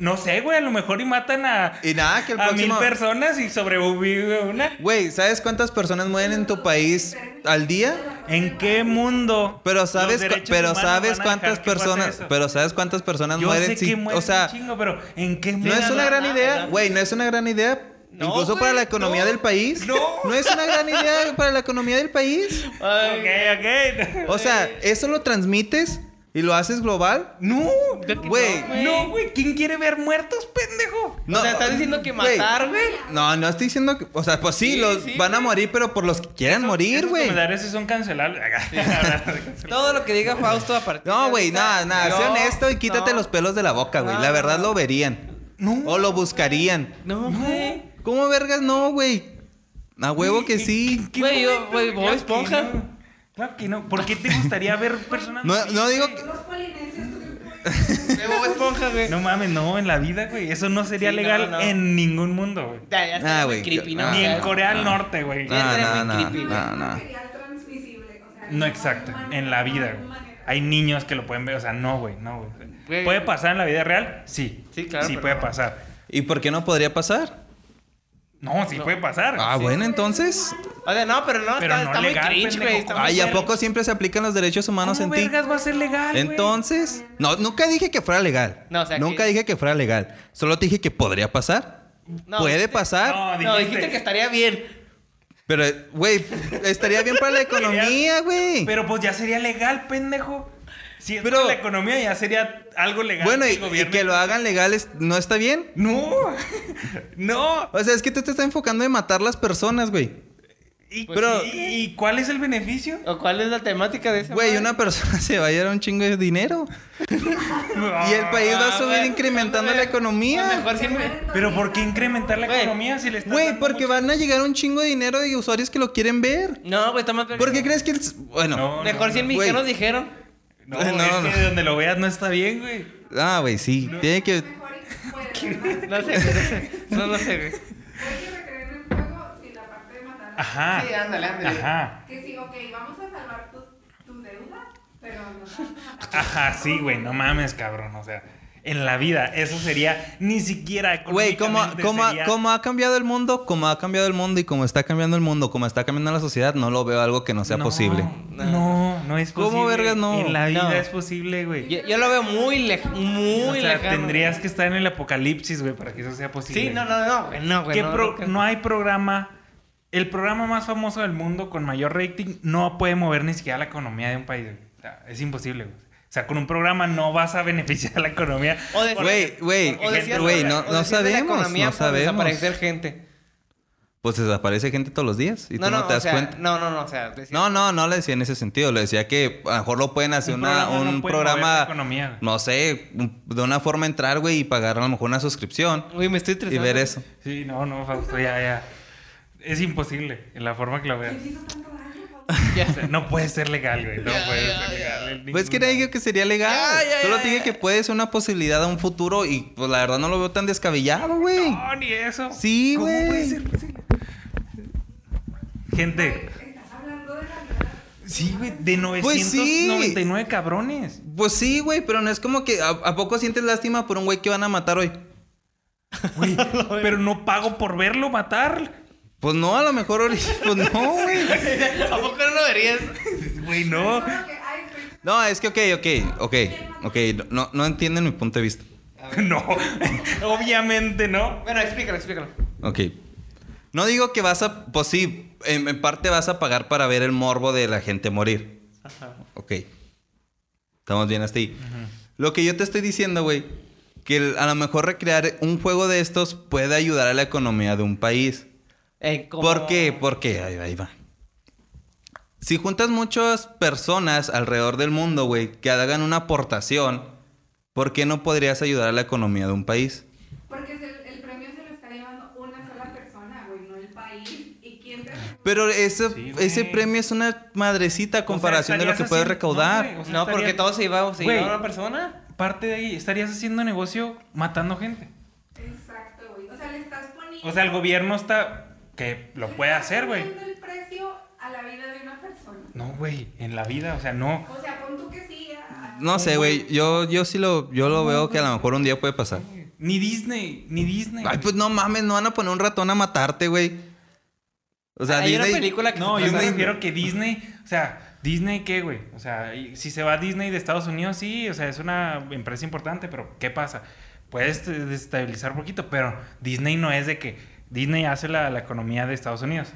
[SPEAKER 2] No sé, güey, a lo mejor y matan a,
[SPEAKER 4] Y nada, que el
[SPEAKER 2] a
[SPEAKER 4] próximo...
[SPEAKER 2] mil personas y sobrevive una.
[SPEAKER 4] Güey, ¿sabes cuántas personas mueren en tu país al día?
[SPEAKER 2] ¿En qué mundo?
[SPEAKER 4] Pero
[SPEAKER 2] los
[SPEAKER 4] sabes, cu-
[SPEAKER 2] derechos
[SPEAKER 4] pero
[SPEAKER 2] humanos
[SPEAKER 4] sabes
[SPEAKER 2] van a dejar
[SPEAKER 4] cuántas
[SPEAKER 2] que pase
[SPEAKER 4] personas,
[SPEAKER 2] eso?
[SPEAKER 4] pero sabes cuántas personas
[SPEAKER 2] Yo
[SPEAKER 4] mueren
[SPEAKER 2] sé
[SPEAKER 4] sin-
[SPEAKER 2] que mueren
[SPEAKER 4] o sea,
[SPEAKER 2] un chingo, pero ¿en qué
[SPEAKER 4] no es
[SPEAKER 2] mundo?
[SPEAKER 4] una gran
[SPEAKER 3] nada,
[SPEAKER 4] idea,
[SPEAKER 3] nada.
[SPEAKER 4] güey, no es una gran idea.
[SPEAKER 3] No,
[SPEAKER 4] Incluso para
[SPEAKER 3] güey,
[SPEAKER 4] la economía
[SPEAKER 3] no.
[SPEAKER 4] del país.
[SPEAKER 3] No.
[SPEAKER 4] No es una gran idea para la economía del país.
[SPEAKER 2] Ok,
[SPEAKER 3] Ay,
[SPEAKER 2] ok.
[SPEAKER 4] O sea, eso lo transmites y lo haces global.
[SPEAKER 2] No,
[SPEAKER 3] creo que
[SPEAKER 4] Güey.
[SPEAKER 3] no,
[SPEAKER 2] no, güey. ¿Quién quiere ver muertos, pendejo?
[SPEAKER 4] No,
[SPEAKER 3] o sea, estás diciendo que
[SPEAKER 4] güey.
[SPEAKER 3] matar, güey.
[SPEAKER 4] No, no estoy diciendo que, o sea, pues sí,
[SPEAKER 3] Sí,
[SPEAKER 4] los
[SPEAKER 3] sí,
[SPEAKER 4] van a
[SPEAKER 3] güey.
[SPEAKER 4] morir, pero por los que quieran morir,
[SPEAKER 2] Esos
[SPEAKER 4] güey.
[SPEAKER 2] comentarios sí son cancelables.
[SPEAKER 3] Todo lo que diga Fausto a partir
[SPEAKER 4] No,
[SPEAKER 3] de
[SPEAKER 4] güey,
[SPEAKER 3] ahorita,
[SPEAKER 4] nada, nada,
[SPEAKER 3] no,
[SPEAKER 4] sé honesto y quítate
[SPEAKER 3] no.
[SPEAKER 4] los pelos de la boca, güey. La
[SPEAKER 3] No.
[SPEAKER 4] verdad lo verían. O lo buscarían.
[SPEAKER 3] No, güey.
[SPEAKER 4] ¿Cómo vergas no, güey? A huevo que sí.
[SPEAKER 3] qué Güey, yo- güey, Bob Esponja.
[SPEAKER 2] No. Claro que no. ¿Por qué te gustaría ver personas?
[SPEAKER 4] No, no digo que...
[SPEAKER 5] Los polinesios, ¿tú crees que-
[SPEAKER 3] De Bob Esponja, güey.
[SPEAKER 2] No mames, no, en la vida, güey. Eso no sería
[SPEAKER 3] Sí, no,
[SPEAKER 2] legal
[SPEAKER 3] no.
[SPEAKER 2] en ningún mundo, güey.
[SPEAKER 3] Ya, ya está muy
[SPEAKER 4] Ah, güey,
[SPEAKER 3] creepy,
[SPEAKER 4] yo-
[SPEAKER 3] ¿no?
[SPEAKER 4] ah,
[SPEAKER 2] Ni en
[SPEAKER 3] Ya-
[SPEAKER 2] Corea del Norte, güey.
[SPEAKER 4] No, no,
[SPEAKER 3] estaría muy
[SPEAKER 4] no,
[SPEAKER 3] creepy, güey.
[SPEAKER 4] no, no.
[SPEAKER 5] material transmisible, o sea,
[SPEAKER 2] No, exacto.
[SPEAKER 5] hay
[SPEAKER 2] En
[SPEAKER 5] manera-
[SPEAKER 2] la
[SPEAKER 5] no
[SPEAKER 2] vida,
[SPEAKER 5] hay
[SPEAKER 2] güey.
[SPEAKER 5] manera.
[SPEAKER 2] Hay niños que lo pueden ver. O sea, no, güey, no, güey.
[SPEAKER 3] Güey.
[SPEAKER 2] ¿Puede pasar en la vida real? Sí.
[SPEAKER 3] Sí, claro,
[SPEAKER 2] Sí
[SPEAKER 3] pero
[SPEAKER 2] puede
[SPEAKER 3] no.
[SPEAKER 2] pasar.
[SPEAKER 4] ¿Y por qué no podría pasar?
[SPEAKER 2] No, sí
[SPEAKER 3] No.
[SPEAKER 2] puede pasar.
[SPEAKER 4] Ah,
[SPEAKER 2] Sí.
[SPEAKER 4] bueno, entonces...
[SPEAKER 3] O sea, no, pero no,
[SPEAKER 2] Pero
[SPEAKER 3] está,
[SPEAKER 2] no
[SPEAKER 3] está
[SPEAKER 2] legal,
[SPEAKER 3] muy cringe, güey.
[SPEAKER 2] pendejo.
[SPEAKER 3] está muy
[SPEAKER 4] Ay, ¿a
[SPEAKER 3] cringe.
[SPEAKER 4] poco siempre se aplican los derechos humanos
[SPEAKER 2] ¿Cómo
[SPEAKER 4] en ti?
[SPEAKER 2] vergas va a ser legal, güey?
[SPEAKER 4] Entonces... No, nunca dije que fuera legal.
[SPEAKER 3] No, o sea,
[SPEAKER 4] nunca
[SPEAKER 3] que-
[SPEAKER 4] dije que fuera legal. Solo te dije que podría pasar.
[SPEAKER 3] No,
[SPEAKER 4] Puede
[SPEAKER 3] dijiste-
[SPEAKER 4] pasar.
[SPEAKER 2] este, No,
[SPEAKER 3] No, dijiste que estaría bien.
[SPEAKER 4] Pero, güey, estaría bien para la economía, güey.
[SPEAKER 2] Pero pues ya sería legal, pendejo. Si es
[SPEAKER 4] Pero-
[SPEAKER 2] para la economía ya sería algo legal.
[SPEAKER 4] Bueno,
[SPEAKER 2] que
[SPEAKER 4] y,
[SPEAKER 2] el gobierno-
[SPEAKER 4] y que lo hagan legales no está bien.
[SPEAKER 2] No, no.
[SPEAKER 4] O sea, es que tú te estás enfocando en matar las personas, güey.
[SPEAKER 2] ¿Y,
[SPEAKER 3] Pues
[SPEAKER 2] pero,
[SPEAKER 3] sí.
[SPEAKER 2] ¿y cuál es el beneficio?
[SPEAKER 3] ¿O cuál es la temática de ese?
[SPEAKER 4] Güey, una persona se va a llevar un chingo de dinero. Y el país
[SPEAKER 3] Ah,
[SPEAKER 4] va a subir incrementando la economía.
[SPEAKER 3] Pues Mejor sí me-
[SPEAKER 2] ¿Pero por qué incrementar la
[SPEAKER 3] Güey.
[SPEAKER 2] economía si le estás
[SPEAKER 4] Güey,
[SPEAKER 2] dando
[SPEAKER 4] porque
[SPEAKER 2] mucho?
[SPEAKER 4] van a llegar un chingo de dinero de usuarios que lo quieren ver.
[SPEAKER 3] No, güey, está más verga.
[SPEAKER 4] ¿Por qué crees que el... s- Bueno.
[SPEAKER 2] No,
[SPEAKER 3] Mejor
[SPEAKER 2] no,
[SPEAKER 3] 100
[SPEAKER 4] no.
[SPEAKER 3] mexicanos
[SPEAKER 4] Güey.
[SPEAKER 3] dijeron.
[SPEAKER 2] No,
[SPEAKER 4] No,
[SPEAKER 2] es
[SPEAKER 4] no.
[SPEAKER 2] que de donde lo veas no está bien, güey.
[SPEAKER 4] Ah, güey, sí. Tiene que...
[SPEAKER 5] Mejor y puede,
[SPEAKER 3] No
[SPEAKER 5] ¿verdad?
[SPEAKER 3] sé, güey, no sé. No, no sé, güey.
[SPEAKER 5] Hay que recreer el juego sin la parte de matar.
[SPEAKER 2] Ajá.
[SPEAKER 6] Sí, ándale, ándale.
[SPEAKER 2] Ajá.
[SPEAKER 5] Que sí, ok, vamos a salvar tu, tu deuda, pero no vas a matar.
[SPEAKER 2] Ajá, sí, güey, no mames, cabrón. O sea, en la vida eso sería ni siquiera.
[SPEAKER 4] Güey, ¿cómo,
[SPEAKER 2] económicamente
[SPEAKER 4] cómo,
[SPEAKER 2] sería-
[SPEAKER 4] cómo ha cambiado el mundo? ¿Cómo ha cambiado el mundo? Y como está cambiando el mundo, como está cambiando la sociedad, no lo veo algo que no sea
[SPEAKER 2] No,
[SPEAKER 4] posible.
[SPEAKER 2] No, no es
[SPEAKER 4] ¿Cómo,
[SPEAKER 2] posible.
[SPEAKER 4] vergas, no?
[SPEAKER 2] En la vida
[SPEAKER 3] No.
[SPEAKER 2] es posible, güey.
[SPEAKER 3] Yo, yo lo veo muy lejos. Muy
[SPEAKER 2] o sea,
[SPEAKER 3] lejano.
[SPEAKER 2] tendrías que estar en el apocalipsis, güey, para que eso sea posible.
[SPEAKER 3] Sí, no, no, no, güey, no, güey.
[SPEAKER 2] ¿Qué
[SPEAKER 3] no,
[SPEAKER 2] pro-
[SPEAKER 3] no,
[SPEAKER 2] no hay programa. El programa más famoso del mundo con mayor rating no puede mover ni siquiera la economía de un país. güey. O sea, es imposible, güey. O sea, con un programa no vas a beneficiar a la economía.
[SPEAKER 3] O de-
[SPEAKER 4] Güey, güey,
[SPEAKER 3] o decías-
[SPEAKER 4] güey, no,
[SPEAKER 3] o
[SPEAKER 4] no
[SPEAKER 3] decías de la
[SPEAKER 4] sabemos,
[SPEAKER 3] economía
[SPEAKER 4] no
[SPEAKER 3] por
[SPEAKER 4] sabemos.
[SPEAKER 3] Desaparecer gente.
[SPEAKER 4] Pues desaparece gente todos los días y
[SPEAKER 3] no,
[SPEAKER 4] tú no,
[SPEAKER 3] no,
[SPEAKER 4] te
[SPEAKER 3] o
[SPEAKER 4] das
[SPEAKER 3] sea,
[SPEAKER 4] cuenta.
[SPEAKER 3] No, no, no, o sea, decía-
[SPEAKER 4] No, no, no le decía en ese sentido. Le decía que a lo mejor lo pueden hacer
[SPEAKER 2] Un
[SPEAKER 4] una-
[SPEAKER 2] programa no
[SPEAKER 4] un
[SPEAKER 2] puede mover la
[SPEAKER 4] programa,
[SPEAKER 2] economía, güey.
[SPEAKER 4] no sé, un- de una forma entrar, güey, y pagar a lo mejor una suscripción
[SPEAKER 3] Güey, me estoy
[SPEAKER 4] y
[SPEAKER 3] estresando.
[SPEAKER 4] ver eso.
[SPEAKER 2] Sí, no, no, Fausto, ya, ya. Es imposible en la forma que lo veas.
[SPEAKER 5] ¿Quién hizo tanto daño, Pablo?
[SPEAKER 3] Ya.
[SPEAKER 2] O sea, no puede ser legal, güey. No puede ser legal. en
[SPEAKER 4] Pues que
[SPEAKER 2] ninguna-
[SPEAKER 4] nadie dijo que sería legal.
[SPEAKER 3] Ya, ya,
[SPEAKER 4] Solo
[SPEAKER 3] ya,
[SPEAKER 4] te dije
[SPEAKER 3] ya.
[SPEAKER 4] que puede ser una posibilidad a un futuro y pues la verdad no lo veo tan descabellado, güey.
[SPEAKER 2] No, ni eso.
[SPEAKER 4] Sí,
[SPEAKER 2] ¿Cómo
[SPEAKER 4] güey.
[SPEAKER 2] puede ser posible? Gente,
[SPEAKER 5] Estás hablando de la vida.
[SPEAKER 2] sí, güey, de
[SPEAKER 4] Pues sí.
[SPEAKER 2] 999 cabrones.
[SPEAKER 4] Pues sí, güey, pero no es como que ¿a, a poco sientes lástima por un güey que van a matar hoy?
[SPEAKER 2] Güey, pero no pago por verlo matar.
[SPEAKER 4] Pues no, a lo mejor ahorita, pues no, güey.
[SPEAKER 3] ¿A poco no lo verías?
[SPEAKER 2] Güey, no.
[SPEAKER 5] Solo que, ay, estoy
[SPEAKER 4] No, es que ok, ok, ok, ok, no, no entienden mi punto de vista.
[SPEAKER 2] No, obviamente no.
[SPEAKER 3] Bueno, explícalo, explícalo.
[SPEAKER 4] Ok. No digo que vas a, pues sí, en, en parte vas a pagar para ver el morbo de la gente morir.
[SPEAKER 3] Ajá.
[SPEAKER 4] Ok. Estamos bien hasta ahí. Lo que yo te estoy diciendo, güey, que el- a lo mejor recrear un juego de estos puede ayudar a la economía de un país.
[SPEAKER 3] Eh, como-
[SPEAKER 4] ¿Por qué? Porque ahí, ahí va. Si juntas muchas personas alrededor del mundo, güey, que hagan una aportación, ¿por qué no podrías ayudar a la economía de un país?
[SPEAKER 5] Porque se- el premio se lo está llevando una sola persona, güey, no el país. ¿Y quién te asegura?
[SPEAKER 4] Pero ese,
[SPEAKER 2] Sí, güey.
[SPEAKER 4] ese premio es una madrecita a comparación de lo
[SPEAKER 2] estarías
[SPEAKER 4] que puedes
[SPEAKER 2] haciendo-
[SPEAKER 4] recaudar.
[SPEAKER 2] no, güey, o sea,
[SPEAKER 3] No, porque
[SPEAKER 2] estaría-
[SPEAKER 3] todo se iba, se iba
[SPEAKER 2] Güey.
[SPEAKER 3] a una persona.
[SPEAKER 2] Parte de ahí, estarías haciendo negocio matando gente.
[SPEAKER 5] Exacto, güey. O sea, le estás poniendo.
[SPEAKER 2] O sea, el gobierno está que lo
[SPEAKER 5] le
[SPEAKER 2] puede
[SPEAKER 5] estás
[SPEAKER 2] hacer, güey.
[SPEAKER 5] poniendo el precio a la vida de una persona.
[SPEAKER 2] No, güey, en la vida, o sea, no.
[SPEAKER 5] O sea, pon tú que sí. a-
[SPEAKER 4] no sé, güey. Yo, yo sí lo, yo lo veo que a lo mejor un día puede pasar.
[SPEAKER 2] Ni Disney, ni Disney.
[SPEAKER 4] Ay,
[SPEAKER 2] güey.
[SPEAKER 4] pues no mames, no van a poner un ratón a matarte, güey. O sea,
[SPEAKER 3] Hay
[SPEAKER 4] Disney-
[SPEAKER 3] una película que
[SPEAKER 2] No,
[SPEAKER 3] se
[SPEAKER 2] yo me
[SPEAKER 3] pasa-
[SPEAKER 2] refiero que Disney, o sea, Disney qué, güey. O sea, y si se va a Disney de Estados Unidos, sí, o sea, es una empresa importante, pero ¿qué pasa? Puedes eh, desestabilizar un poquito, pero Disney no es de que Disney hace la, la economía de Estados Unidos.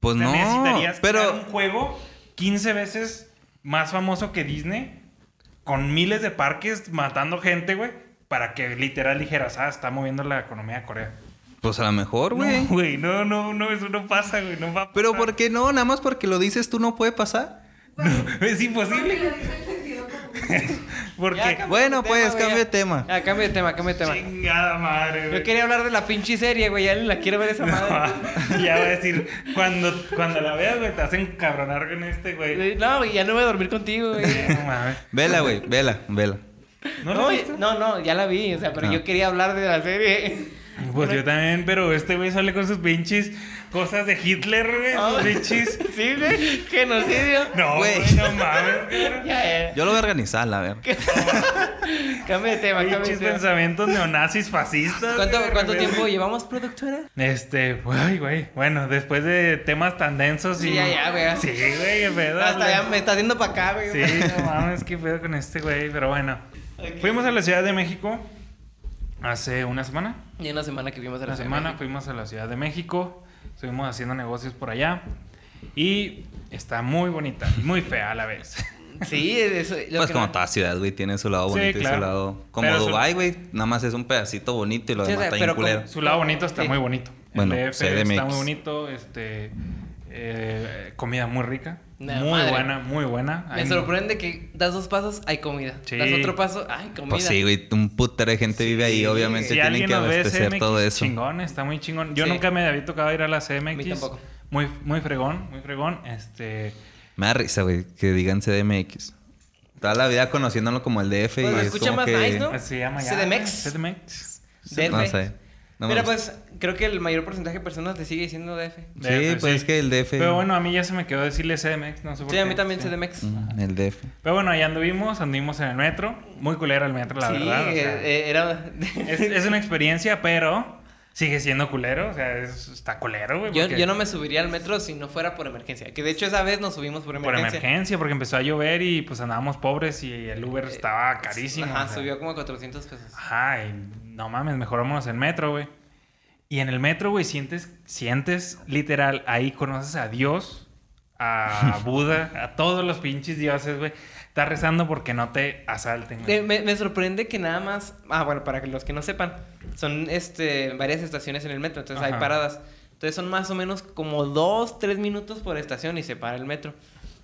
[SPEAKER 4] Pues
[SPEAKER 2] O sea,
[SPEAKER 4] no.
[SPEAKER 2] necesitarías crear
[SPEAKER 4] Pero
[SPEAKER 2] un juego 15 veces más famoso que Disney, con miles de parques matando gente, güey, para que literal dijeras, ah, está moviendo la economía de Corea.
[SPEAKER 4] Pues a lo mejor, güey.
[SPEAKER 2] No, güey, no, no, no, eso no pasa, güey, no va a
[SPEAKER 4] Pero
[SPEAKER 2] pasar.
[SPEAKER 4] ¿por qué no? Nada más porque lo dices tú no puede pasar.
[SPEAKER 2] Es imposible,
[SPEAKER 5] Porque
[SPEAKER 2] güey.
[SPEAKER 5] lo dice el sentido común.
[SPEAKER 3] Ya,
[SPEAKER 2] Porque.
[SPEAKER 3] cambia
[SPEAKER 4] Bueno,
[SPEAKER 3] de
[SPEAKER 4] pues,
[SPEAKER 3] güey,
[SPEAKER 4] cambia
[SPEAKER 3] ya.
[SPEAKER 4] de tema.
[SPEAKER 3] Ya, cambia de tema, cambia de tema.
[SPEAKER 2] Chingada madre, güey.
[SPEAKER 3] Yo quería hablar de la pinche serie, güey. Ya ni la quiero ver esa madre.
[SPEAKER 2] ya voy a decir, cuando, cuando la veas, güey, te hacen cabronar con este, güey.
[SPEAKER 3] Eh, No, güey, ya no voy a dormir contigo, güey.
[SPEAKER 2] No mames.
[SPEAKER 4] Vela, güey, vela, vela.
[SPEAKER 2] ¿No,
[SPEAKER 3] No,
[SPEAKER 2] lo viste?
[SPEAKER 3] no, no, ya la vi, o sea, pero
[SPEAKER 4] Ah.
[SPEAKER 3] yo quería hablar de la serie.
[SPEAKER 2] Pues yo también, pero este güey sale con sus pinches cosas de Hitler, güey.
[SPEAKER 3] Ah.
[SPEAKER 2] Sus pinches.
[SPEAKER 3] Sí, güey, genocidio.
[SPEAKER 2] No,
[SPEAKER 4] Güey.
[SPEAKER 2] güey, no mames, güey.
[SPEAKER 3] Ya, ya.
[SPEAKER 4] Yo lo voy a organizar, la ver.
[SPEAKER 3] Cambia de tema, cambia de
[SPEAKER 2] Pinches
[SPEAKER 3] tema.
[SPEAKER 2] pensamientos neonazis fascistas.
[SPEAKER 3] ¿Cuánto,
[SPEAKER 2] güey, de
[SPEAKER 3] cuánto
[SPEAKER 2] repente.
[SPEAKER 3] tiempo llevamos, productora?
[SPEAKER 2] Este, güey, güey. Bueno, después de temas tan densos y.
[SPEAKER 3] Sí, ya, ya, güey.
[SPEAKER 2] Sí, güey, qué pedo.
[SPEAKER 3] Hasta
[SPEAKER 2] güey.
[SPEAKER 3] ya me Ah, está haciendo para acá, güey.
[SPEAKER 2] Sí, no mames, qué pedo con este güey, pero bueno.
[SPEAKER 3] Ok.
[SPEAKER 2] Fuimos a la Ciudad de México hace una semana.
[SPEAKER 3] Y una semana que fuimos a la
[SPEAKER 2] Una semana fuimos a la Ciudad de México, estuvimos haciendo negocios por allá y está muy bonita y muy fea a la vez.
[SPEAKER 3] Sí, eso. lo
[SPEAKER 4] Pues
[SPEAKER 3] que
[SPEAKER 4] como
[SPEAKER 3] no-
[SPEAKER 4] toda ciudad, güey, tiene su lado
[SPEAKER 2] Sí,
[SPEAKER 4] bonito y su
[SPEAKER 2] claro.
[SPEAKER 4] lado... Como
[SPEAKER 2] Pero su-
[SPEAKER 4] Dubai, güey, nada más es un pedacito bonito y lo
[SPEAKER 3] Sí, o sea,
[SPEAKER 4] demás está bien
[SPEAKER 3] pero como-
[SPEAKER 4] culero.
[SPEAKER 2] Su lado bonito está
[SPEAKER 3] Sí.
[SPEAKER 2] muy bonito.
[SPEAKER 4] Bueno,
[SPEAKER 2] el DF está
[SPEAKER 4] CDMX.
[SPEAKER 2] muy bonito, este eh, comida muy rica.
[SPEAKER 3] No,
[SPEAKER 2] muy
[SPEAKER 3] madre.
[SPEAKER 2] buena, muy buena.
[SPEAKER 3] Me
[SPEAKER 2] Ahí-
[SPEAKER 3] sorprende que das dos pasos, hay comida.
[SPEAKER 2] Sí.
[SPEAKER 3] Das otro paso, hay comida.
[SPEAKER 4] Pues sí, güey, un putero de gente vive ahí, obviamente
[SPEAKER 2] Si
[SPEAKER 4] tienen
[SPEAKER 2] alguien
[SPEAKER 4] que
[SPEAKER 2] nos ve,
[SPEAKER 4] abastecer
[SPEAKER 2] CMX,
[SPEAKER 4] todo eso.
[SPEAKER 2] Chingón, está muy chingón. Yo
[SPEAKER 3] Sí.
[SPEAKER 2] nunca me había tocado ir a la
[SPEAKER 3] A mí
[SPEAKER 2] CMX.
[SPEAKER 3] tampoco.
[SPEAKER 2] Muy, muy fregón, muy fregón. Este.
[SPEAKER 4] Me da risa, güey, que digan CDMX. Toda la vida conociéndolo como el DF y
[SPEAKER 3] Pues,
[SPEAKER 4] es
[SPEAKER 3] escucha
[SPEAKER 4] como
[SPEAKER 3] más
[SPEAKER 4] que...
[SPEAKER 3] nice, ¿no?
[SPEAKER 2] Se llama ya.
[SPEAKER 3] CDMX.
[SPEAKER 2] CDMX.
[SPEAKER 3] DF.
[SPEAKER 4] No sé. No me
[SPEAKER 3] Mira,
[SPEAKER 4] gusta.
[SPEAKER 3] pues creo que el mayor porcentaje de personas te sigue diciendo DF.
[SPEAKER 4] Sí,
[SPEAKER 2] DF,
[SPEAKER 4] pues es
[SPEAKER 2] sí.
[SPEAKER 4] que el DF...
[SPEAKER 2] Pero bueno, a mí ya se me quedó decirle CDMX, no sé por
[SPEAKER 3] Sí,
[SPEAKER 2] qué.
[SPEAKER 3] a mí también CDMX.
[SPEAKER 4] Mm, El DF.
[SPEAKER 2] Pero bueno, ahí anduvimos, anduvimos en el metro. Muy culero el metro, la
[SPEAKER 3] sí,
[SPEAKER 2] verdad. o sea,
[SPEAKER 3] eh, era.
[SPEAKER 2] es, es una experiencia, pero sigue siendo culero. O sea, es- está culero, güey.
[SPEAKER 3] yo,
[SPEAKER 2] porque-
[SPEAKER 3] yo no me subiría al metro si no fuera por emergencia. Que de hecho esa vez nos subimos por
[SPEAKER 2] Por
[SPEAKER 3] emergencia.
[SPEAKER 2] emergencia, porque empezó a llover y pues andábamos pobres y el Uber estaba carísimo.
[SPEAKER 3] Eh, Ajá,
[SPEAKER 2] o sea. Ah,
[SPEAKER 3] subió como 400 pesos.
[SPEAKER 2] Ajá, y no mames, mejor vámonos en metro, güey. Y en el metro, güey, sientes, sientes, literal, ahí conoces a Dios, a Buda, a todos los pinches dioses, güey. Estás rezando porque no te asalten, güey.
[SPEAKER 3] Eh, me, me sorprende que nada más. Ah, bueno, para que los que no sepan, son este, varias estaciones en el metro, entonces hay
[SPEAKER 2] Ajá.
[SPEAKER 3] paradas. Entonces son más o menos como dos, tres minutos por estación y se para el metro.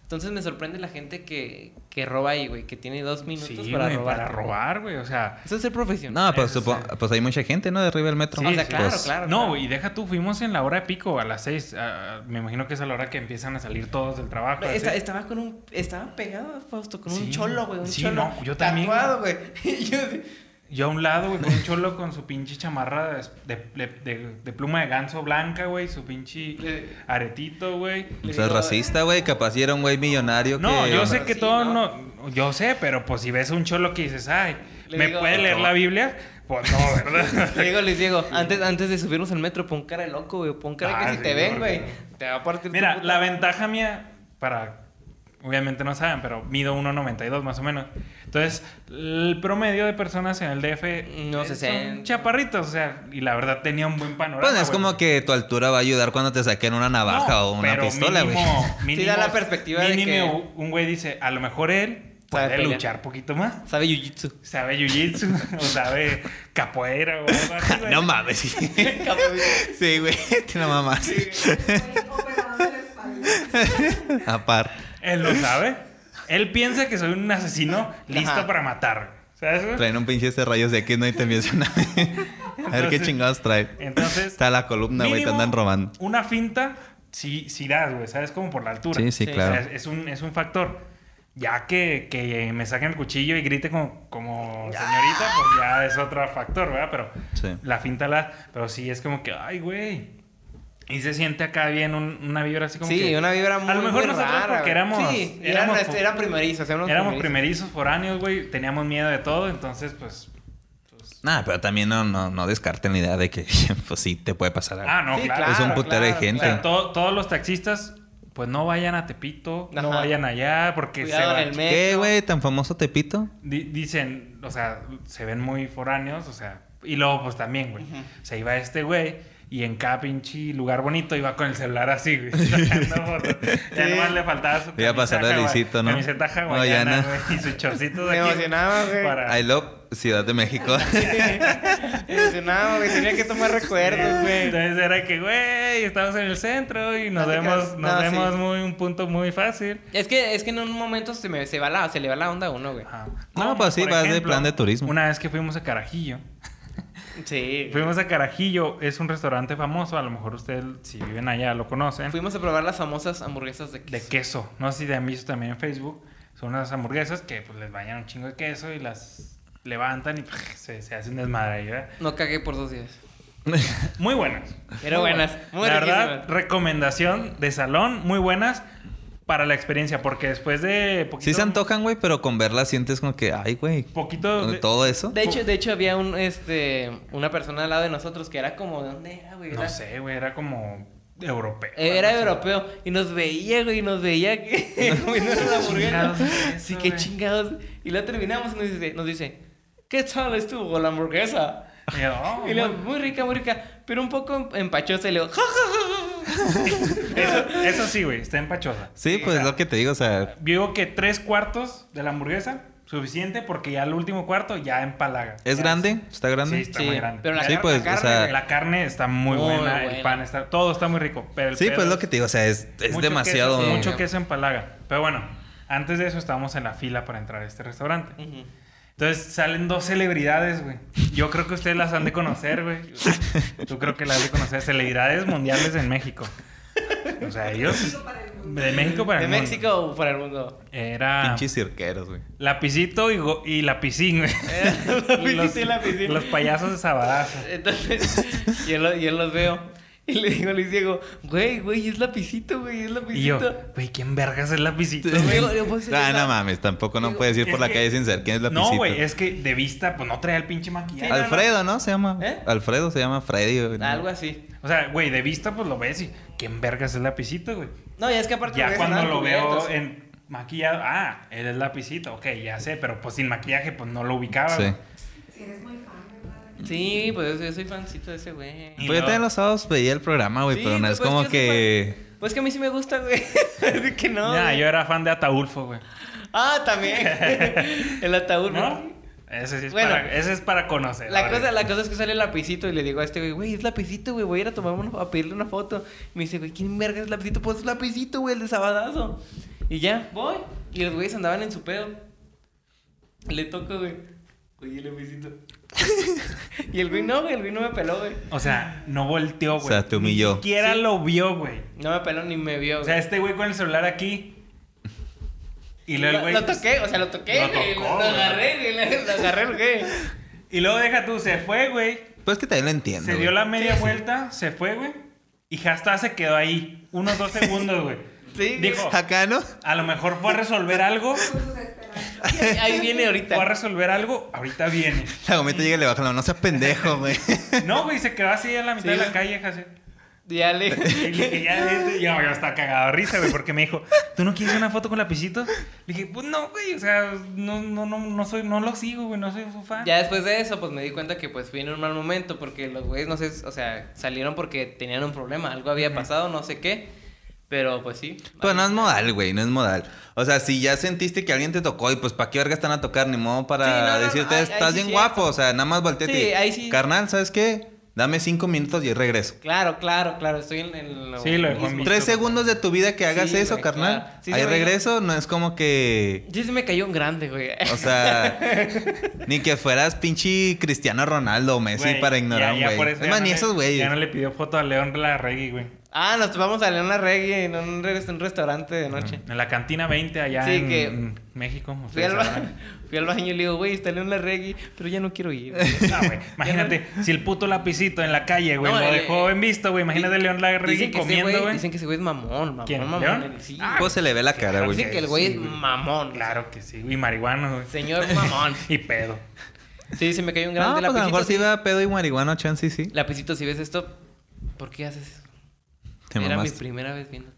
[SPEAKER 3] Entonces me sorprende la gente que, que roba ahí, güey, que tiene dos minutos
[SPEAKER 2] Sí,
[SPEAKER 3] para
[SPEAKER 2] güey,
[SPEAKER 3] robar.
[SPEAKER 2] para robar, güey. O sea,
[SPEAKER 3] Eso es ser profesional.
[SPEAKER 4] No, pues,
[SPEAKER 2] Eso
[SPEAKER 4] supo-
[SPEAKER 2] sí.
[SPEAKER 4] pues hay mucha gente, ¿no? De arriba del metro.
[SPEAKER 2] Sí,
[SPEAKER 3] o sea,
[SPEAKER 2] sí.
[SPEAKER 3] claro,
[SPEAKER 4] Pues,
[SPEAKER 3] claro.
[SPEAKER 2] No,
[SPEAKER 3] claro.
[SPEAKER 2] güey, deja tú, fuimos en la hora de pico, a las seis. ah, me imagino que es a la hora que empiezan a salir todos del trabajo. así.
[SPEAKER 3] Esta- estaba con un estaba pegado a Fausto con un
[SPEAKER 2] pues, eh. Sí.
[SPEAKER 3] cholo, güey, un
[SPEAKER 2] Sí,
[SPEAKER 3] cholo.
[SPEAKER 2] no, yo también.
[SPEAKER 3] Tatuado, güey. Y yo así,
[SPEAKER 2] Yo a un lado, güey, con un cholo con su pinche chamarra de, de- de- de pluma de ganso blanca, güey, su pinche
[SPEAKER 3] Le-
[SPEAKER 2] aretito, güey.
[SPEAKER 4] O sea, es racista, güey. Capaz si era un güey millonario
[SPEAKER 2] Pues No,
[SPEAKER 4] que...
[SPEAKER 2] yo sé
[SPEAKER 3] Sí,
[SPEAKER 2] que todo
[SPEAKER 3] ¿no?
[SPEAKER 2] no. Yo sé, pero pues si ves un cholo que dices, ay,
[SPEAKER 3] Le
[SPEAKER 2] ¿me
[SPEAKER 3] digo,
[SPEAKER 2] puede
[SPEAKER 3] no.
[SPEAKER 2] leer la Biblia? Pues no, ¿verdad?
[SPEAKER 3] Le digo, les digo, antes, antes de subirnos al metro, pon cara de loco, güey. Pon cara
[SPEAKER 2] Ah,
[SPEAKER 3] que si
[SPEAKER 2] sí,
[SPEAKER 3] te ven,
[SPEAKER 2] porque-
[SPEAKER 3] güey, te va a partir. tu
[SPEAKER 2] Mira,
[SPEAKER 3] puta-
[SPEAKER 2] la ventaja mía, para. Obviamente no saben, pero mido 1.92 más o menos. Entonces, el promedio de personas en el DF.
[SPEAKER 3] No
[SPEAKER 2] eh,
[SPEAKER 3] se
[SPEAKER 2] son
[SPEAKER 3] sen-
[SPEAKER 2] chaparritos, o sea, y la verdad tenía un buen panorama.
[SPEAKER 4] Pues es
[SPEAKER 2] güey.
[SPEAKER 4] como que tu altura va a ayudar cuando te saquen una navaja
[SPEAKER 2] No,
[SPEAKER 4] o una
[SPEAKER 2] pero
[SPEAKER 4] pistola, güey.
[SPEAKER 2] mínimo-
[SPEAKER 3] Sí da la perspectiva de
[SPEAKER 2] mínimo
[SPEAKER 3] que-
[SPEAKER 2] un güey dice, a lo mejor él
[SPEAKER 3] Sabe
[SPEAKER 2] puede
[SPEAKER 3] pelear.
[SPEAKER 2] luchar poquito más.
[SPEAKER 3] Sabe jiu-jitsu.
[SPEAKER 2] Sabe jiu-jitsu o sabe capoeira o algo así, güey.
[SPEAKER 4] No mames. sí, güey. Te la mamás.
[SPEAKER 5] Soy operador de la espalda.
[SPEAKER 4] Aparte.
[SPEAKER 2] Él lo sabe. Él piensa que soy un asesino listo
[SPEAKER 3] Ajá.
[SPEAKER 2] para matar. ¿Sabes? güey?
[SPEAKER 4] Traen un pinche de rayos de aquí, no y te envían a ver qué
[SPEAKER 2] Entonces-
[SPEAKER 4] chingados trae.
[SPEAKER 2] Entonces,
[SPEAKER 4] Está la columna, güey, te
[SPEAKER 2] mínimo
[SPEAKER 4] andan robando.
[SPEAKER 2] Una finta, sí, sí das, güey, ¿sabes? Como por la altura.
[SPEAKER 4] Sí, sí,
[SPEAKER 3] Sí.
[SPEAKER 2] O sea,
[SPEAKER 4] claro.
[SPEAKER 2] es, es un, es un factor. Ya que, que me saquen el cuchillo y grite como, como señorita, pues ya es otro factor, ¿verdad? Pero
[SPEAKER 4] Sí.
[SPEAKER 2] la finta la... Pero sí, es como que, ay, güey. Y se siente acá bien un- una vibra así como
[SPEAKER 3] Sí,
[SPEAKER 2] que...
[SPEAKER 3] una vibra muy
[SPEAKER 2] A lo mejor
[SPEAKER 3] muy
[SPEAKER 2] nosotros
[SPEAKER 3] rara,
[SPEAKER 2] porque
[SPEAKER 3] güey.
[SPEAKER 2] éramos-
[SPEAKER 3] Sí,
[SPEAKER 2] éramos
[SPEAKER 3] éramos,
[SPEAKER 2] fu-
[SPEAKER 3] eran primerizos. Éramos,
[SPEAKER 2] Éramos primerizos foráneos, güey. Teníamos miedo de todo, entonces, pues.
[SPEAKER 4] Nada, pero también no, no, no descarten la idea de que, pues sí, te puede pasar algo.
[SPEAKER 2] Ah, no,
[SPEAKER 3] Sí,
[SPEAKER 2] claro.
[SPEAKER 4] Es un putero de
[SPEAKER 3] claro,
[SPEAKER 2] O
[SPEAKER 4] gente.
[SPEAKER 2] sea, to- todos los taxistas, pues no vayan a Tepito, no
[SPEAKER 3] Ajá.
[SPEAKER 2] vayan allá, porque se
[SPEAKER 3] Cuidado
[SPEAKER 2] va-
[SPEAKER 3] en el metro.
[SPEAKER 4] ¿Qué, güey? ¿Tan famoso Tepito?
[SPEAKER 2] Di- Dicen, o sea, se ven muy foráneos, o sea. Y luego, pues también, güey. Se iba este güey. Y en cada pinche lugar bonito iba con el celular así, güey. Sacando fotos. Ya
[SPEAKER 3] Sí.
[SPEAKER 2] nomás le faltaba su
[SPEAKER 4] Iba a pasar
[SPEAKER 2] camisa
[SPEAKER 4] de
[SPEAKER 2] hawai-
[SPEAKER 4] lisito, ¿no?
[SPEAKER 2] Camiseta hawaiana,
[SPEAKER 4] Hawaiana.
[SPEAKER 2] güey. Y su chorcito de
[SPEAKER 3] Me
[SPEAKER 2] aquí.
[SPEAKER 3] emocionaba, güey.
[SPEAKER 2] para-
[SPEAKER 4] I love Ciudad de México.
[SPEAKER 3] Emocionado, güey. Tenía que tomar recuerdos, güey.
[SPEAKER 2] Entonces era que, güey, estamos en el centro y nos
[SPEAKER 3] No te
[SPEAKER 2] vemos,
[SPEAKER 3] creas.
[SPEAKER 2] nos
[SPEAKER 3] No,
[SPEAKER 2] vemos
[SPEAKER 3] sí.
[SPEAKER 2] muy, un punto muy fácil.
[SPEAKER 3] Es que, es que en un momento se, me, se, va la, se le va la onda a uno, güey.
[SPEAKER 2] Ajá.
[SPEAKER 4] No,
[SPEAKER 2] Como,
[SPEAKER 4] pues sí,
[SPEAKER 2] por
[SPEAKER 4] vas de plan de turismo.
[SPEAKER 2] Una vez que fuimos a Carajillo,
[SPEAKER 3] Sí.
[SPEAKER 2] fuimos a Carajillo, es un restaurante famoso, a lo mejor ustedes, si viven allá, lo conocen,
[SPEAKER 3] Fuimos a probar las famosas hamburguesas de queso.
[SPEAKER 2] de queso. No sé si han visto también en Facebook, son unas hamburguesas que pues les bañan un chingo de queso y las levantan y pues, se, se hace un desmadre ahí, ¿verdad?
[SPEAKER 3] No cagué por dos días.
[SPEAKER 2] Muy buenas.
[SPEAKER 3] Pero buenas. Muy
[SPEAKER 2] la
[SPEAKER 3] riquísimas.
[SPEAKER 2] verdad, recomendación de salón, muy buenas para la experiencia, porque después de poquito,
[SPEAKER 4] Sí se antojan, güey, pero con verla sientes como que, ay, güey.
[SPEAKER 2] poquito de-
[SPEAKER 4] Todo eso.
[SPEAKER 3] De hecho, de hecho había un este una persona al lado de nosotros que era como ¿de dónde era, güey?
[SPEAKER 2] no
[SPEAKER 3] Era-
[SPEAKER 2] sé, güey, era como europeo.
[SPEAKER 3] Eh, Era europeo y nos veía, güey, y nos veía que comiéndonos la hamburguesa.
[SPEAKER 2] Chingados, eso,
[SPEAKER 3] Sí, qué
[SPEAKER 2] güey.
[SPEAKER 3] chingados. Y la terminamos y nos dice, nos dice, "¿Qué tal estuvo la hamburguesa?"
[SPEAKER 2] Y yo, oh,
[SPEAKER 3] Y luego,
[SPEAKER 2] bueno.
[SPEAKER 3] muy rica, muy rica, pero un poco empachosa. Y le digo, "Ja, ja, ja, ja".
[SPEAKER 2] eso, eso sí, güey, está empachosa.
[SPEAKER 4] Sí, pues es lo que te digo, o sea,
[SPEAKER 2] Digo que tres cuartos de la hamburguesa suficiente porque ya el último cuarto ya empalaga.
[SPEAKER 4] ¿Es
[SPEAKER 2] Ya
[SPEAKER 4] grande? ¿Está
[SPEAKER 2] Sí,
[SPEAKER 4] grande?
[SPEAKER 2] está
[SPEAKER 3] Sí,
[SPEAKER 2] muy grande.
[SPEAKER 3] pero la
[SPEAKER 4] Sí,
[SPEAKER 3] carne-
[SPEAKER 4] pues,
[SPEAKER 3] la carne,
[SPEAKER 4] o sea,
[SPEAKER 2] La carne está muy,
[SPEAKER 3] Muy
[SPEAKER 2] buena, el
[SPEAKER 3] buena.
[SPEAKER 2] pan está, todo está muy rico. Pero el
[SPEAKER 4] Sí,
[SPEAKER 2] pedo
[SPEAKER 4] pues lo
[SPEAKER 2] es
[SPEAKER 4] que te digo, o sea, es, es
[SPEAKER 2] mucho
[SPEAKER 4] demasiado.
[SPEAKER 2] queso,
[SPEAKER 3] sí.
[SPEAKER 2] mucho queso empalaga. Pero bueno, antes de eso estábamos en la fila para entrar a este restaurante.
[SPEAKER 3] Ujú.
[SPEAKER 2] Entonces salen dos celebridades, güey. Yo creo que ustedes las han de conocer, güey. Yo creo que las han de conocer. Celebridades mundiales en México. O sea, ellos. De México para
[SPEAKER 3] ¿De
[SPEAKER 2] el mundo.
[SPEAKER 3] México o para el mundo?
[SPEAKER 2] Era.
[SPEAKER 4] Pinches cirqueros,
[SPEAKER 3] Ah.
[SPEAKER 4] güey.
[SPEAKER 2] Lapicito y, go- y Lapicín, güey.
[SPEAKER 3] Eh, Lapicito y
[SPEAKER 2] los,
[SPEAKER 3] Lapicín. Eh,
[SPEAKER 2] los payasos de Sabadazo.
[SPEAKER 3] Entonces, yo, lo- yo los veo. Y le digo a Luis Diego, güey, güey, es lapicito, güey, es lapicito.
[SPEAKER 2] Y yo, güey, ¿quién vergas es Lapicito?
[SPEAKER 3] Los
[SPEAKER 2] güey?
[SPEAKER 3] veo, yo, pues,
[SPEAKER 4] Ah,
[SPEAKER 3] esa-
[SPEAKER 4] no mames, tampoco no puedes ir
[SPEAKER 2] Es
[SPEAKER 4] por la
[SPEAKER 2] que-
[SPEAKER 4] calle sin saber quién es la
[SPEAKER 2] No, güey, es que de vista, pues no traía el pinche maquillaje.
[SPEAKER 3] Sí, no,
[SPEAKER 4] Alfredo, ¿no? Se llama.
[SPEAKER 3] ¿Eh?
[SPEAKER 4] Alfredo se llama Freddy. güey.
[SPEAKER 3] Algo así.
[SPEAKER 2] O sea, güey, de vista, pues lo ves y ¿quién vergas es Lapicito, güey?
[SPEAKER 3] No, ya es que aparte...
[SPEAKER 2] Ya
[SPEAKER 3] ves
[SPEAKER 2] cuando
[SPEAKER 3] nada
[SPEAKER 2] lo veo
[SPEAKER 3] cubiertos.
[SPEAKER 2] en maquillado, ah, él es lapicito, ok, ya sé, pero pues sin maquillaje, pues no lo ubicaba.
[SPEAKER 4] Sí.
[SPEAKER 2] güey.
[SPEAKER 5] Si eres muy fan, ¿verdad?
[SPEAKER 3] Sí, pues yo soy fancito de ese güey.
[SPEAKER 2] Y
[SPEAKER 4] Pues yo
[SPEAKER 2] luego-
[SPEAKER 4] también los sábados veía el programa, güey,
[SPEAKER 3] Sí,
[SPEAKER 4] pero no
[SPEAKER 3] pues,
[SPEAKER 4] es como
[SPEAKER 3] yo soy
[SPEAKER 4] que.
[SPEAKER 3] fan- Pues que a mí sí me gusta, güey. Así que no.
[SPEAKER 2] Nah,
[SPEAKER 3] güey.
[SPEAKER 2] yo era fan de Ataulfo, güey.
[SPEAKER 3] Ah, también. el ataúd,
[SPEAKER 2] ¿No?
[SPEAKER 3] ¿no?
[SPEAKER 2] Ese, sí es
[SPEAKER 3] Bueno.
[SPEAKER 2] para, ese es para conocer.
[SPEAKER 3] La
[SPEAKER 2] ahora.
[SPEAKER 3] cosa, la cosa es que sale el lapicito y le digo a este güey, güey, es lapicito, güey, voy a ir a tomar una- a pedirle una foto. Me dice, güey, ¿quién verga es lapicito? Pues es lapicito, güey, el de sabadazo. Y ya, voy. Y los güeyes andaban en su pedo. Le toco, güey. Oye, lapicito. y el güey no, güey, el güey no me peló, güey.
[SPEAKER 2] O sea, no volteó, güey.
[SPEAKER 4] O sea, te humilló.
[SPEAKER 2] Ni siquiera
[SPEAKER 3] Sí.
[SPEAKER 2] lo vio, güey.
[SPEAKER 3] No me peló ni me vio.
[SPEAKER 2] O
[SPEAKER 3] güey.
[SPEAKER 2] sea, este güey con el celular aquí. Y luego el
[SPEAKER 3] lo,
[SPEAKER 2] güey.
[SPEAKER 3] lo toqué, o sea, lo toqué,
[SPEAKER 2] Lo
[SPEAKER 3] güey, lo,
[SPEAKER 2] tocó,
[SPEAKER 3] lo
[SPEAKER 2] güey.
[SPEAKER 3] agarré, güey, lo agarré, güey.
[SPEAKER 2] Y luego deja tú, se fue, güey.
[SPEAKER 4] Pues que también lo entiendo.
[SPEAKER 2] Se
[SPEAKER 4] güey.
[SPEAKER 2] dio la media
[SPEAKER 3] Sí, sí.
[SPEAKER 2] vuelta, se fue, güey. Y hasta se quedó ahí. Unos dos segundos, güey.
[SPEAKER 3] Sí,
[SPEAKER 2] Dijo,
[SPEAKER 4] Acá, ¿no?
[SPEAKER 2] A lo mejor fue a resolver algo.
[SPEAKER 5] Con sus esperanzas.
[SPEAKER 3] Ahí, ahí viene
[SPEAKER 2] Fue a
[SPEAKER 3] ahorita.
[SPEAKER 2] resolver algo. Ahorita viene.
[SPEAKER 4] La gomita llega y le baja la mano. No seas pendejo, güey.
[SPEAKER 2] No, güey, se quedó así a la mitad
[SPEAKER 3] Sí,
[SPEAKER 2] de la
[SPEAKER 3] güey.
[SPEAKER 2] calle, Jase.
[SPEAKER 3] Ya le.
[SPEAKER 2] Y le dije, ya, vete. yo, yo estaba cagado de risa, güey, porque me dijo, ¿tú no quieres una foto con lapicito? Le dije, pues no, güey, o sea, no, no, no, no soy, no lo sigo, güey, no soy su fan.
[SPEAKER 3] Ya después de eso, pues me di cuenta que pues fui en un mal momento porque los güeyes, no sé, o sea, salieron porque tenían un problema, algo había pasado, no sé qué, pero pues sí.
[SPEAKER 4] Pero no es modal, güey, no es modal. O sea, si ya sentiste que alguien te tocó y pues pa' qué verga están a tocar, ni modo para
[SPEAKER 3] Sí, no, no, no,
[SPEAKER 4] decirte,
[SPEAKER 3] ahí- ahí
[SPEAKER 4] estás
[SPEAKER 3] sí
[SPEAKER 4] bien
[SPEAKER 3] cierto.
[SPEAKER 4] guapo, o sea, nada más volteate.
[SPEAKER 3] Sí, ahí sí.
[SPEAKER 4] Carnal, ¿sabes qué? Dame cinco minutos y regreso.
[SPEAKER 3] Claro, claro, claro, estoy en, en lo...
[SPEAKER 2] Sí, lo dejó en visto.
[SPEAKER 4] Tres segundos de tu vida que hagas
[SPEAKER 3] Sí,
[SPEAKER 4] eso,
[SPEAKER 3] güey,
[SPEAKER 4] carnal.
[SPEAKER 3] claro. Sí,
[SPEAKER 4] ahí
[SPEAKER 3] se me
[SPEAKER 4] regreso, no es como que.
[SPEAKER 3] Sí, se me cayó un grande, güey.
[SPEAKER 4] O sea, ni que fueras pinche Cristiano Ronaldo o Messi
[SPEAKER 2] Güey,
[SPEAKER 4] para ignorar a
[SPEAKER 2] ya- ya
[SPEAKER 4] un
[SPEAKER 2] por
[SPEAKER 4] güey.
[SPEAKER 2] eso
[SPEAKER 4] Es
[SPEAKER 2] ya
[SPEAKER 4] más,
[SPEAKER 2] no
[SPEAKER 4] ni
[SPEAKER 2] le-
[SPEAKER 4] esos güeyes.
[SPEAKER 2] Ya no le pidió foto a León Larregui, güey.
[SPEAKER 3] Ah, nos vamos a León Reggae en un, re- en un restaurante
[SPEAKER 2] Ah,
[SPEAKER 3] de noche.
[SPEAKER 2] En la cantina 20 allá
[SPEAKER 3] Sí,
[SPEAKER 2] en,
[SPEAKER 3] que-
[SPEAKER 2] en México.
[SPEAKER 3] Fui
[SPEAKER 2] ustedes
[SPEAKER 3] al, ba-
[SPEAKER 2] sabrán.
[SPEAKER 3] fui al baño y le digo, güey, está León Reggae, pero ya no quiero ir.
[SPEAKER 2] No, Ah, güey. Imagínate, si el puto lapicito en la calle, güey,
[SPEAKER 3] No,
[SPEAKER 2] lo
[SPEAKER 3] eh,
[SPEAKER 2] dejó en visto, güey. Imagínate a León Larregui
[SPEAKER 3] Dicen que ese
[SPEAKER 2] comiendo, güey.
[SPEAKER 3] Dicen que ese güey es mamón, mamón,
[SPEAKER 2] ¿Quién,
[SPEAKER 3] mamón.
[SPEAKER 2] León?
[SPEAKER 3] Sí,
[SPEAKER 2] Ah,
[SPEAKER 4] Pues se le ve la cara,
[SPEAKER 2] claro
[SPEAKER 4] güey.
[SPEAKER 3] dicen que el güey
[SPEAKER 2] sí,
[SPEAKER 3] es
[SPEAKER 2] güey.
[SPEAKER 3] mamón.
[SPEAKER 2] Claro que sí, güey. Marihuana, güey.
[SPEAKER 3] Señor mamón.
[SPEAKER 2] Y pedo.
[SPEAKER 3] Sí, se me cayó un
[SPEAKER 4] No,
[SPEAKER 3] grande.
[SPEAKER 4] pues a lo mejor
[SPEAKER 3] lapicito,
[SPEAKER 4] si iba pedo y marihuana, chance, sí.
[SPEAKER 3] Lapicito, si ves esto, ¿por qué haces eso?
[SPEAKER 4] Te
[SPEAKER 3] Era mi
[SPEAKER 4] mamaste.
[SPEAKER 3] primera vez viendo.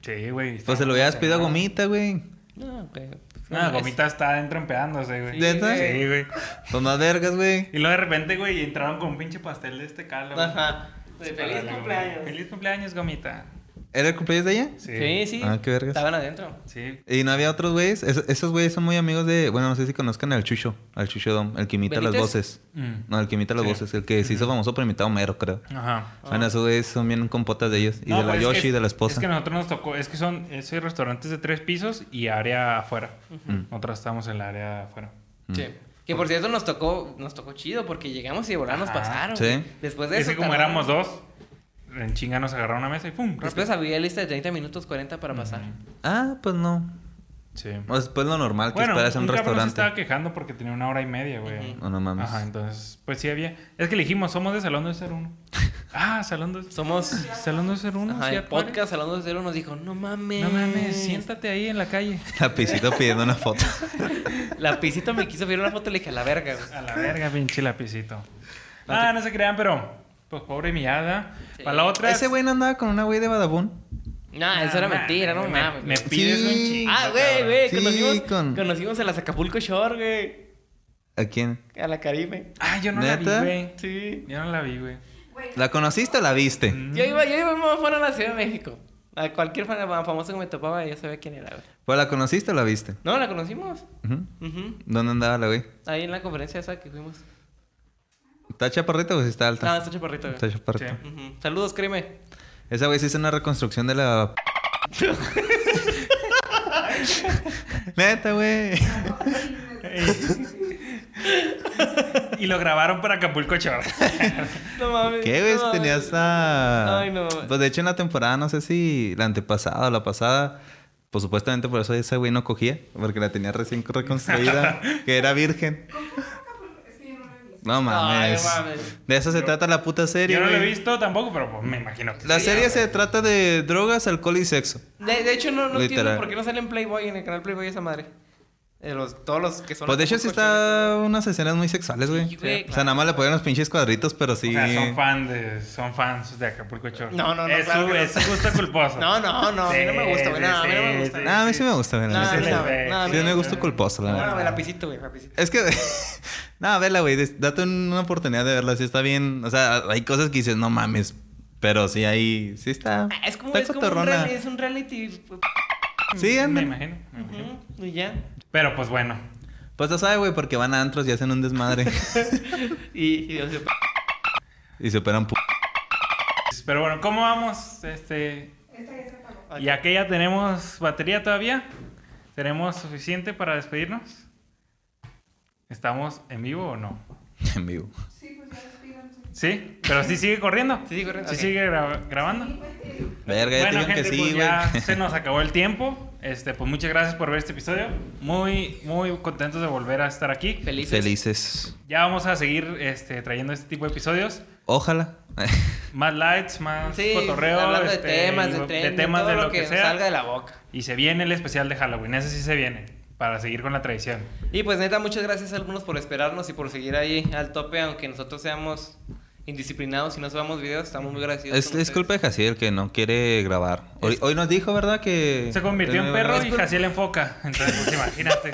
[SPEAKER 2] Sí, güey.
[SPEAKER 4] Pues se lo hubieras pedido a gomita, güey.
[SPEAKER 3] No, Pues, güey.
[SPEAKER 2] No, Gomita está adentro empedándose, güey.
[SPEAKER 3] Sí,
[SPEAKER 4] ¿Neta?
[SPEAKER 2] Sí, güey.
[SPEAKER 4] Pues más vergas, güey.
[SPEAKER 2] Y luego de repente, güey, entraron con un pinche pastel de este calo. güey.
[SPEAKER 3] Ajá. De
[SPEAKER 2] Para
[SPEAKER 3] Pues, feliz
[SPEAKER 2] la-
[SPEAKER 3] cumpleaños.
[SPEAKER 2] Feliz cumpleaños, Gomita.
[SPEAKER 4] ¿Era el cumpleaños de ella?
[SPEAKER 3] Sí, sí.
[SPEAKER 4] Ah, qué vergas.
[SPEAKER 3] Estaban adentro.
[SPEAKER 2] Sí.
[SPEAKER 4] Y no había otros güeyes. Es- esos güeyes son muy amigos de. Bueno, no sé si conozcan al Chucho, al Chucho Dom, el que imita las
[SPEAKER 3] ¿Benítez?
[SPEAKER 4] voces.
[SPEAKER 2] Mm.
[SPEAKER 4] No, el que imita las
[SPEAKER 2] Sí.
[SPEAKER 4] voces, el que se hizo famoso por imitar a Homero, creo.
[SPEAKER 2] Ajá.
[SPEAKER 4] Bueno, esos güeyes son bien compotas de ellos. Y
[SPEAKER 2] No,
[SPEAKER 4] de la
[SPEAKER 2] pues es
[SPEAKER 4] Yoshi
[SPEAKER 2] que-
[SPEAKER 4] y de la esposa.
[SPEAKER 2] Es que nosotros nos tocó, es que son, es- hay restaurantes de tres pisos y área afuera.
[SPEAKER 4] Mm.
[SPEAKER 2] Nosotros estamos en la área afuera.
[SPEAKER 3] Sí. Que por cierto nos tocó, nos tocó chido porque llegamos y de volada nos
[SPEAKER 2] Ajá.
[SPEAKER 3] pasaron.
[SPEAKER 4] Sí.
[SPEAKER 3] güey. Después Pues de
[SPEAKER 2] Es
[SPEAKER 3] eso.
[SPEAKER 2] que como
[SPEAKER 3] tardaron-
[SPEAKER 2] éramos dos, en chinga nos agarraron una mesa y pum, rápido.
[SPEAKER 3] Después había lista de 30 minutos 40 para pasar.
[SPEAKER 4] Ah, pues no.
[SPEAKER 2] Sí.
[SPEAKER 4] Pues, pues lo normal que
[SPEAKER 2] Bueno,
[SPEAKER 4] esperas
[SPEAKER 2] un
[SPEAKER 4] en un
[SPEAKER 2] cabrón se
[SPEAKER 4] restaurante.
[SPEAKER 2] estaba quejando porque tenía una hora y media, güey.
[SPEAKER 4] Oh, no mames.
[SPEAKER 2] Ajá, entonces, pues sí había. Es que le dijimos, somos de Salón 201. ah, Salón 201.
[SPEAKER 3] Somos.
[SPEAKER 2] Salón 201,
[SPEAKER 3] Ajá,
[SPEAKER 2] sí,
[SPEAKER 3] el
[SPEAKER 2] Juárez.
[SPEAKER 3] podcast hablando de cero nos dijo, no mames.
[SPEAKER 2] No mames, siéntate ahí en la calle.
[SPEAKER 4] Lapicito pidiendo una foto.
[SPEAKER 3] Lapicito me quiso pedir una foto y le dije, a la verga, güey.
[SPEAKER 2] A la verga, pinche lapicito. Ah, no se crean, pero. Pues pobre miada.
[SPEAKER 3] Sí.
[SPEAKER 2] Para la otra.
[SPEAKER 4] Ese güey no andaba con una güey de Badabun.
[SPEAKER 3] Nah, eso era
[SPEAKER 2] Nah,
[SPEAKER 3] mentira, no
[SPEAKER 2] me-
[SPEAKER 3] mames.
[SPEAKER 2] Me pides un
[SPEAKER 4] Sí.
[SPEAKER 2] chingo.
[SPEAKER 3] Ah, güey,
[SPEAKER 2] cabrón.
[SPEAKER 3] güey,
[SPEAKER 4] Sí,
[SPEAKER 3] conocimos,
[SPEAKER 4] con-
[SPEAKER 3] conocimos a las Acapulco Shore, güey.
[SPEAKER 4] ¿A quién?
[SPEAKER 3] A la Caribe.
[SPEAKER 2] Ah, yo no
[SPEAKER 4] ¿Neta?
[SPEAKER 2] la vi, güey.
[SPEAKER 3] Sí.
[SPEAKER 2] Yo no la vi, güey.
[SPEAKER 5] Güey,
[SPEAKER 4] ¿La conociste o la viste?
[SPEAKER 2] Mm.
[SPEAKER 3] Yo iba, yo iba muy fuera a la Ciudad de México. A cualquier fan- famoso que me topaba, yo sabía quién era, güey.
[SPEAKER 4] ¿Pues la conociste o la viste?
[SPEAKER 3] No, la conocimos.
[SPEAKER 4] Ujú.
[SPEAKER 3] Ujú.
[SPEAKER 4] ¿Dónde andaba la güey?
[SPEAKER 3] Ahí en la conferencia esa que fuimos.
[SPEAKER 4] ¿Está chaparrita o si está alta?
[SPEAKER 3] Ah, está chaparrito, güey.
[SPEAKER 4] Está chaparrita.
[SPEAKER 2] Sí.
[SPEAKER 3] Ujú. Saludos, créeme.
[SPEAKER 4] Esa güey sí hizo una reconstrucción de la. Neta, güey.
[SPEAKER 2] Y lo grabaron para Acapulco, chaval.
[SPEAKER 3] No mames.
[SPEAKER 4] ¿Qué, güey?
[SPEAKER 3] no mames.
[SPEAKER 4] Tenía hasta.
[SPEAKER 3] Ay, no.
[SPEAKER 4] Pues de hecho, en la temporada, no sé si la antepasada o la pasada. Pues supuestamente por eso esa güey no cogía, porque la tenía recién reconstruida, que era virgen.
[SPEAKER 5] Es que yo no lo he visto.
[SPEAKER 4] No mames.
[SPEAKER 3] Ay, no mames.
[SPEAKER 4] De eso se trata la puta serie.
[SPEAKER 2] Yo no lo he
[SPEAKER 4] güey.
[SPEAKER 2] visto tampoco, pero pues, me imagino que
[SPEAKER 4] La
[SPEAKER 2] sí,
[SPEAKER 4] serie
[SPEAKER 2] ¿no?
[SPEAKER 4] se trata de drogas, alcohol y sexo.
[SPEAKER 3] De, de hecho, no, no entiendo
[SPEAKER 4] Literal.
[SPEAKER 3] por qué no sale en Playboy, en el canal Playboy esa madre. Eh, los, todos los que son.
[SPEAKER 4] Pues de hecho sí está unas escenas muy sexuales, güey.
[SPEAKER 3] Sí, güey,
[SPEAKER 4] o sea, nada más le ponían los pinches cuadritos, pero sí.
[SPEAKER 2] O sea, son, fan de, son fans de Acapulco Shore.
[SPEAKER 3] No, no, no,
[SPEAKER 2] Es,
[SPEAKER 3] claro
[SPEAKER 2] su,
[SPEAKER 3] que no.
[SPEAKER 2] es su gusto culposo.
[SPEAKER 3] No, no, no, a mí no me gusta, güey, no, a mí no me gusta.
[SPEAKER 4] No, a mí sí me gusta, güey, la
[SPEAKER 3] neta.
[SPEAKER 2] Sí,
[SPEAKER 3] No, no, no, a mí
[SPEAKER 4] Sí,
[SPEAKER 3] no.
[SPEAKER 4] me gusto culposo, la
[SPEAKER 3] No,
[SPEAKER 4] verdad.
[SPEAKER 3] güey, Ah, lapicito, güey, lapicito.
[SPEAKER 4] Es que. Nada, vela, güey. des- Date un- una oportunidad de verla. Sí está bien. O sea, hay cosas que dices, no mames. Pero sí, ahí. Sí está.
[SPEAKER 3] Ah, Es como,
[SPEAKER 4] está
[SPEAKER 3] es como un,
[SPEAKER 4] cotorrona.
[SPEAKER 3] reali- es un reality. pues,
[SPEAKER 4] Sí,
[SPEAKER 2] Me
[SPEAKER 4] anda.
[SPEAKER 2] imagino. me imagino.
[SPEAKER 3] ujú, Y ya.
[SPEAKER 2] Pero pues bueno.
[SPEAKER 4] Pues ya sabe, güey, porque van a antros y hacen un desmadre.
[SPEAKER 3] Y, y, o sea,
[SPEAKER 4] y se operan pu-
[SPEAKER 2] Pero bueno, ¿cómo vamos? Este,
[SPEAKER 5] Esta ya se acabó.
[SPEAKER 2] ¿Y aquí ya tenemos batería todavía? ¿Tenemos suficiente para despedirnos? ¿Estamos en vivo o no?
[SPEAKER 4] en vivo.
[SPEAKER 5] Sí, pues ya despido. entonces.
[SPEAKER 2] Sí, pero sí sigue corriendo.
[SPEAKER 3] Sí sigue corriendo,
[SPEAKER 2] Sí
[SPEAKER 3] ok.
[SPEAKER 2] sigue gra- grabando.
[SPEAKER 4] Verga, ya te
[SPEAKER 2] bueno,
[SPEAKER 4] dijeron
[SPEAKER 2] gente,
[SPEAKER 4] que sí,
[SPEAKER 2] pues
[SPEAKER 4] güey.
[SPEAKER 2] ya se nos acabó el tiempo. Este, pues muchas gracias por ver este episodio. Muy, muy contentos de volver a estar aquí.
[SPEAKER 3] Felices.
[SPEAKER 4] Felices.
[SPEAKER 2] Ya vamos a seguir este, trayendo este tipo de episodios.
[SPEAKER 4] Ojalá.
[SPEAKER 2] Más lights, más
[SPEAKER 3] Sí,
[SPEAKER 2] cotorreo.
[SPEAKER 3] hablando
[SPEAKER 2] este,
[SPEAKER 3] de temas, de,
[SPEAKER 2] y-
[SPEAKER 3] tren, de
[SPEAKER 2] temas
[SPEAKER 3] todo
[SPEAKER 2] de
[SPEAKER 3] lo que,
[SPEAKER 2] sea.
[SPEAKER 3] salga de la boca.
[SPEAKER 2] Y se viene el especial de Halloween. Ese sí se viene. Para seguir con la tradición.
[SPEAKER 3] Y pues neta, muchas gracias a algunos por esperarnos y por seguir ahí al tope, aunque nosotros seamos indisciplinados y no subamos videos, estamos muy agradecidos.
[SPEAKER 4] es,
[SPEAKER 3] con
[SPEAKER 4] es culpa de Jaciel que no quiere grabar. Hoy, hoy nos dijo, ¿verdad? Que.
[SPEAKER 2] Se convirtió en perro y
[SPEAKER 4] Es por-
[SPEAKER 2] Jaciel enfoca. Entonces, pues, imagínate.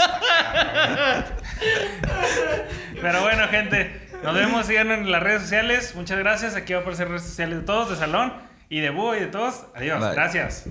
[SPEAKER 2] Pero bueno, gente. Nos vemos, síganos en las redes sociales. Muchas gracias. Aquí va a aparecer redes sociales de todos, de Salón y de Búho y de todos. Adiós.
[SPEAKER 4] Bye.
[SPEAKER 2] Gracias.